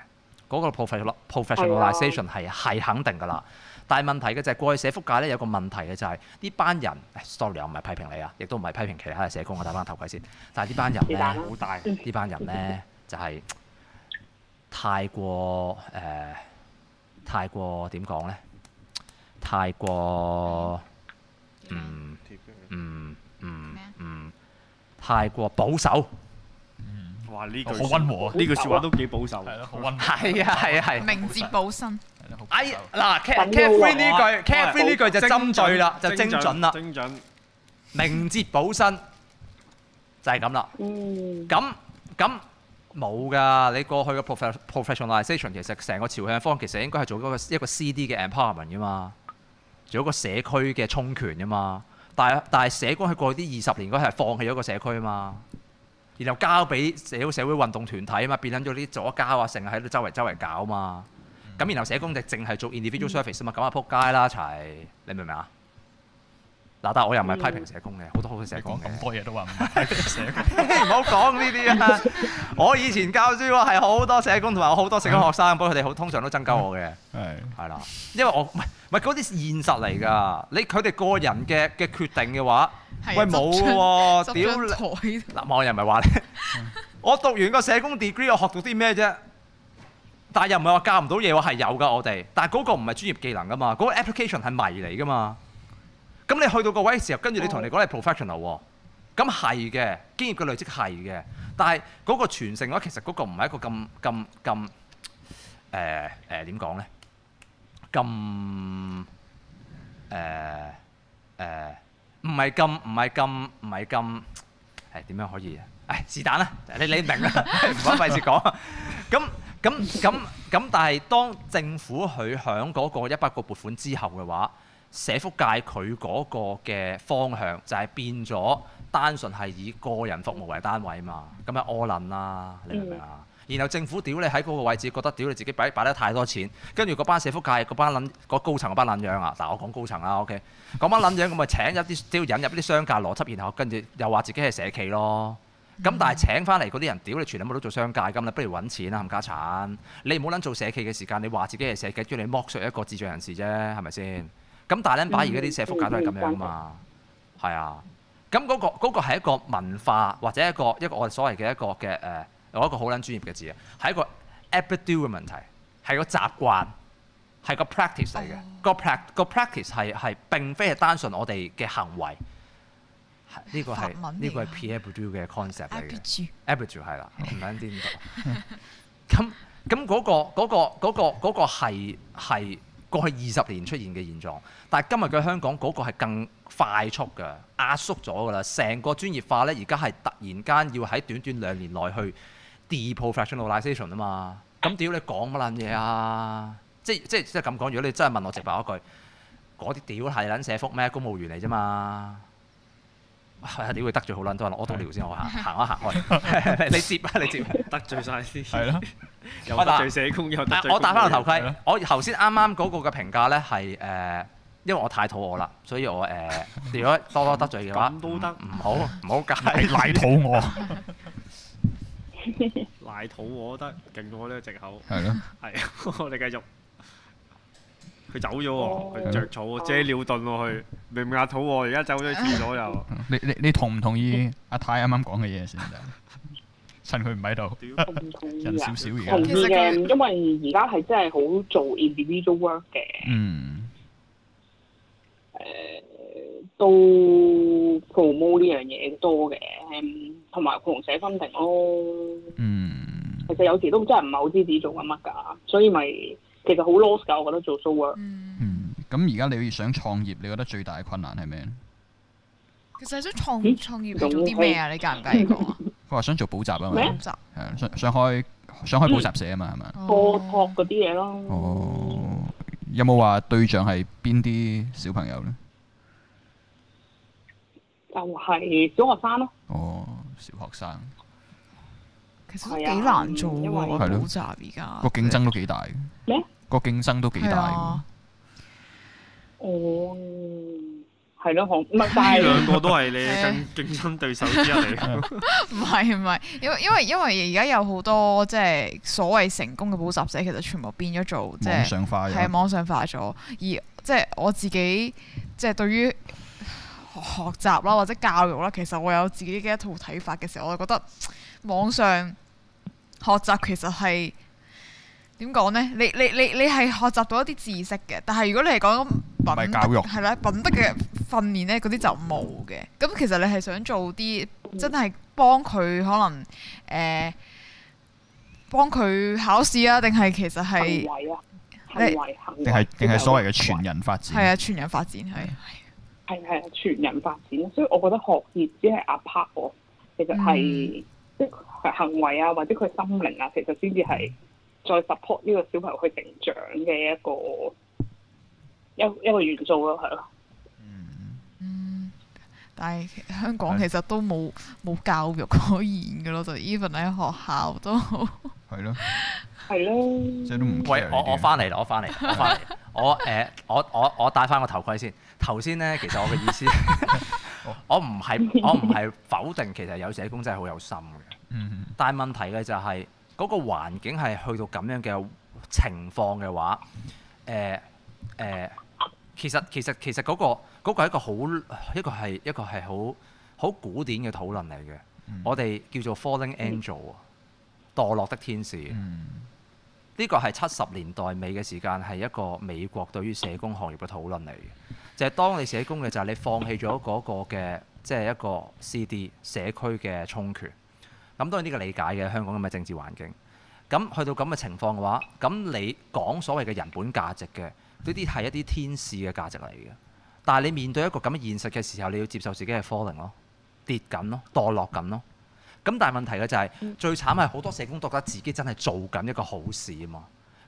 嗰、個 professional- professionalisation 係係肯定㗎啦。但係問題嘅就係過去社福界呢，有個問題嘅就係呢班人唉，sorry 我唔係批評你啊，亦都唔係批評其他嘅社工，我戴翻個頭盔先。但係呢班人
是
呢
但。啦
好大。
呢班人呢，就係、太過誒、呃太過點講呢？太過嗯嗯嗯
咩啊
嗯，太過保守。
哇！呢句
好溫和啊
呢句説話都幾保守。
係咯，好温
係啊係啊 係。
明哲保身，
哎嗱
緊要喎
，Catherine
啊
呢句，Catherine 呢句就針對啦，就精準啦，
精準。
明哲保身就係咁啦。
嗯，
咁咁冇㗎，你過去嘅 profe- professionalisation 其實成個朝向方其實應該係做一個一個 CD 嘅 empowerment 㗎嘛，做一個社區嘅充權㗎嘛。但係但係社工喺過去啲二十年嗰係放棄咗個社區啊嘛，然後交俾社會社會運動團體啊嘛，變緊咗啲左膠啊，成日喺度周圍周圍搞啊嘛。咁然後社工就淨係做 individual service 啊嘛，咁啊撲街啦一齊，你明唔明啊？嗱，但係我又唔係批評社工嘅，好多好嘅社
你
工
講
嘅。
咁多嘢都話唔係寫工，
唔好講呢啲啊！我以前教書喎，係好多社工同埋我好多社工學生，不過佢哋好通常都爭鳩我嘅，
係
係啦，因為我唔係唔係嗰啲現實嚟㗎，你佢哋個人嘅嘅決定嘅話，
係
喂
執
冇
張
喎，
執
屌
張
你！
台啊
嗱，我又唔係話你，我讀完個社工 degree，我學到啲咩啫？但係又唔係話教唔到嘢喎，係有㗎我哋，但係嗰個唔係專業技能㗎嘛，嗰、個 application 係迷嚟㗎嘛。咁你去到個位嘅時候，跟住你同你講你 professional 喎，咁係嘅，經驗嘅累積係嘅，但係嗰個傳承嘅話，其實嗰個唔係一個咁咁咁誒誒點講咧？咁誒誒唔係咁唔係咁唔係咁。係點樣可以？啊唉，是但啦，你你明啦， 唔好費事講。咁咁咁咁，但係當政府佢響嗰個一百個撥款之後嘅話，社福界佢嗰個嘅方向就係變咗單純係以個人服務為單位嘛，咁啊柯撚啦，你明唔明啊？然後政府屌你喺嗰個位置，覺得屌你自己擺擺得太多錢，跟住嗰班社福界嗰班撚嗰高層嗰班撚樣啊！嗱，我講高層啦，OK，嗰班撚樣咁咪請一啲屌引入啲商界邏輯，然後跟住又話自己係社企咯。咁但係請翻嚟嗰啲人，屌你全部都做商界咁啦，不如揾錢啊啦，冚家產！你唔好撚做社企嘅時間，你話自己係社企，跟住你剝削一個智障人士啫，係咪先？咁但係撚把而家啲社福界都係咁樣嘛，係啊。咁嗰、個嗰、個係一個文化或者一個一個我哋所謂嘅一個嘅誒、呃，我一個好撚專業嘅字啊，係一個 attitude 嘅問題，係個習慣，係個 practice 嚟
哦
嘅。個 prac 個 practice 係係並非係單純我哋嘅行為，係呢、個係
法文嚟㗎
呢個係 Pierre Bourdieu 嘅 concept
啊
嚟嘅。
住
Average 係啦，唔緊顛倒。咁咁嗰個嗰、個嗰、個嗰、個係係過去二十年出現嘅現狀，但係今日嘅香港嗰個係更快速嘅壓縮咗㗎啦，成個專業化咧而家係突然間要喺短短兩年內去 deprofessionalisation 啊嘛。咁屌你講乜撚嘢啊？即即即係咁講，如果你真係問我直白一句，嗰啲屌係撚社福咩？公務員嚟啫嘛。 係啊，屌會得罪好撚多人，我到聊先，我行行一行開。 你接啊，你接。
得罪晒啲，
係咯，
又
我打
得罪社工，又得
但
罪
我戴翻個頭
公務員
係
盔
咯。
我頭先啱啱嗰個嘅評價咧係誒，因為我太肚餓啦，所以我誒、 呃如果多多得罪嘅話，嗯
咁都得
唔唔好 唔好介
係
意。
賴肚我，
賴肚，我覺得勁過呢個藉口。
係咯，
係， 我哋繼續。佢走咗
哦
喎，佢着草喎，遮尿遁喎，佢明明阿肚喎，而家走咗去廁所又。
你你你同唔同意阿太啱啱講嘅嘢先？趁佢唔喺度，
屌
同唔同意
人
啊
少少而
同
家
意。
其實佢
嘅，因為而家係真係好做 individual work 嘅。
嗯，
都呃 promote 呢樣嘢多嘅，嗯同埋共同寫分定咯。
嗯，
其實有時都真係唔係好知自己做緊乜㗎，所以咪其實好 lost 㗎。我覺得做 show work
嗯，
嗯，咁而家你想創業，你覺得最大嘅困難係咩咧？
其實想創
咦
創業你做啲咩啊？你介唔介意講啊？
佢話想做補習啊嘛
咩，嗯
補
係
習
啊想想開想開補習社啊嘛，係咪？
多
哦
talk 嗰啲嘢咯。
哦，有冇話對象係邊啲小朋友呢？
就係小學生咯，
哦，小學生
啊其實都幾難做喎，
因為
係咯
補習而家
個競爭都幾大嘅
咩？
個競爭都幾
係
大
啊，
哦，係咯，好唔係，
呢
但
兩
係
個都係你
係
啊
嘅競競爭對手之一 嚟㗎。
唔係唔係，因為因為因為而家有好多即係所謂成功嘅補習社，其實全部變咗做即
網
係
上化
係
咗。
網上化咗，而即係我自己即係對於學學習啦或者教育啦，其實我有自己嘅一套睇法嘅時候，我就覺得網上學習其實係點講呢？你你你你係學習到一啲知識嘅，但係如果你係講緊
係
品
教育
係啦，品德嘅訓練呢，嗰啲就冇嘅。咁其實你係想做啲真係幫佢可能誒、呃、幫佢考試啊，定係其實
行
係？
為啊，行為行為
定係定係所謂嘅全人發
係
展？
啊，全人發展係
係係全人發展咯，所以我覺得學業只係 apart 喎，其實係、即係行為啊，或者佢心靈啊，其實先至係再 support 呢個小朋友去成長嘅一個一一個元素咯，係咯。
嗯
嗯，但係香港
係
其實都冇冇教育可言嘅咯，就 even 喺學校都好
係咯，
係
即
咯，
係都唔
嗯喂
care，呢
我
啲
我翻嚟啦，我翻嚟啦，我翻嚟 啦。我誒、呃我我我戴翻個頭盔先。頭先咧，其實我嘅意 思，我唔係我唔係否定，其實有社工真係好有心嘅。
嗯
但係問題嘅就係、嗰、個環境係去到咁樣嘅情況嘅話，誒、誒、其實其實其實嗰、個嗰、個係一個好一個係一個係好好古典嘅討論嚟嘅。
嗯
我哋叫做 Falling Angel 啊，墮落的天使。
嗯
呢個係七十年代尾嘅時間，係一個美國對於社工行業嘅討論嚟嘅。就係、當你社工嘅就係你放棄咗嗰個嘅，即係一個 CD 社區嘅充權。咁當然呢個理解嘅香港咁嘅政治環境。咁去到咁嘅情況嘅話，咁你講所謂嘅人本價值嘅呢啲係一啲天使嘅價值嚟嘅。但係你面對一個咁嘅現實嘅時候，你要接受自己係 falling 咯，跌緊咯，墮落緊咯。咁但係問題嘅就係、最慘係好多社工覺得自己真係做緊一個好事啊嘛。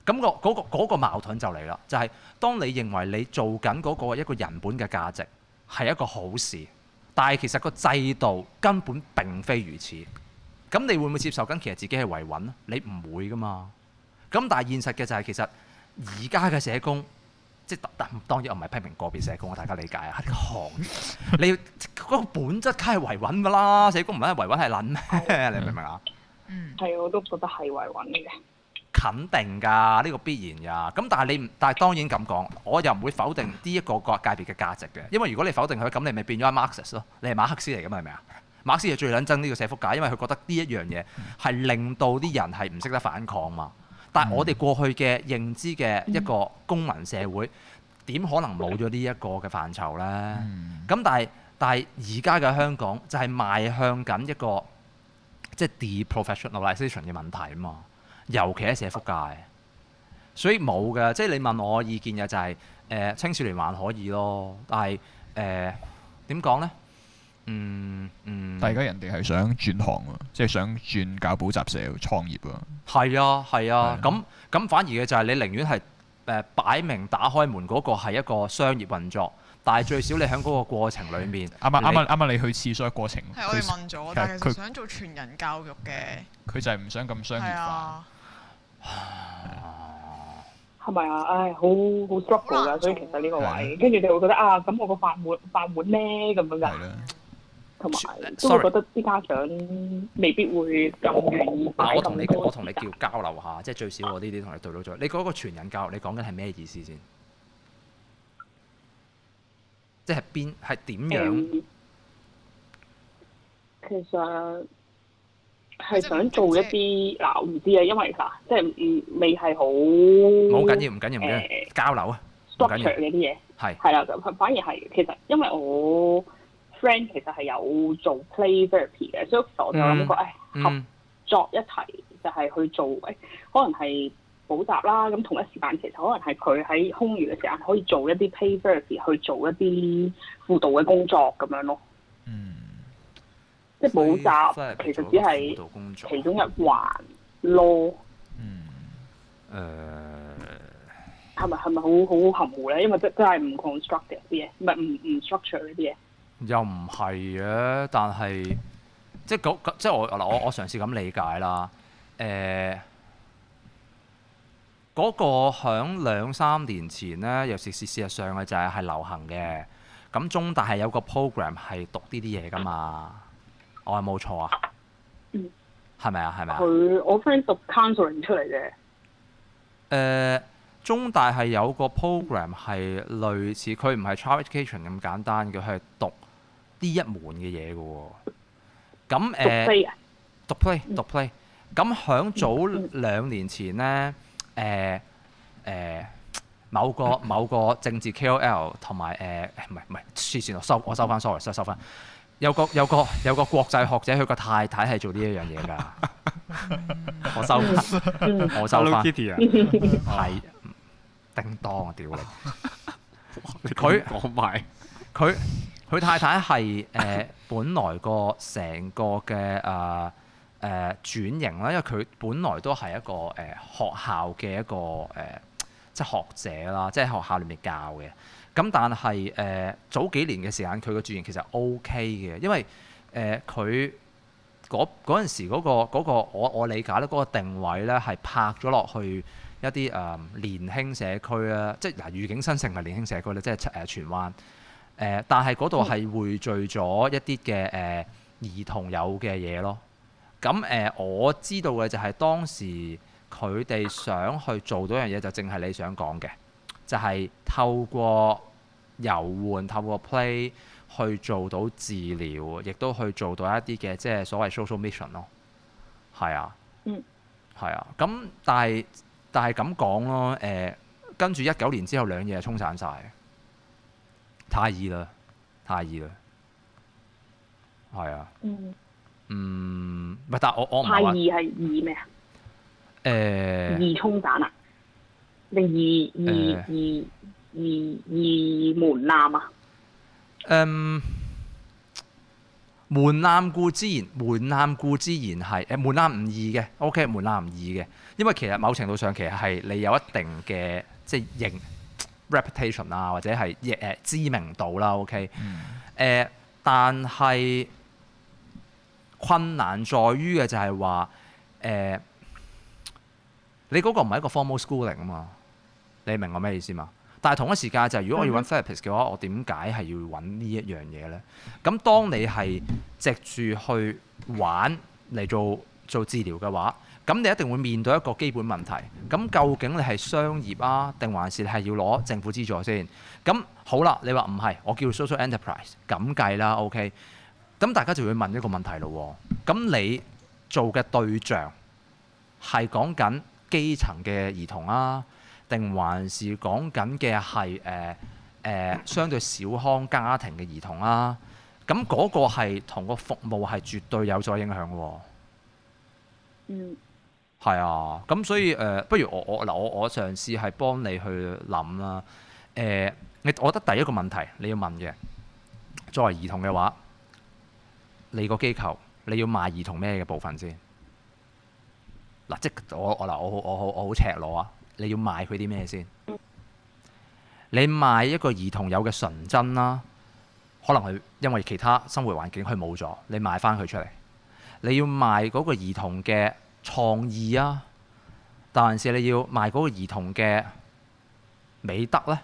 咁、個嗰、個嗰個矛盾就嚟啦，就係、當你認為你做緊嗰個一個人本嘅價值係一個好事，但係其實個制度根本並非如此。咁你會唔會接受緊其實自己係維穩咧？你唔會噶嘛。咁但係現實嘅就係、其實而家嘅社工，即係當當然我唔係批評個別社工啊，大家理解啊，係個行業你要嗰、個本質梗係維穩噶啦， 社工唔係維穩係撚咩？你明唔明啊？
嗯
係我都覺得係維穩嘅。
近肯定㗎，呢、個必然㗎。咁但係你唔，但係當然咁講，我又唔會否定呢一個個界別嘅價值嘅，因為如果你否定佢，咁你咪變咗係 Marxist 咯，你係馬克思嚟㗎嘛，係咪啊？馬克思係最撚憎呢個社福界，因為佢覺得呢一樣嘢係令到啲人係唔識得反抗嘛。但係我哋過去嘅認知嘅一個公民社會，點可能冇咗呢一個嘅範疇呢？
嗯
咁但係但係而家嘅香港就係邁向緊一個即係 deprofessionalisation 嘅問題啊嘛，尤其喺社福界，所以冇嘅。即係你問我意見嘅就係、誒、青少年還可以咯，但係誒點講呢？嗯嗯，
但係而家人哋係想轉行喎，即係想轉搞補習社喎創業喎。
係啊係啊，
係
咁咁反而嘅就係你寧願係誒擺明打開門嗰個係一個商業運作，但係最少你喺嗰個過程裡面，
啱啱
你
啱啊啱啱啱你去廁所嘅過程，
係我哋
佢
問咗，
其實
但係其實
佢
想做全人教育嘅，
佢就係唔想咁商業
係
化。
啊，
係咪啊？唉，好好 struggle 噶，所以其實呢個位，
係
跟住你會覺得啊，咁我個飯碗飯碗咧咁樣
係
噶，
啦，
同埋都
Sorry
會覺得啲家長未必會咁願意擺
嗱，我同你
咁多
我同你
時間
叫交流下，即係最少我呢啲同你對到咗。你嗰個全人教育，你講緊係咩意思先？即係邊係點樣？
嗯其實係想做一啲嗱，我唔知啊，因為嗱，即係唔未係好
冇
冇
緊要，唔緊要，唔緊要，
誒
交流啊，唔緊要
structure 嘅啲嘢，
係
係啦，咁反而係其實因為我 friend 其實係有做 play therapy 嘅，所以其實我就諗過，誒、合
嗯
作一齊就係去做，誒、可能係補習啦，咁同一時間其實可能係佢喺空餘嘅時間可以做一啲 play therapy 去做一啲輔導嘅工作咁樣咯，
嗯，
即係補習其實只係
輔。導工作
其中一環咯，
嗯，
誒
係咪係咪好好含糊咧？因為真真係唔 construct 嘅啲嘢，唔係唔唔 structure 嗰啲嘢。
又唔係嘅，但係即係嗰嗰即係我嗱，我我嘗試咁理解啦。誒、嗰、個響兩三年前呢，尤其是事實上嘅就係係流行嘅。咁中大係有個 program 係讀呢啲嘢噶嘛，我係冇錯啊
嗯。
係咪啊？係咪啊？
佢我 friend 讀 counseling 出嚟嘅，
誒、呃中大係有個 program 係類似，佢唔係 child education 咁簡單嘅，佢係讀呢一門嘅嘢嘅喎。咁誒、
讀飛啊，
讀 play
嗯
讀 play。咁響
嗯
早兩年前呢，誒、誒、某
嗯
個某個政治 KOL 同埋誒唔係唔係黐線，我收我收翻，sorry 收收翻。有個有個有個國際學者，佢個太太係做呢一樣嘢 㗎。我收
嗯
翻，我收
Hello
翻。
Kitty 啊，
係嗯叮當啊！屌你，佢
講埋
佢佢太太係誒、呃 本來個成個嘅誒誒轉型啦，因為佢本來都係一個誒、呃、學校嘅一個誒、呃即係學者啦，即係學校裏面教嘅。咁但係誒、呃早幾年嘅時間，佢個轉型其實 O K 嘅，因為誒佢。嗰嗰陣時嗰、個嗰、個我我理解咧，嗰、個定位咧係拍咗落去一啲誒、呃年輕社區啦，即係嗱預警新城係年輕社區咧，即係誒、呃荃灣誒、呃但係嗰度係匯聚咗一啲嘅誒兒童有嘅嘢咯。咁誒、呃我知道嘅就係當時佢哋想去做到一樣嘢，就正係你想講嘅，就係、透過遊玩、透過 play 去做到治療，亦都去做到一啲嘅即係所謂 social mission 咯。係啊，
嗯，
係啊。咁但係但係咁講咯，誒、呃跟住一九年之後兩嘢就沖散晒，太易啦，太易啦，係啊。
嗯，
嗯，唔係，但係我我唔
派
係話
二係二咩啊？
誒
二沖蛋啊，定二二
誒
二二二門檻啊？
嗯門檻固之然，門檻固之然係誒門檻唔易嘅，OK 門檻唔易嘅，因為其實某程度上其實係你有一定嘅即係認 reputation 啊，或者係誒、呃知名度啦，OK 誒、呃但係困難在於嘅就係話誒你嗰個唔係一個 formal schooling 啊嘛，你明我咩意思嘛？但係同一時間就係、如果我要揾 therapist 嘅話，我點解係要揾呢一樣嘢呢？咁當你係藉住去玩嚟做做治療嘅話，咁你一定會面對一個基本問題。咁究竟你係商業啊，定還是你係要攞政府資助先？咁好啦，你話唔係，我叫 social enterprise 咁計啦，OK。咁大家就會問一個問題咯喎。咁你做嘅對象係講緊基層嘅兒童啊，定還是講緊嘅係誒誒相對小康家庭嘅兒童啊？咁嗰個係同個服務係絕對有所影響嘅喎。
嗯，
係啊，咁所以誒、呃不如我我嗱，我我嘗試係幫你去諗啦。誒、你我覺得第一個問題你要問嘅，作為兒童嘅話，你個機構你要賣兒童咩嘅部分先？嗱，即我我嗱，我好我好我好赤裸啊！你要賣佢啲咩先？你賣一個兒童有嘅純真啦，可能佢因為其他生活環境佢冇咗，你賣翻佢出嚟。你要賣嗰個兒童嘅創意啊，但還是你要賣嗰個兒童嘅美德呢？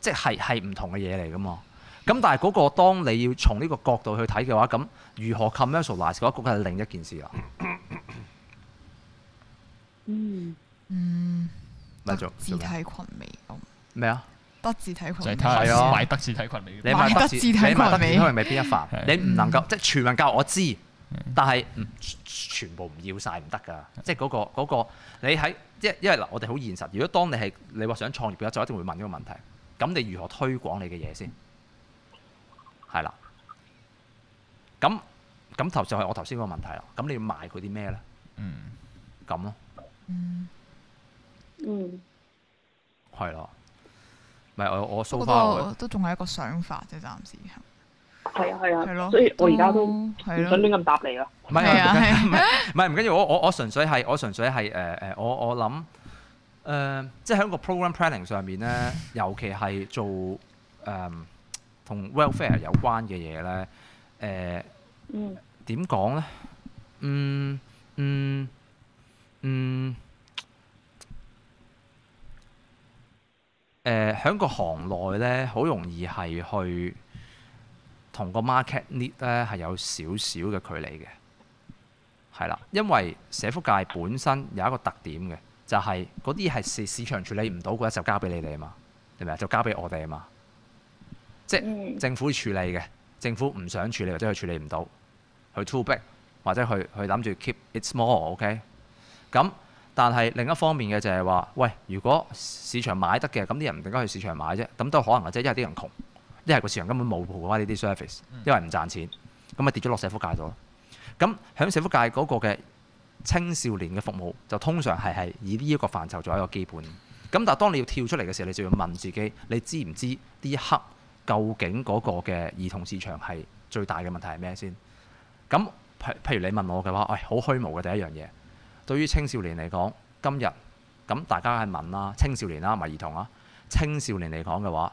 即係係唔同嘅嘢嚟噶嘛。咁但係嗰個當你要從呢個角度去睇嘅話，咁如何 commercialize 嗰個係另一件事啦。
嗯，
嗯，
咪
德
做
智
做咩
體群美，我唔
咩啊？
德智體群
就係
美，
睇
係
下
啊
買德士睇群美
你
買
買
得
得字，
字
你
睇
買得
過
字
未嗯
因為咪邊一範？你
係
唔能夠即係全民教育我知，但係唔全部唔要晒唔得㗎。即係嗰個嗰個你喺即係因為嗱，我哋好現實。如果當你係你話想創業嘅話，就一定會問呢個問題。咁你如何推廣你嘅嘢先？係啦。咁咁頭就係我頭先嗰個問題啦。咁你要賣佢啲咩咧？
嗯，
咁咯，
嗯
嗯，
係咯。咪我我
不
so
過
far
都都仲係一個想法啫，暫時
係啊係嗯
係
啊，
咯。
所以我而家都唔
係
想
咯，
亂咁答你啦。
唔係
係啊係啊
唔係唔係唔緊要，我我我純粹係我純粹係誒誒，我我諗誒、呃即係喺個 program planning 上面咧， 尤其係做誒同、welfare 有關嘅嘢咧，誒
嗯
點講咧？嗯嗯嗯，誒、喺個行內咧，好容易係去同個 market need 咧係有少少嘅距離嘅，係啦，因為社福界本身有一個特點嘅，就係嗰啲係市市場處理唔到嘅就交俾你哋啊嘛，明唔明啊？就交俾我哋啊嘛，即係
嗯
政府處理嘅，政府唔想處理或者佢處理唔到，佢 too big 或者佢佢諗住 keep it small，OK？、咁但係另一方面嘅就係話，喂，如果市場買得嘅，咁啲人唔點解去市場買啫？咁都可能嘅啫，因為啲人窮，一係個市場根本冇 provide 呢啲 service，因為唔賺錢，咁啊咪跌咗落社福界度咯。咁喺社福界嗰個嘅青少年嘅服務，就通常係係以呢一個範疇作為一個基本。咁但係當你要跳出嚟嘅時候，你就要問自己，你知唔知呢一刻究竟嗰個嘅兒童市場係最大嘅問題係咩先？咁譬譬如你問我嘅話，喂、好虛無嘅第一樣嘢。對於青少年嚟講，今日咁大家係問啦，青少年啦，唔係兒童啦。青少年嚟講嘅話，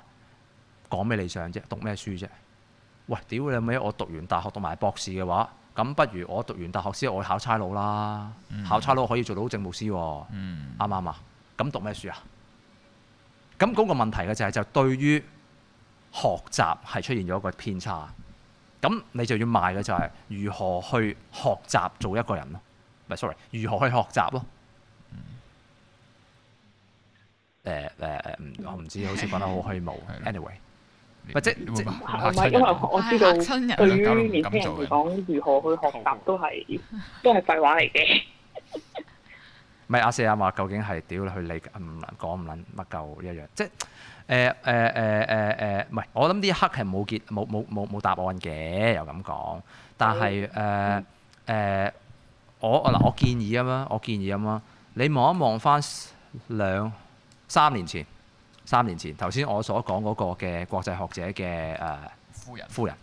講咩理想啫？讀咩書啫？喂，屌你咪！我讀完大學讀埋博士嘅話，咁不如我讀完大學之後，我去考差佬啦。
嗯
考差佬可以做到政務司喎。
嗯
啱唔啱啊？咁讀咩書啊？咁嗰個問題嘅就係、就對於學習係出現咗一個偏差，咁你就要賣嘅就係如何去學習做一個人咯，唔係 sorry，如何去學習咯？
嗯
誒誒誒，唔我唔知，好似講得好虛無
係。啦
anyway，
你
或者
你會
即
會
唔
嚇
係
親
因為
人
我知
係嚇
道
親人
對於年輕人嚟講，如何去學習都係都係廢話嚟嘅。
咪阿四阿話究竟係屌佢理解唔能講唔撚乜夠一樣，即係誒誒誒誒誒，唔係我諗呢一刻係冇結冇冇冇冇答案嘅，又咁講，但係誒誒，我嗱我建議咁樣，我建議咁樣，你望一望翻兩三年前，三年前頭先我所講嗰個嘅國際學者嘅誒。
夫人
夫人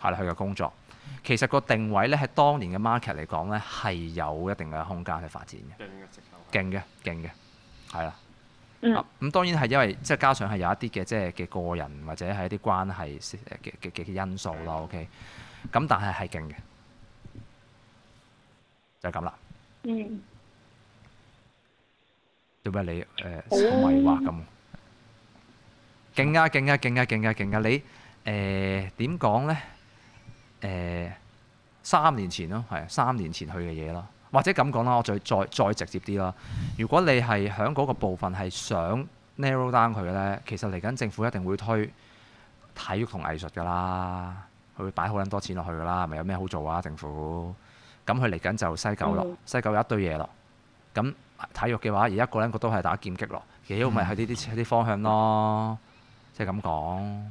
係啦，佢嘅工作其實個定位咧，喺當年嘅 market 嚟講咧，係有一定嘅空間去發展嘅，勁嘅，勁嘅，係啦。
嗯
啊咁、當然係因為即係加上係有一啲嘅即係嘅個人或者係一啲關係誒嘅嘅嘅嘅因素啦。OK，咁但係係勁嘅，就係咁啦。
嗯，
做咩你誒
好
好迷惑咁？勁啊勁啊呃勁啊勁啊勁啊！你誒點講咧？誒、三年前咯，係三年前去嘅嘢啦。或者咁講啦，我再再再直接啲啦。如果你係喺嗰個部分係想 narrow down 佢呢，其實嚟緊政府一定會推體育同藝術㗎啦，佢會擺好撚多錢落去㗎啦，咪有咩好做啊？政府咁佢嚟緊就西九啦，
嗯
西九有一堆嘢咯。咁體育嘅話，而家個人個都係打劍擊咯，妖咪係呢啲喺啲方向咯，即係咁講，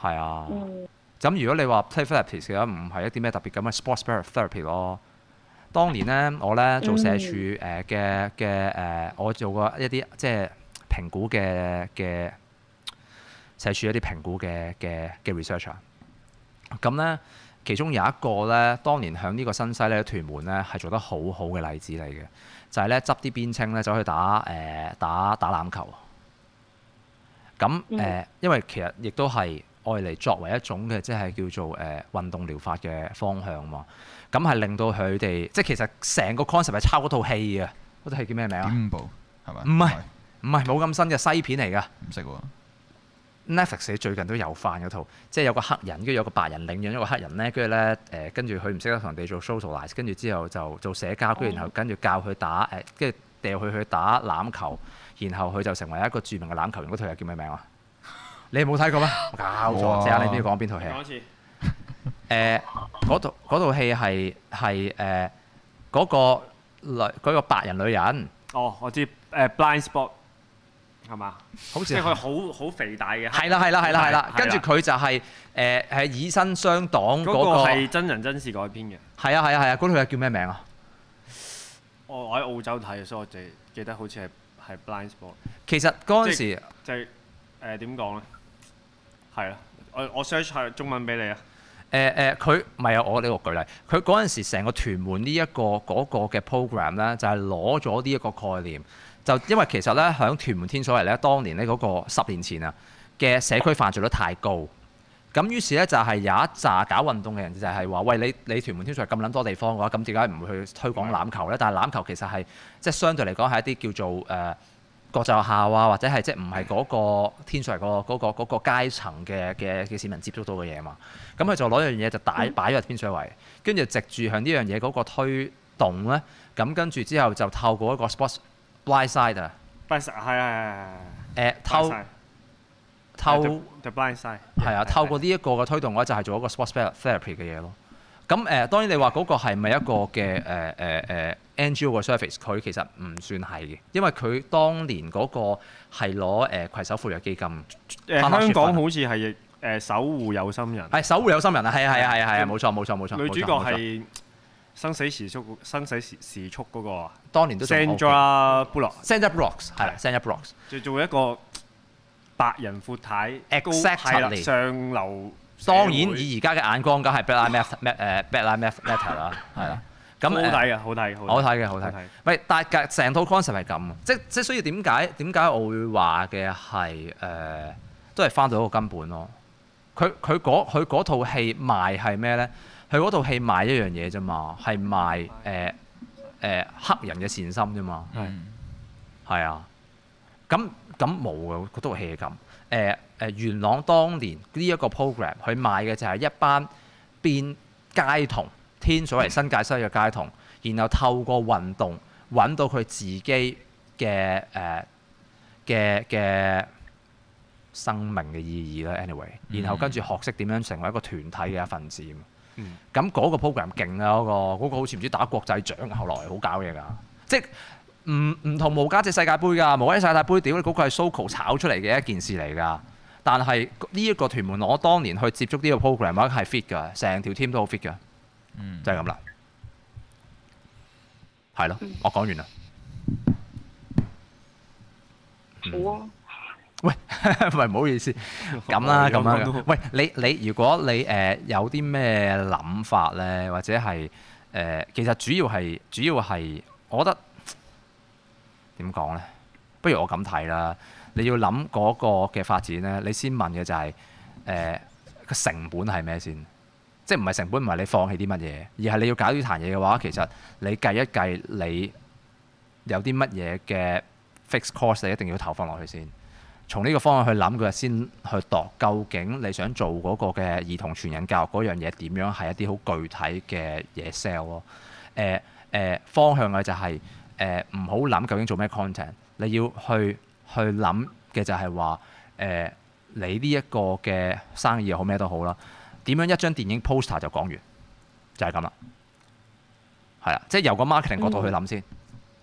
係啊。
嗯，
咁如果你話 play therapist 嘅話，唔係一啲咩特別咁嘅 sports therapy 咯。當年咧，我咧做社署誒嘅嘅誒，我做過一啲即係評估嘅嘅社署一啲評估嘅嘅嘅 researcher。咁咧，其中有一個咧，當年響呢個新西咧屯門咧係做得好好嘅例子嚟嘅，就係咧執啲邊青咧走去打誒、打打籃球。咁誒、
嗯
因為其實亦都係愛嚟作為一種嘅，即係叫做誒、運動療法嘅方向嘛。咁係令到佢哋，即係其實成個 concept 係抄嗰套戲啊。嗰套戲叫咩名啊？
點五步係咪？
唔係唔係冇咁新嘅西片嚟㗎。
唔識喎。
Netflix 最近都有翻嗰套，即係有個黑人，跟住有個白人領養一個黑人咧，跟住咧誒，跟住佢唔識得同人哋做 socialize，跟住之後就做社交，跟住
哦
然後跟住教佢打誒，跟住掉佢去打籃球，然後佢就成為一個著名嘅籃球員。嗰套又叫咩名啊？你冇睇過咩？搞錯，
哇
即刻你都要講邊套戲啊
講？一次，
誒嗰套嗰套戲係係誒嗰個女嗰、個白人女人，
哦，我知誒 blind spot 係嘛？
好似
即係佢好好肥大嘅。
係啦係啦係啦係啦，跟住
係啦
佢就係誒係以身相擋嗰、
嗰個係真人真事改編嘅。
係啊係啊係啊，嗰套嘢叫咩名啊？
我我喺澳洲睇，所以我記記得好似係係 blind spot，
其實嗰陣
即
時
即係誒點講咧？係啊，我我 search 下中文俾你啊。
誒誒，呃佢唔係啊，我呢個舉例，佢嗰陣時成個屯門呢、一個嗰、個嘅 program 咧，就係攞咗呢一個概念，就因為其實咧響屯門天水圍咧，當年咧嗰個十年前啊嘅社區犯罪率太高。咁於是咧就係有一紮搞運動嘅人就係話：喂，你你屯門天水圍咁撚多地方嘅話，咁點解唔去推廣籃球咧？但係籃球其實係即係相對嚟講係一啲叫做誒、呃、國際學校啊，或者係即係唔係嗰個天水圍嗰、個嗰、個嗰、個階層嘅嘅嘅市民接觸到嘅嘢啊嘛。咁佢就攞樣嘢就擺
嗯
擺咗入天水圍，跟住就藉住向呢樣嘢嗰個推動咧，咁跟住之後就透過一個 sports blind side 啊，
blind side
誒、
係係係係 blind
透
side，
透。
the blind side
係啊，透過呢一個嘅推動咧，就係做一個 sports therapy 嘅嘢咯。咁誒、呃，當然你話嗰個係咪一個嘅誒誒誒 NGO 嘅 service？佢其實唔算係嘅，因為佢當年嗰個係攞誒攜手扶弱基金，
誒香港好似係誒守護有心人，
係守護有心人啊，係啊係啊係啊係啊，冇錯冇錯冇錯。
女主角
冇錯冇錯
係生死時速生死時時速嗰個啊
當年都仲
Sandra Bullock，
Sandra Blocks 係啦
係
Sandra Blocks
就做一個白人闊太高
Exactly
係啦上流社會，
當然以而家嘅眼光，梗係 Black Lives Matter 誒 Black Lives Matter 啦，係啦。咁
好
誒
睇啊，好睇，
好睇嘅，好睇
好睇。
喂，但係成套 concept 係咁，啊即即所以點解點解我會話嘅係誒，都係翻到一個根本咯。佢佢嗰佢嗰套戲賣係咩咧？佢嗰套戲賣一樣嘢啫嘛，係賣誒誒、黑人嘅善心啫嘛。
係
嗯
係啊，咁咁冇嘅，嗰套戲係咁。誒、誒，元朗當年呢一個 program，佢賣嘅就係一班變街童，天水圍新界西嘅街童，然後透過運動揾到佢自己嘅誒嘅嘅生命嘅意義啦。anyway，
嗯
然後跟住學識點樣成為一個團體嘅一份子。
嗯
咁嗰個 program 勁啊！嗰、個嗰、個好似唔知打國際獎啊，後來好搞嘢㗎，即係唔唔同無家姐世界盃㗎，無家姐世界盃屌你嗰個係 Soco 炒出嚟嘅一件事嚟㗎。但係呢一個屯門，我當年去接觸呢個 program 咧係 fit 㗎，成條 team 都好 fit 㗎，
嗯
就係咁啦。係咯，我講完啦。
好啊。
唔係唔好意思， 咁啦
我哋
咁啦
講到。
喂，你你如果你誒、呃有啲咩諗法咧，或者係誒、呃其實主要係主要係，我覺得點講咧？不如我咁睇啦，你要諗嗰個嘅發展咧，你先問嘅就係誒個成本係咩先？即係唔係成本唔係你放棄啲乜嘢，而係你要搞呢壇嘢嘅話，其實你計一計你有啲乜嘢嘅 fixed cost，你一定要投放落去先。從呢個方向去諗，佢先去度究竟你想做嗰個嘅兒童全人教育嗰樣嘢點樣係一啲好具體嘅嘢 sell 咯。誒、誒方向嘅就係誒唔好諗究竟做咩 content，你要去去諗嘅就係話誒你呢一個嘅生意又好咩都好啦，點樣一張電影 poster 就講完，就係咁啦。係啦，即係由個 marketing 角度去諗先。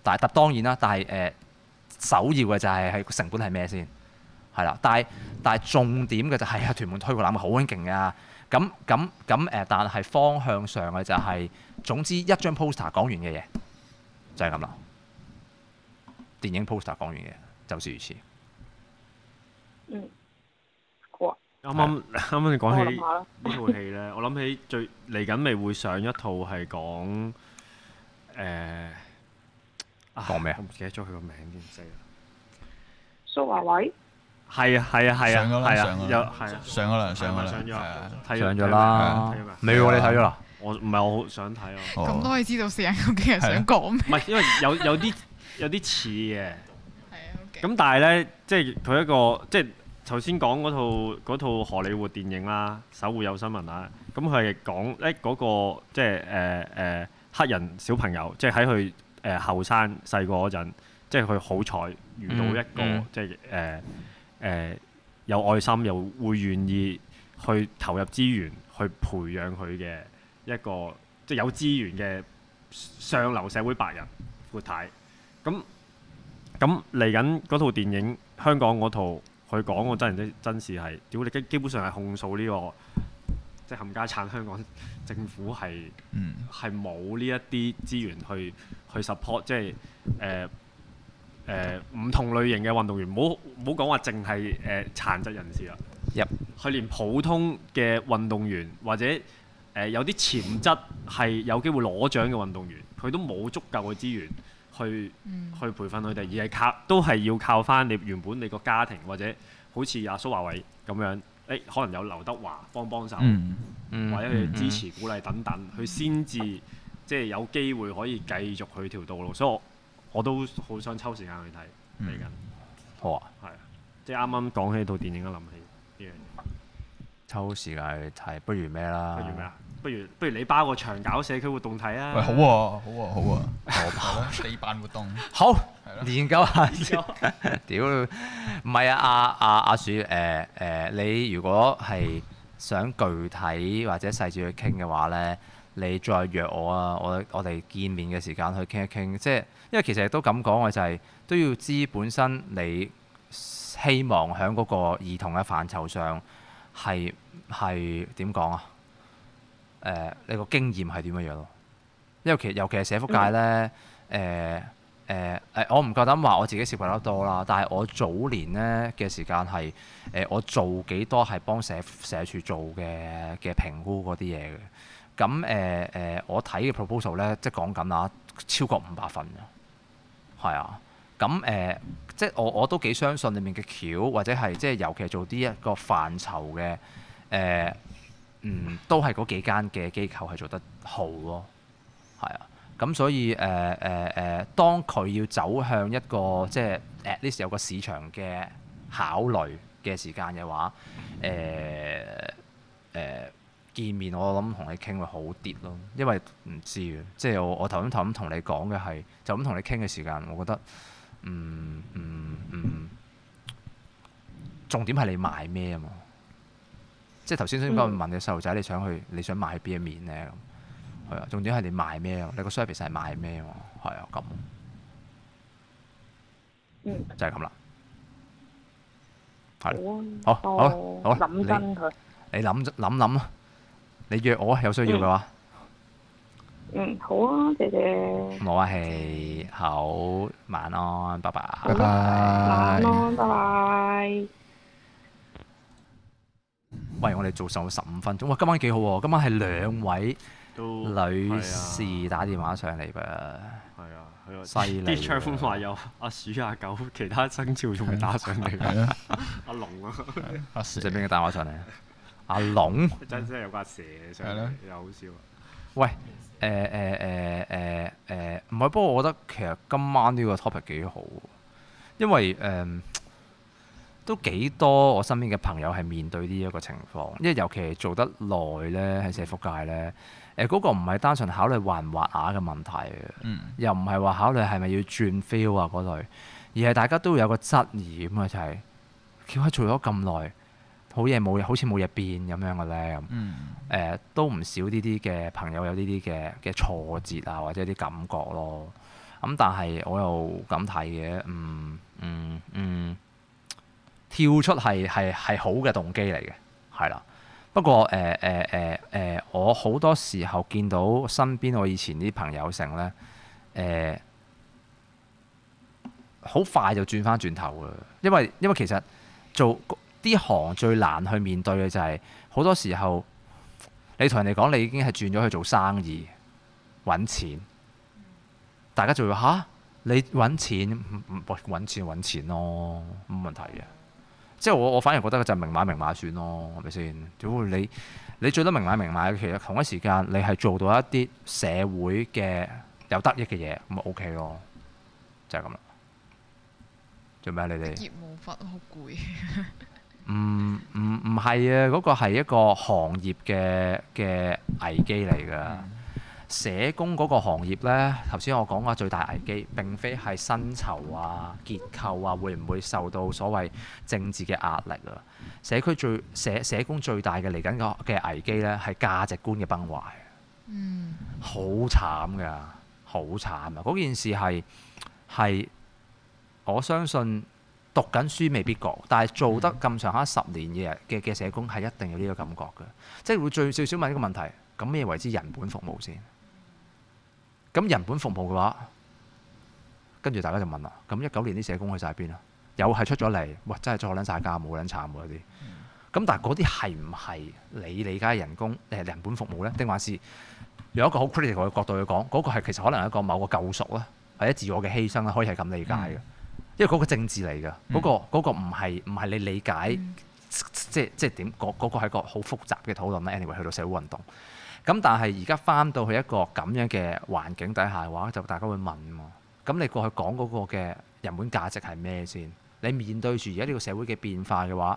但係但當然啦，但係誒、首要嘅就係係成本係咩先。係啦，但係但係重點嘅就係、啊，屯門推個攬好撚勁啊！咁咁咁誒，但係方向上嘅就係、總之一張 poster 講完嘅嘢就係咁啦。電影 poster 講完嘅嘢就是如此。
嗯，好啊，
啱啱啱啱你
我
講
諗
起
下啦。
呢套戲呢， 我諗起最嚟緊咪會上一套係講誒
講咩啊
我唔記得咗佢個名添，死啦！
蘇華偉，
係啊係啊係
上咗
啊
啦
係
上咗啦，
啊有係啊
上咗啦，上咗啦，
上咗
係啊
啦，睇咗
上咗
睇
啦
咗咩睇咗咩，
啊
啊
未喎你睇咗啦？
我唔係我好想睇啊，
哦
咁都可以知道四人究竟係想講咩？
唔係因為有 有啲有啲似嘅。
係啊，OK，
咁但係咧，即係佢一個即係頭先講嗰套嗰套荷里活電影啦，《守護有新聞》啦，咁佢係講咧嗰個即係誒誒黑人小朋友，即係喺佢誒後生細個嗰陣，即係佢好彩遇到一個、
嗯嗯
即係誒誒有愛心又會願意去投入資源去培養佢嘅一個即係有資源嘅上流社會白人闊太。咁咁嚟緊嗰套電影，香港嗰套佢講個真人真真事係，屌你基基本上係控訴呢、個即係冚家產香港政府係
嗯，
係冇呢一啲資源去去 support，即係誒誒唔同類型嘅運動員，唔好唔好講話淨係誒殘疾人士啦，
啊 Yep
佢連普通嘅運動員或者誒、呃有啲潛質係有機會攞獎嘅運動員，佢都冇足夠嘅資源去。
嗯，
去培訓佢哋，而係靠都係要靠翻你原本你個家庭或者好似阿蘇華偉咁樣，誒、可能有劉德華幫幫手，
嗯，
嗯
或者佢支持鼓勵等等，佢先至即係有機會可以繼續佢條道路。所以我我都好想抽時間去睇嚟緊，
好啊，
係啊即係啱啱講起套電影，我諗起呢樣
抽時間去睇，不如咩啦？
嘢。不如咩啊？不如不如你包個場搞社區活動睇啊！
喂，好喎，好喎，好喎，好啦地辦 活動，
好
咯
研究下先。 屌，唔係啊，阿阿阿鼠，誒、誒、你如果係想具體或者細緻去傾嘅話咧，你再約我啊，我我哋見面嘅時間去傾一傾，即係因為其實亦都咁講嘅就係、都要知本身你希望喺嗰個兒童嘅範疇上係係點講啊？誒、你個經驗係點樣樣咯？因為其尤其係社福界咧，誒誒、誒、我唔夠膽話我自己涉及得多啦，但係我早年咧嘅時間係誒、呃我做幾多係幫社社署做嘅嘅評估嗰啲嘢嘅。咁誒誒，我睇嘅 proposal 咧，即係講緊啊，超過五百份嘅，係啊。咁誒、即係我我都幾相信裡面嘅橋，或者係即係尤其係做呢一個範疇嘅誒、嗯，都係嗰幾間嘅機構係做得好咯。係啊。咁所以誒誒誒，當佢要走向一個即係 at least 有個市場嘅考慮嘅時間嘅話，誒、誒、見面我諗同你傾會好啲咯，因為唔知嘅，即係我我頭先頭咁同你講嘅係，就咁同你傾嘅時間，我覺得，嗯嗯嗯，重點係你買咩啊嘛，即係頭先先講問你細路仔你想去你想買去邊一面咧咁，係啊，重點係你賣咩啊，你個 service 係賣咩啊嘛，係啊咁，
嗯，
就係咁啦，係
好
好
啊，
好好
我諗真佢，
你諗諗諗啊，你約我啊，有需要嘅話。
嗯，好啊，謝謝，
冇客氣，好，晚安，拜拜。
拜
晚
拜。
安，拜拜。
喂，我哋做上十五分鐘，哇，今晚幾好喎！今晚係兩位
都
女士打電話上嚟噃，
係啊，係啊，
犀利
啲唱風話有阿鼠阿狗，其他生肖仲未打上 嚟，
係啊，
阿龍啊。
阿蛇
即係邊個打電話上嚟啊？阿龍，
真真係有架蛇上
係咯
嚟，又好笑啊！
喂，誒誒誒誒誒，唔係，不過我覺得其實今晚呢個 topic 幾好喎，因為誒、都幾多我身邊嘅朋友係面對呢一個情況，因為尤其係做得耐咧喺社福界咧，誒、嗰、個唔係單純考慮滑唔滑牙嘅問題嘅
嗯，
又唔係話考慮係咪要轉 feel 啊嗰類，而係大家都會有個質疑咁啊，就係叫下做咗咁耐，好嘢冇嘢，好似冇嘢變咁樣嘅咧咁。
嗯，
誒、都唔少呢啲嘅朋友有呢啲嘅嘅挫折啊，或者啲感覺咯。咁但係我又咁睇嘅，嗯嗯嗯，跳出係係係好嘅動機嚟嘅，係啦。不過誒誒誒誒，我好多時候見到身邊我以前啲朋友成咧，誒、好快就轉翻轉頭嘅，因為因為其實做呢行最難去面對嘅就係、好多時候。你同人哋講你已經係轉咗去做生意，揾錢，大家就會吓你揾錢，唔唔喂揾錢揾錢咯，冇問題嘅。即係我我反而覺得就係明買明賣算咯，係咪先？屌你你最得明買明賣，其實同一時間你係做到一啲社會嘅有得益嘅嘢，咁咪 OK 咯，就係咁啦。做咩啊你哋？
業務忽好攰，
唔唔唔係啊！嗰、個係一個行業嘅嘅危機嚟㗎。社工嗰個行業呢，頭先我講過最大危機並非係薪酬啊、結構啊，會唔會受到所謂政治嘅壓力啊？社區最社社工最大嘅嚟緊個嘅危機呢，係價值觀嘅崩壞。
嗯，
好慘㗎，好慘啊！嗰件事係係我相信讀緊書未必覺，但係做得咁上下十年嘅人嘅嘅社工係一定有呢個感覺嘅，即係會最最少問一個問題：咁咩為之人本服務先？咁人本服務嘅話，跟住大家就問啦：咁一九年啲社工去晒邊啊？有係出咗嚟，哇！真係坐撚晒價，冇撚慘喎嗰啲。咁但係嗰啲係唔係你理解嘅人工誒人本服務呢？定還是有一個好 critical 嘅角度去講，嗰、個係其實可能係一個某個救贖啦，或者自我嘅犧牲啦，可以係咁理解嘅。因為嗰個政治嚟嘅，嗰、
嗯
個嗰、個唔係唔係你理解，即係即係點嗰嗰個係一個好複雜嘅討論啦。anyway，去到社會運動，咁但係而家翻到去一個咁樣嘅環境底下嘅話，就大家會問嘛。咁你過去講嗰個嘅人本價值係咩先？你面對住而家呢個社會嘅變化嘅話，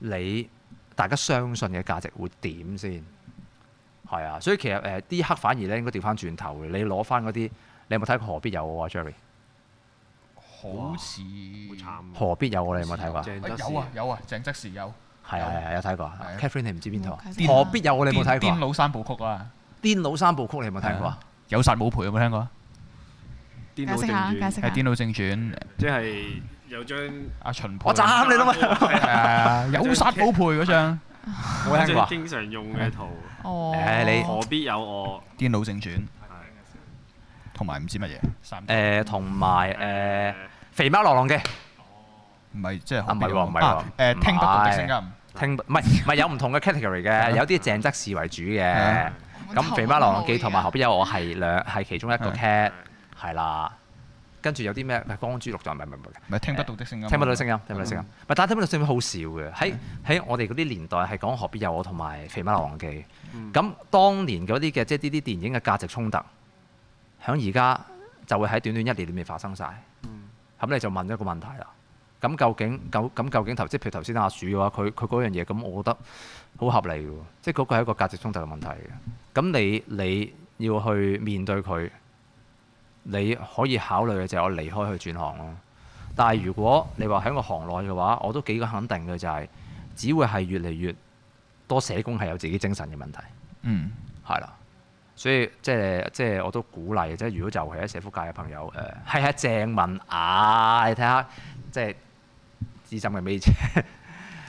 你大家相信嘅價值會點先？係啊，所以其實誒呢刻反而咧應該調翻轉頭嘅，你攞翻嗰啲，你有冇睇過何必有我啊，Jerry？
好似
好慘啊喎。
何必有我你有冇睇過啊？
鄭
啊
則仕
有啊有啊，鄭則仕有
係啊係啊，有睇過啊
係啊。
Catherine 你唔知邊套啊
冇睇？過
何必有我你有冇睇過
癲
啊？
佬三部曲啊，
癲佬三部曲你有冇睇過啊？
有殺冇賠有冇聽過啊？
癲
解
佬
釋
正
下，
係《
傳
解釋下
癲。佬正傳》，
即係有張
阿秦沛
我斬你啦嘛！
係啊 有殺冇賠嗰張
冇聽過
張
啊？
經常用嘅圖，
哦，
誒你
何必有我？
《癲佬正傳》，
係
同埋唔知乜嘢三隻
誒，同埋誒呃肥貓狼狼嘅
唔係即係
啊唔係
何必有
喎唔係
啊
喎
誒聽不到的聲
唔係
音。
聽唔係唔係有唔同嘅 category 嘅，有啲鄭則仕為主嘅
啊。
咁肥貓流浪記同埋何必有我係兩係其中一個 cat 係啦，跟住有啲咩光珠綠就唔係唔係唔係
唔係聽不到的聲音，啊嗯
聽不到聲音，聽不到聲音。唔係，但係聽不到聲音好少嘅。喺喺我哋嗰啲年代係講何必有我同埋肥貓流浪記。
嗯
咁當年嗰啲嘅即係呢啲電影嘅價值衝突，響而家就會喺短短一年裏面發生晒。
嗯
咁你就問一個問題啦。咁究竟究咁究竟頭即係譬如頭先阿鼠嘅話，佢佢嗰樣嘢，咁我覺得好合理嘅喎，即係嗰個係一個價值衝突嘅問題嘅。咁你你要去面對佢，你可以考慮嘅就係我離開去轉行咯。但係如果你話喺個行內嘅話，我都幾肯定嘅就係、只會係越嚟越多社工係有自己精神嘅問題。
嗯，
係啦。所以即係即係我都鼓勵，即係如果就係喺社福界嘅朋友，誒係啊鄭文雅，你睇下即係資深嘅 m a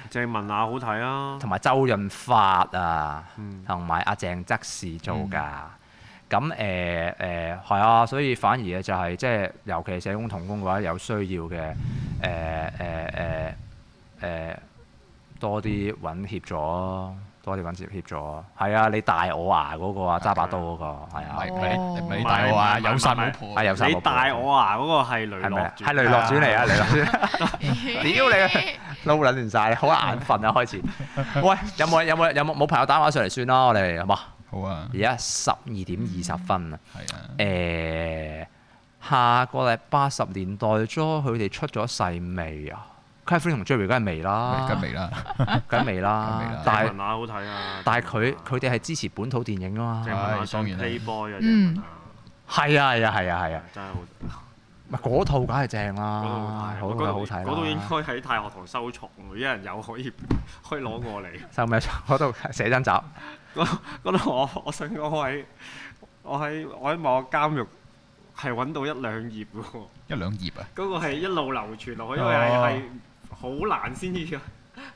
鄭文雅好睇啊，
同埋周潤發啊
嗯，
同埋阿鄭則仕做㗎。咁誒誒係啊，所以反而嘅就係、即係尤其係社工同工嘅話，有需要嘅呃誒誒誒誒呃多啲揾協助咯，多啲揾協協助咯。係啊，你大我牙嗰個啊，揸把刀嗰、個係
唔
啊
係，唔
哦
係唔係大我啊，有殺冇賠
係有殺
你
冇
大
報
我啊，嗰個係雷
係咪
洛
啊？係雷洛轉嚟啊！雷洛轉。屌你啊 撈撚亂晒，好眼瞓啊！開始， 喂，有冇有冇有冇冇朋友打電話上嚟算啦？我哋好嘛？
好啊，
而家十二點二十分啊！
係啊
誒、，下個禮八十年代初佢哋出咗世未啊？ Catherine 同 Jerry 梗係未啦，
跟未啦，
梗係未
梗係未
啦
啦。
但
文
係
雅好睇啊！
但係佢佢哋係支持本土電影啊
鄭
嘛。
文雅
唉
上
當然啦
Playboy 啊，鄭
嗯
文
係
雅
啊係啊係啊係啊，
真係好，
唔係嗰套梗係正啦，
嗰度好睇，
好
我
睇
嗰
啊好
度
睇
嗰度應
啦。
該喺太學堂收藏，每一人有可以 可以攞過嚟。
收咩？ 嗰度寫真集。
嗰度我我想講我喺我喺我喺某個監獄係揾到一兩頁嘅喎，
一兩頁啊，
嗰個係一路流傳落去，因為係係好難先至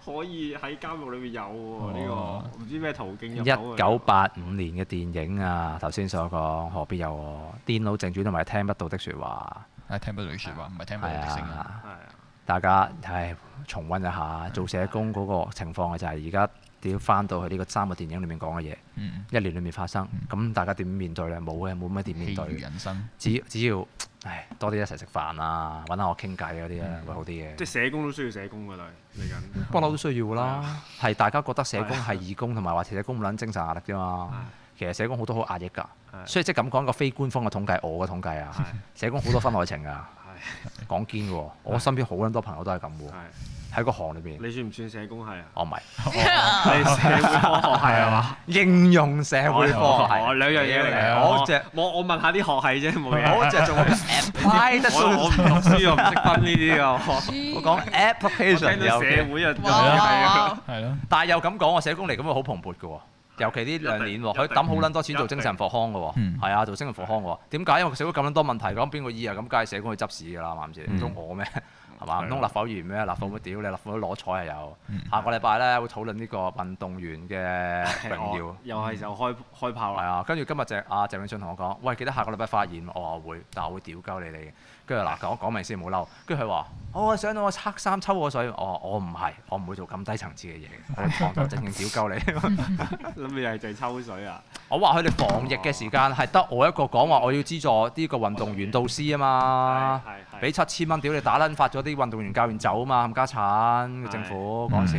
可以喺監獄裏面有喎呢
哦
個，唔知咩途徑入
一
到
九
去。
八五年嘅電影啊，頭先所講何必有我？電腦正傳同埋聽不到的説話，
係聽不到你説話，唔係聽不到
係
你聲音。
啊
係，啊，
大家唉重温一下做社工嗰個情況嘅就係而家點翻到去呢個三個電影裏面講嘅嘢，
嗯，
一年裏面發生，咁大家點面對呢？冇嘅，冇乜點面
戲
對
如
嘅。
人生，
只只要唉多啲一齊食飯啊，揾下我傾偈嗰啲啊，會好啲
即係
嘅。
社工都需要社工㗎啦，嚟緊。
不嬲都需要啦，係大家覺得社工
係啊
係義工同埋話社工冇撚精神壓力啫嘛。其實社工好多好壓抑㗎。
係
所以即係咁講個非官方嘅統計，我嘅統計啊，社工好多婚外情啊，
係
講堅喎，我身邊好撚多朋友都係咁喎，
係，
喺個行裏邊，
你算唔算社工 係啊？
我唔係
你社會科學係啊嘛？
應用社會科
哦
學，
兩樣嘢嚟
係
哦嘅。
啊
我
我隻
我我問下啲學系啫，冇嘢。
我 就做 apply 得
我我唔讀書，我唔識分呢啲啊。我
我講
我
application
聽到
有
社
嘅，
會啊，
哇哇哇！
係咯，
但係又咁講，我社工嚟咁會好蓬勃嘅喎。尤其呢兩年喎，
一定
佢抌好
嗯
撚多錢做精神復康嘅喎，
嗯
係啊，做精神復康嘅喎。點解？因為社會咁撚多問題，咁邊個醫啊？咁梗係社工去執屎㗎啦，啱唔啱先？唔通我咩？ 係嘛？唔通立法議員咩？立法會屌你，立法會攞彩係有。下個禮拜咧會討論呢個運動員 嘅榮耀。
又係就開開炮
係
啦。
啊，跟住今日鄭阿鄭永信同我講，喂，記得下個禮拜發言，我話會，但我會屌鳩你哋嘅。跟住嗱，講講明先，唔好嬲。跟住佢話：哦我想到我黑衫抽我水，我話我唔係，我唔會做咁低層次嘅嘢嘅，我堂堂正正屌鳩你。
諗住係就係抽水啊！
我話佢哋防疫嘅時間係得我一個講話，我要資助呢個運動員導師啊嘛，
係係係
俾七千蚊屌你打撚發咗啲運動員教練走啊嘛，冚家產政府
嗯
嗰陣時。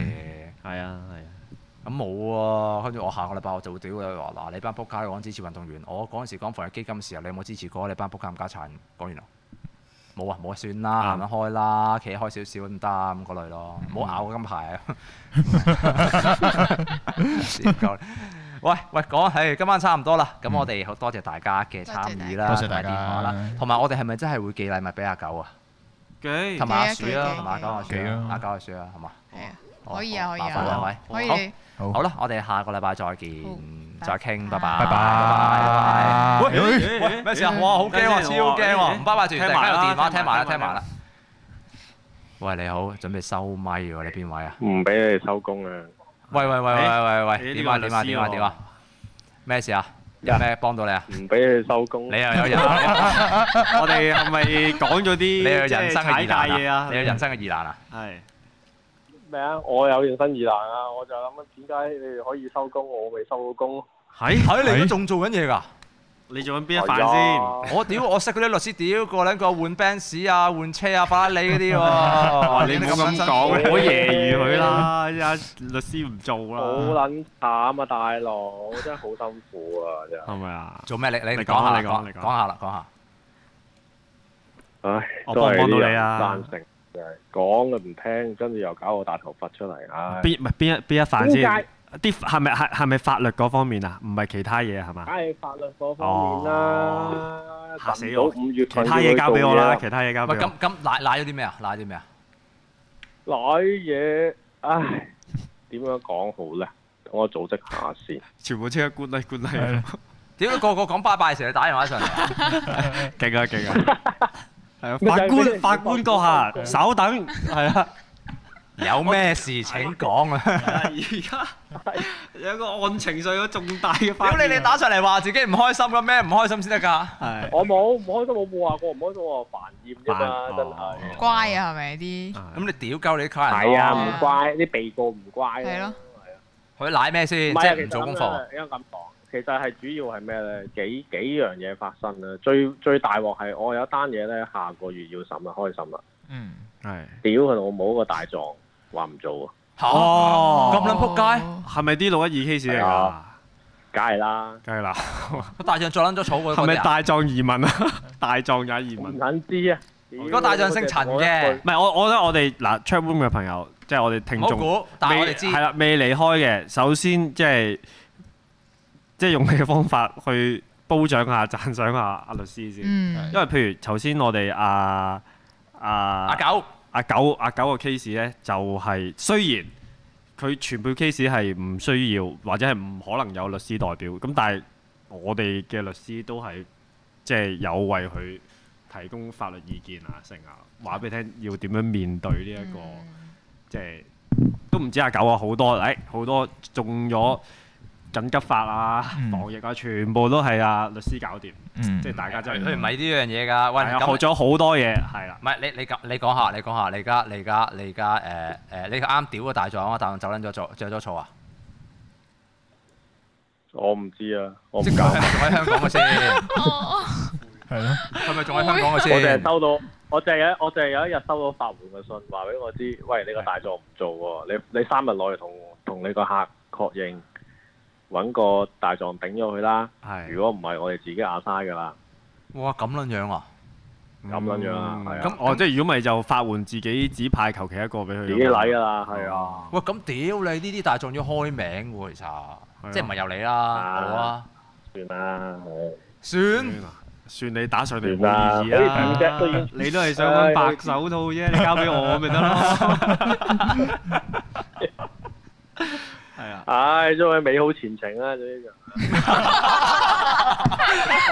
係啊係啊，
咁冇喎，跟住我下個禮拜我就會屌佢話嗱，你班仆街講支持運動員，我嗰陣時講防疫基金嘅時候，你有冇支持過你班仆街冚家產？講完啦，冇啊，冇啊，算啦，
啱
行得開啦，企開少少咁得咁嗰類咯，唔好咬我金 牌啊！ 笑鳩你喂喂，講係今晚差唔多啦，咁我哋好多謝大家嘅參與啦，
嗯多謝大家
同埋電話啦，同埋我哋係咪真係會寄禮物俾阿狗啊？
幾
同埋阿鼠啦，
寄啊
同埋阿狗阿鼠
寄
啊
啊，
阿狗阿鼠啊，係嘛？
係啊，
好
可以啊
好
可以啊
麻煩兩位，
好
可
好
以
好，
好啦，我哋下個禮拜再見，
好
再傾，拜
拜
拜，
拜
拜
拜。
喂
喂
喂，咩事啊？哇，好驚喎，超驚喎，唔拜拜住，突然間有電話，聽埋啦，聽埋啦。喂，你好，準備收咪喎，你邊位啊？
唔俾你哋收工啊！
喂喂喂喂喂喂，
誒
點啊點啊點
à.
啊點啊？咩事啊？有咩幫到你啊？
唔俾你哋收工，
你又有 人，
我哋係咪講咗啲
你又有人生嘅疑難
嘢
啊
啊？？
你有人生嘅疑難啊？
係
咩啊？我有人生疑難啊！我就諗緊點解你哋可以收工，我未收到工。
啊
係
睇你都仲做緊嘢㗎？
你做緊邊一飯
係啊
我屌，我識嗰啲律師屌，個撚個換 Benz 啊，換車啊，法拉利嗰啲 喎。
先？你唔
撚
好咁
辛
講，
苦
唔好揶揄佢啦！依家律師唔做
好
啦，
撚慘啊，大佬，真係好辛苦啊，真係。
係咪啊？
做咩？你你
你
講下
講啊
啦
你
講
講你講
講下啦，講下。
唉，
我
都係
幫唔幫到你
啲人
啊
贊成，就係講佢唔聽，跟住又搞我大頭佛出嚟，唉，
邊唔係邊一邊一飯
點
先
解？
啲係咪係係咪法律嗰方面啊？唔係其他嘢係嘛？
梗係法律嗰方面啦，
嚇死
等
我
到五月
其
份
他嘢交俾我啦，
其
其他嘢交
喂，
俾我
咁。咁賴賴咗啲咩啊？賴咗啲咩啊？
奶嘢，唉，點樣講好咧？等我組織下先。
全部即刻官低官低，
屌個個講拜拜嘅時候，你打電話上 嚟，啊
勁啊勁啊！ 係啊，
咪就係
法
俾
官
你
法官閣下，稍等，係啊。
有咩事請講啊！
而家有一個案情上有重大嘅發
屌
現。啊
你，你打上嚟話自己唔開心咁咩？唔開心先得㗎。
係
我冇唔開心，我冇話過唔開心，我話煩厭啫
煩
嘛，真係。
乖啊係咪啲？
咁你屌鳩你啲客人
係啊，
咯，
唔乖，啲被告唔乖。啊
係咯。
佢賴咩先？即
唔係啊，其
係唔
實
做功
咁
課。
樣，應該咁講。其實係主要係咩咧？幾幾樣嘢發生啦。最最大鑊係我有一單嘢咧，下個月要審啦，開審啦。
嗯，
係
屌佢老母個大狀，話唔做啊！
嚇咁
哦，
撚撲街，
哦
係咪啲六一二 case 嚟
係
㗎
啊？梗係啦，
梗係啦，
個大象再撚咗草嗰
係
個
咪
人。
大狀移民啊？大狀也移
唔
民，
撚知啊！屌
個大象姓陳嘅
唔係我我覺得我哋嗱 chat room 嘅朋友，即係我哋聽
唔好
眾，
估，但係我哋知
係啦，未離開嘅，首先即係即係用你嘅方法去褒獎下、讚賞下阿律師先，
嗯
因為譬如頭先我哋阿阿
阿九
阿九阿九個 case 咧，就係、雖然佢全部 case 係唔需要或者係唔可能有律師代表，咁但係我哋嘅律師都係即係有為佢提供法律意見啊，成啊，話俾你聽要點樣面對呢、一個。即係都唔止阿九啊，好多誒好多中咗緊急法啊、
嗯
防疫啊，全部都係啊律師搞掂，
嗯
即係大家真
佢唔
係
係呢樣嘢㗎。喂，
係啊，學
咁
咗好多嘢，係啦
唔，係你你講你講下，你講下，你而家你而家你而家誒誒，你啱屌個大象啊！大象走撚咗做着咗草啊！
我唔知啊，我唔
即係
搞
佢。係咪仲喺香港嘅先？
哦，
係咯，
佢咪仲喺香港嘅
我淨係
先？
收到，我淨係有我淨係有一日收到法援嘅信，話俾我知，喂，你個大作唔做喎，你你三日內同同你個客確認，揾個大狀頂咗佢啦。
係
如果唔係，我哋自己壓晒㗎啦。
哇，咁撚樣啊！
咁樣樣啊係啊
咁哦，即係如果咪就法援自己指派求其一個俾佢，
自己嚟㗎啦，係啊。
喂，咁屌你呢啲大眾要開名喎，其實即係唔係由你啦，
啊
我啊，
算啦，
算
算啊。算你打上嚟
算啦
冇意義
好似咁啫都已
啊
經！
你都係想揾白手套啫，你交俾我咪得咯。係啊，
唉，祝佢美好前程啦，總之就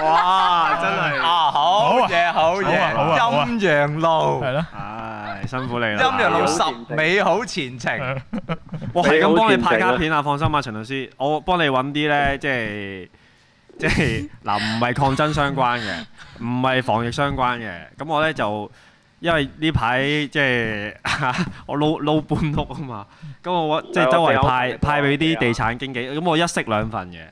哇！真係
啊，好
好啊
嘢，好
好啊好啊好啊
嘢，陰陽路
係，咯，
唉，辛苦你啦。
陰陽路
好
十美好前程，
係
我係
你
咁
好
幫你
虔
派
誠
卡
啊
片啊，放心啊，陳律師，我幫你揾啲呢，即係 即係嗱，唔係抗爭相關 嘅，唔係防疫相關嘅，咁我呢，就因為呢排即係 我撈撈搬屋啊嘛，咁我即係周圍派
係我哋有啊
派俾啲地產經紀，咁我一式兩份嘅。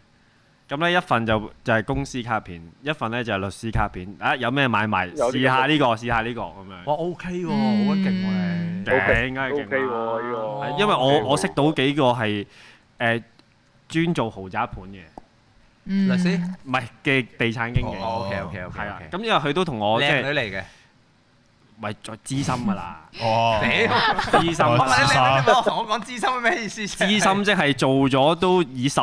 咁呢，一份就就係公司卡片，一份呢就係律師卡片。啊，有咩買賣？
有啲
試下呢個，試下呢個咁樣。
哇，OK 喎，好鬼勁喎你，
頂梗係勁
OK 喎呢個
啦
哦
係因為我
OK 喎
我識到幾個係誒專做豪宅盤嘅，
律
律
師
唔係嘅地產經紀。
哦，OK OK OK
係啊
OK，，
咁因為佢都同我即
靚
係
女嚟嘅，
咪再資深㗎 啦，
哦，
屌，
資深
我
我
㗎
問你
知
啦，
深
你你我同我講資深咩意思啫？
資深即係做咗都二十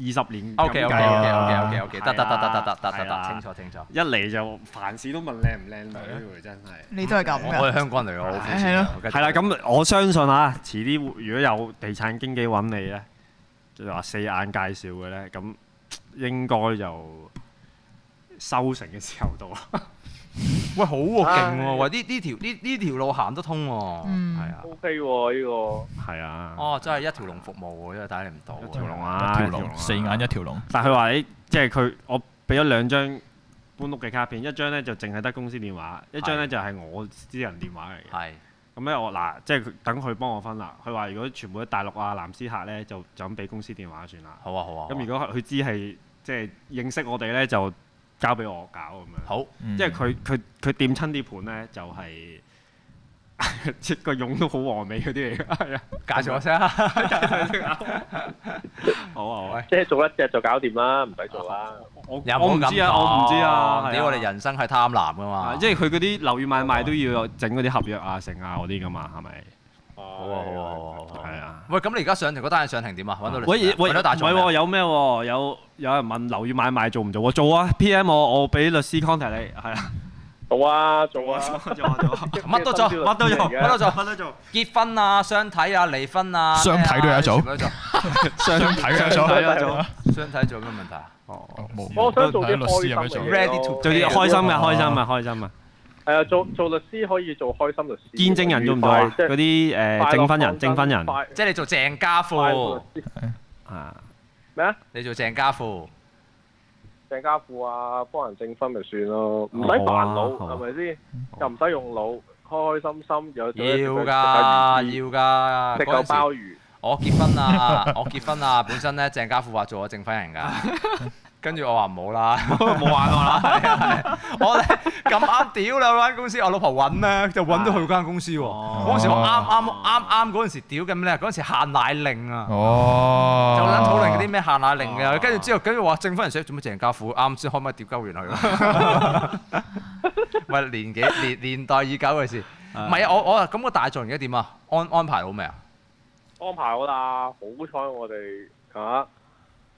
二十年咁
OK OK
計啊啦
OK OK OK OK，得得得得得得得得
係
得，
啦
清楚清楚。
一嚟就凡事都問靚唔靚女
啊
喎，真係。
你都係咁
我
嘅，
我係香港人嚟嘅，我好膚淺
係
嘅
咯。
我繼續
係啦，咁我相信啊，遲啲如果有地產經紀揾你咧，就話四眼介紹嘅咧，咁應該就收成嘅時候到啊啦。
喂，好喎，勁喎！喂，呢呢條呢呢條路行得通喎。
嗯
係啊，
OK 喎呢
係啊。
哦，真係一條龍服務喎，因為打你唔到喎。
一條龍
一
啊，
哦條
一條
龍，
啊
四眼一。條龍，
但係佢話誒，即係佢我俾咗兩張搬屋嘅卡片，一張咧就淨係得公司電話，一張咧就係我私人電話嚟嘅。
係
咁咧我嗱，即係佢等佢幫我分啦。佢話如果全部都大陸啊、藍絲客咧，就就咁俾公司電話算啦。
好啊，好啊。
咁如果佢知係即係認識我哋咧，就交俾我搞咁樣。
好
嗯
即係佢佢佢掂親啲盤咧，就係 即係個傭都好和味嗰啲嚟 㗎。係啊，
介紹我先啊。
啊 好啊，好啊
喂
個即係做一隻就搞掂啦，唔使做啦。
我
又
我唔
好咁
知啊，我唔知啊。
講
係
屌我哋人生係貪婪噶
啊
嘛。
因為佢嗰啲樓宇買賣都要整嗰啲合約啊、成啊嗰啲㗎嘛，係咪？
好
好啊，好啊，好啊，好啊。
係啊。
喂，咁你而家上庭嗰單嘢上庭點啊？揾到律師
喂
啊
喂，
揾到大
唔
狀
係喎，
未啊
有咩喎？有有人問樓宇買賣做唔做？我做啊，PM 我，我俾律師 contact 你，係啊，
好啊，做
做啊，
啊，
做啊，做 啊。
乜都做
乜都做，
乜都做
乜都做。
結婚啊、相睇啊、離婚啊、
相睇都有一
咩啊全
組
部都做
相睇咗
相睇
咗，
咗
相睇做咩問題啊？
哦冇
啊我想做
睇下
啲
律
開
師
心
有
嘅
咩做
嘢
Ready to
咯
play
做啲開心嘅，
啊
哦
開心嘅，開心嘅。
係啊，做做律師可以做開心律
見
師。
證人做唔到啊？
愉快
嗰啲誒證婚人、證婚人
快
即係你做鄭家
快樂
富，
律師
啊，
咩啊？
你做鄭家富。
鄭家富啊，幫人證婚咪算咯，唔使
好啊
煩惱，
好啊
係咪先？又唔使用腦，開開心心有
要㗎，
有食
要
食
㗎。嗰
嚿
陣時
鮑魚。
我結婚啊！ 我結婚啊！本身咧，鄭家富話做我證婚人 㗎，跟住我話唔好啦，
冇玩我啦。
係啊係我咧咁啱屌啦！嗰間公司我老婆揾咧，就揾到佢嗰間公司喎。
哦
嗰陣時我啱啱啱啱嗰陣時屌緊咩？啊嗰陣時限奶令啊！
哦，
就撚討論嗰啲咩限奶令啊，
哦
跟住之後，跟住話政府人寫做乜鄭家富啱先可唔可以屌鳩完佢？ 唔係年紀年年代已久嘅事。唔係啊，我我啊咁個大狀而家點啊？安安排好未啊？
安排好啦，好彩我哋嚇
哦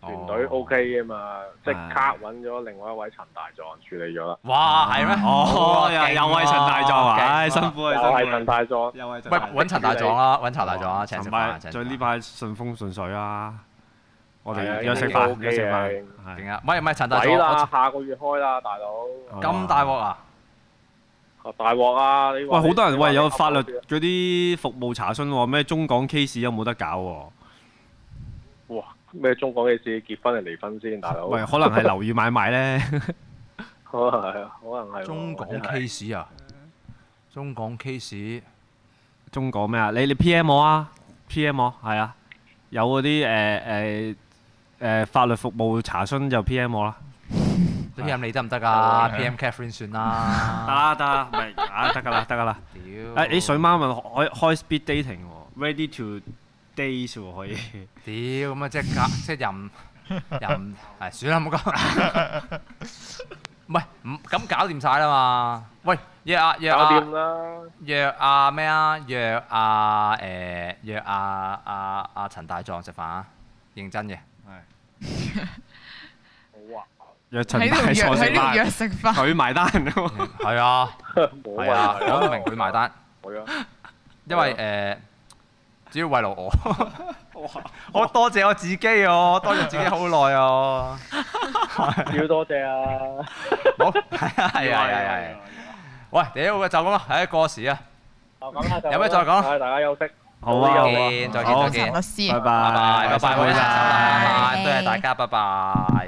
團隊
哦
OK 啊嘛，即刻揾咗另外一位陳大狀處理咗啦。
哇，啊係咩？
哦，
哇
又
勁啊
又係陳大狀啊！
勁
唉，辛苦
又
啊，
係
辛
陳
苦啊。
大狀，
又係陳
喂，
大
揾陳大狀啦，揾陳大狀啦，請食
哦陳
飯啊
排
請食
最
飯
呢排順風順水啊！我
係啊
哋有食
應該
飯，
都
有食
OK
飯
嘅，
係
勁啊！唔係唔係陳大
抵
狀，
啦，
我
下個月開啦，大佬。
哦
咁大鑊啊！
啊大鑊啊！你
喂，
話
好多人
你話
喂
你
有
啱
法律
啱
嗰啲服務查詢喎，咩中港 case 有冇得搞喎？
哇咩中港嘅事，結婚定離婚先，大佬。
喂，可能係樓宇買賣咧，
可能係啊，可能係喎
中港
真係
case 啊，中港 case
中港咩啊？你你 P.M 我啊，P.M 我係啊，有嗰啲誒誒誒法律服務查詢就 P.M 我啦，
，PM 你得唔得
啊
啊？PM Catherine 算
得
啦，
啦得啦，唔係啊得㗎啦得㗎啦，
屌！
誒啊你水媽咪開開 speed dating 喎，ready to date 喎可以，
屌咁啊，即 係隔即係任任係算啦，唔好講。 唔係唔咁搞掂晒啦嘛？喂，約啊約
搞
啊
掂啦。
約啊咩啊？約啊誒約啊啊啊陳大壯食飯啊！認真嘅，
好啊，
約陳
喺
大
度約
傻食
喺度約
飯，
食飯，
佢 埋單喎。
係啊
冇
係啊，
問題
我都明佢埋單，
係啊，
因為誒主要為勞我。我多謝我自己啊！我多謝自己好耐啊！
要多 謝啊！
好係啊係啊係啊係啊！喂，屌就咁啦，係過時啊！
啊咁啦就
有咩再講
係大家休息。
好啊，
再見再見
好
再
陳
見
律師
拜。
拜拜拜拜，
拜拜
多謝
拜
多謝大家，拜拜。